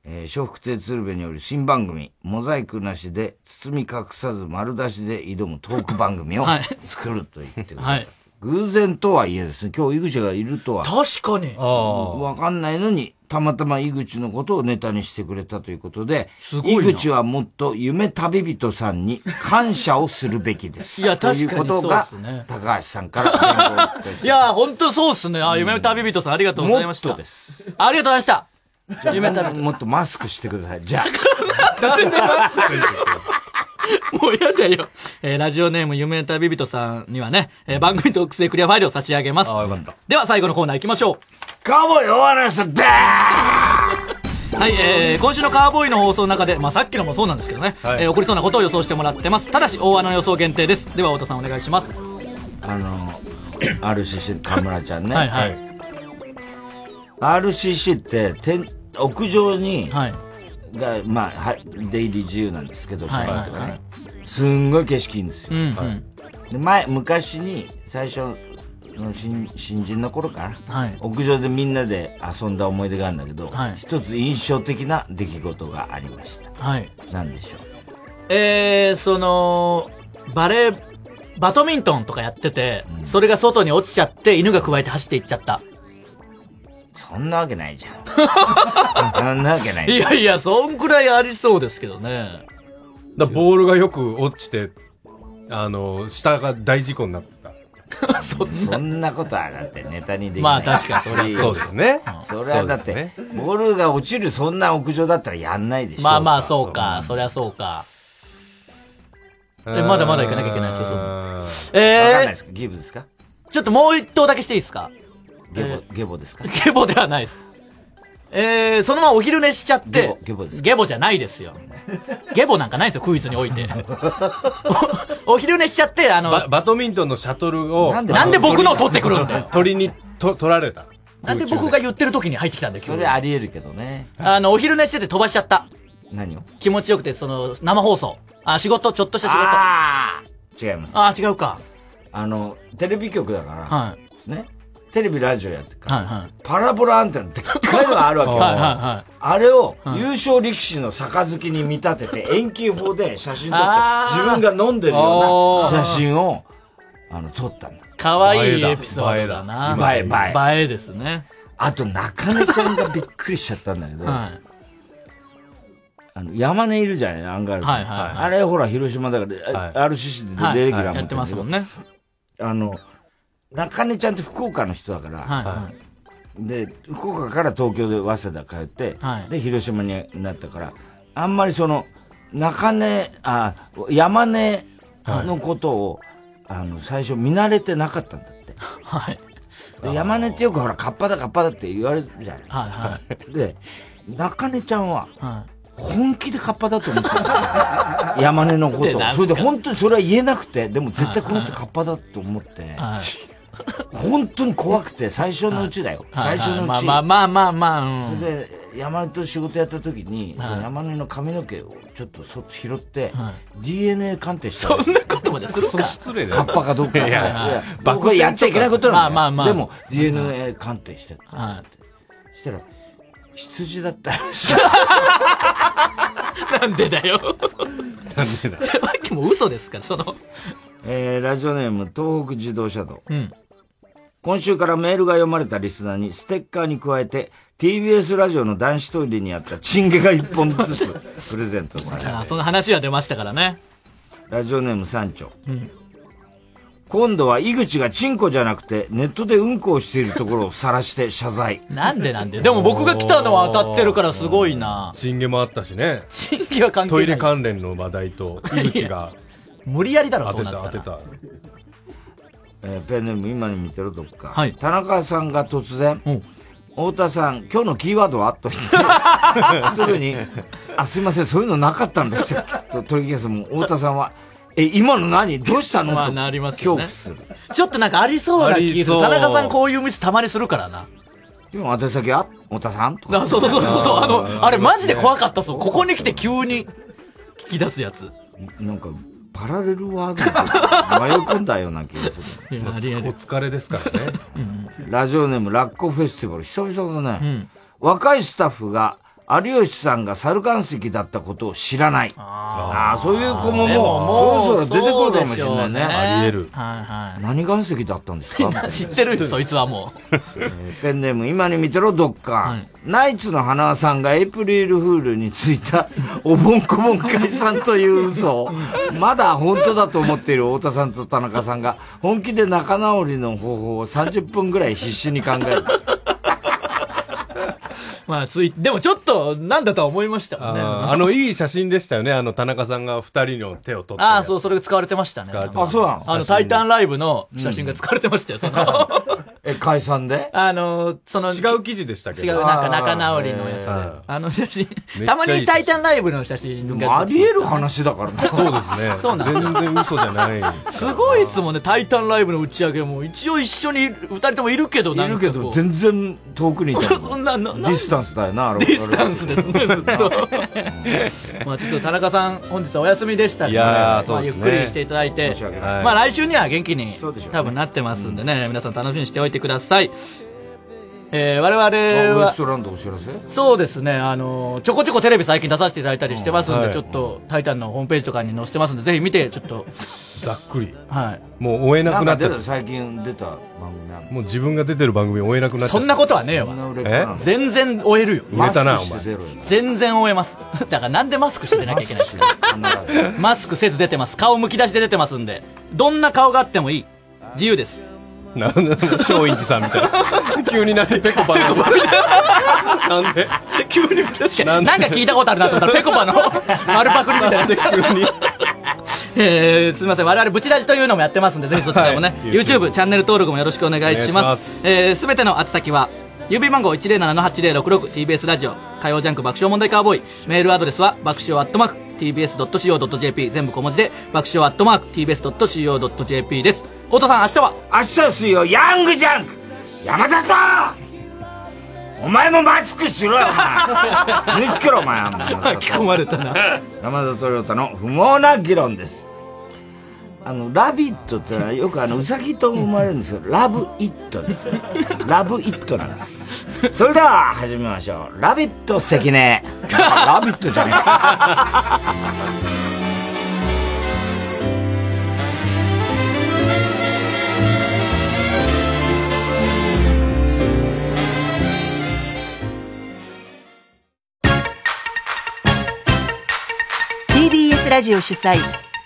えー、笑福亭鶴瓶による新番組、モザイクなしで包み隠さず丸出しで挑むトーク 番組を作ると言ってください。偶然とはいえですね、今日井口がいるとは。確かに。わかんないのに、たまたま井口のことをネタにしてくれたということで、ごいな井口はもっと夢旅人さんに感謝をするべきです。いや確かにということがそうです ね、高橋さんから伝言いやー、ほんとそうっすね。あ、夢旅人さんありがとうございました。ありがとうございました。 夢旅人。もっとマスクしてください。じゃあ。もうやだよ。えーラジオネーム夢旅人さんにはね、えー番組特製クリアファイルを差し上げます。では最後のコーナー行きましょう。カモイお笑いさん ではい、えー今週のカーボーイの放送の中で、まあ、さっきのもそうなんですけどね、えー起こりそうなことを予想してもらってます。ただし、大穴の予想限定です。では、太田さんお願いします。あの、RCC 田村ちゃんね。はいはい RCC って、天屋上に、が、まあ、は出入り自由なんですけど、はい社員とかね、はいはいすんごい景色いいんですよ。うんうんはいで前、昔に、最初の新新人の頃かな、はい屋上でみんなで遊んだ思い出があるんだけど、はい一つ印象的な出来事がありました。はい。なんでしょう。えー、その、バレー、バドミントンとかやってて、それが外に落ちちゃって、犬が加えて走っていっちゃった。そんなわけないじゃん。そんなわけない。い やいや、そんくらいありそうですけどね。だボールがよく落ちて、あの、下が大事故になってた。そんなことはだってネタにできない。まあ確かにそれはそうですねそれはだっそうでて、ボールが落ちるそんな屋上だったらやんないでしょ。まあまあ、そうか、そりゃそうか。え、まだまだ行かなきゃいけないですよ、そんな。えー、わかんないですかギブですかちょっともう一投だけしていいですかゲボえゲボですか ゲボではないです。えー、そのままお昼寝しちゃって。ゲボ、ですゲボじゃないですよ。ゲボなんかないですよ、クイズにおい て。おお昼寝しちゃって、あの、ババドミントンのシャトルを、なんでなんで僕のを取ってくるんだよ。鳥にと取られた。なんで僕が言ってる時に入ってきたんだよ、それあり得るけどね。あの、お昼寝してて飛ばしちゃった。何を気持ちよくて、その、生放送。あ、仕事、ちょっとした仕事。あ違います。あ違うか。あの、テレビ局だから、はね。テレビ、ラジオやってるから、はいはいパラボラアンテナでっかいのがあるわけよ。はいはいはあれを優勝力士の杯に見立てて、遠近法で写真撮あって、ー自分が飲んでるような写真を、あの、撮ったんだ。かわいいエピソードだな。映え映映え。映えですね。あと、中根ちゃんがびっくりしちゃったんだけど、はいあの、山根いるじゃない、アンガールズのはいはいはいあれ、ほら、広島だから、あ RCC はいでレギュはラー持ってるけど、いやってますもんね。あの、中根ちゃんって福岡の人だから、はいはい。で、福岡から東京で早稲田通って、はいで、広島になったから、あんまりその、中根、あ、山根のことを、あの、最初見慣れてなかったんだって。はい。で山根ってよくほら、カッパだカッパだって言われるじゃない。はいはで、中根ちゃんは、本気でカッパだと思ってた山根のこってとなんを。すそかれで本当にそれは言えなくて、でも絶対この人カッパだと思って、本当に怖くて、最初のうちだよ。はい最初のうち。まあまあまあまあまあ、うんそれで山根と仕事やった時に、その山根の髪の毛をちょっとそっと拾って、DNA 鑑定したそんなことまでするかカッパかどうかいやいやいやバック僕はやっちゃいけないことなのよまあまあまあでも DNA 鑑定してはしたら羊だったらしいなんでだよなん でださっきも嘘ですからそのえーラジオネーム東北自動車道、うん今週からメールが読まれたリスナーにステッカーに加えて TBS ラジオの男子トイレにあったチンゲが1本ずつプレゼントされあるその話は出ましたからねラジオネーム三丁うん今度は井口がチンコじゃなくてネットでうんこをしているところを晒して謝罪なんで なんででも僕が来たのは当たってるからすごいなチンゲもあったしね。チンゲは関係ないトイレ関連の話題と、井口が無理やりだろ当そうて、なったた当らてた。えーペンネーム今に見てるどっか、はい田中さんが突然、太田さん今日のキーワードはと 言ってすぐに「あすいませんそういうのなかったんでしたっけ?」と取り消すも太田さんは「え今の何どうしたの?」まあとなります恐よね怖するちょっとなんかありそうな気がする田ありそう中さんこういうミスたまにするからなでも宛先は太田さんとかあそうそうそうそうそうあのーあれマジで怖かったそうここに来て急に聞き出すやつなんかパラレルワードに迷い込んだような気がするやありえるお疲れですからねラジオネームラッコフェスティバル久々だね、若いスタッフが有吉さんが猿岩石だったことを知らないああーそういう子もでもももううそろそろ出てくるかそうもしれないねでしょうねありえるはいは何岩石だったんですかい 知ってるよそいつはもうえーペンネーム、今に見てろ、どっか。ナイツの花輪さんがエイプリルフールについた、 おぼんこぼん解散という嘘を、まだ本当だと思っている太田さんと田中さんが、本気で仲直りの方法を30分ぐらい必死に考える。 まあついでもちょっとなんだとは思いましたもんねあーあの、いい写真でしたよね。あの、田中さんが二人の手を取っ て。ああ、そう、それが使われてましたね。ましたあそうなのあの、タイタンライブの写真が使われて ました よ、その。え、解散であの、その。違う記事でしたけど違う、なんか仲直りのやつで。ああの写真めっちゃいい写真。たまにタイタンライブの写真が。あり得る話だからね。そうですねそうなんですよ全然嘘じゃない。すごいっすもんね、タイタンライブの打ち上げも。一応一緒にいる、二人ともいるけど、いるけど、全然遠くにいた の。な、な、ディスタンスだよな、あれ。ディスタンスですね、ずっと。 まあちょっと田中さん、本日はお休みでしたので、いやーまそうあでゆっすねくりしていただいて、ないまあ来週には元気に多分なってますんでね、皆さん楽しみにしておいてください。えー、我々あウエはス、トランドお知らせそうですね、あのーちょこちょこテレビ最近出させていただいたりしてますんうんで、はいちょっと、タイタンのホームページとかに載せてますんで、ぜひ見て、ちょっと、ざっくり。はい。もう追えなくなっちゃんか出った最近出た番組なの。もう自分が出てる番組追えなくなっちゃそった。んなことはねえわ。え全然終えるよ。売れたなマスクしてお前全然終えます。 だからなんでマスクして出なきゃいけないんですかマスクせず出てます。顔むき出しで出てますんで。どんな顔があってもいい。自由です。なんだ、松陰寺さんみたいな。急に何ペコパなんなんで 急に確かに。なんか聞いたことあるなと思ったら、ぺこぱ の丸パクリみたいな。えー、すみません。我々、ブチラジというのもやってますんで、ぜひそちらもね、YouTube、チャンネル登録もよろしくお願おいし願いしまます。えー、すべての宛先は、郵便番号 107-8066TBS ラジオ、火曜ジャンク爆笑問題カーボーイ、メールアドレスは、爆笑アットマーク TBS.CO.JP、全部小文字で、爆笑アットマーク TBS.CO.JP です。太田さん、明日は明日は水曜、ヤングジャンク山里お前もマスクしろよ、お前 見つけろ、お前あ んな山里巻き込まれたな。山里亮太の不毛な議論です。あの、ラビットってのはよくあの、うさぎと思われるんですけど、ラブイットですよ。ラブイットなんです。それでは始めましょう。ラビット関根。ラビットじゃねー TBS ラジオ主催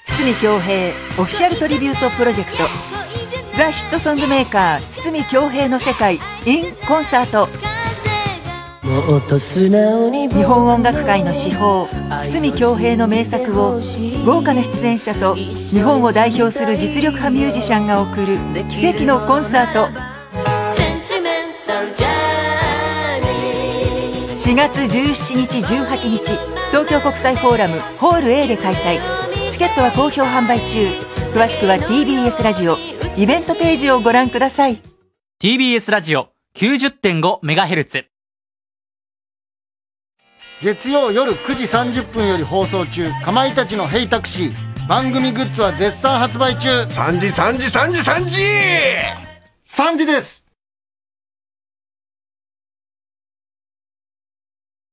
堤恭平オフィシャルトリビュートプロジェクト「ザ・ヒットソングメーカー堤恭平の世界 in コンサート」もっと素直に日本音楽界の至宝堤恭平の名作を豪華な出演者と日本を代表する実力派ミュージシャンが送る奇跡のコンサート our journey 4月17日18日東京国際フォーラムホール A で開催チケットは好評販売中詳しくは TBS ラジオイベントページをご覧ください TBS ラジオ 90.5MHz 月曜夜9時30分より放送中かまいたちの「ヘイタクシー」番組グッズは絶賛発売中3時3時3時3時3時です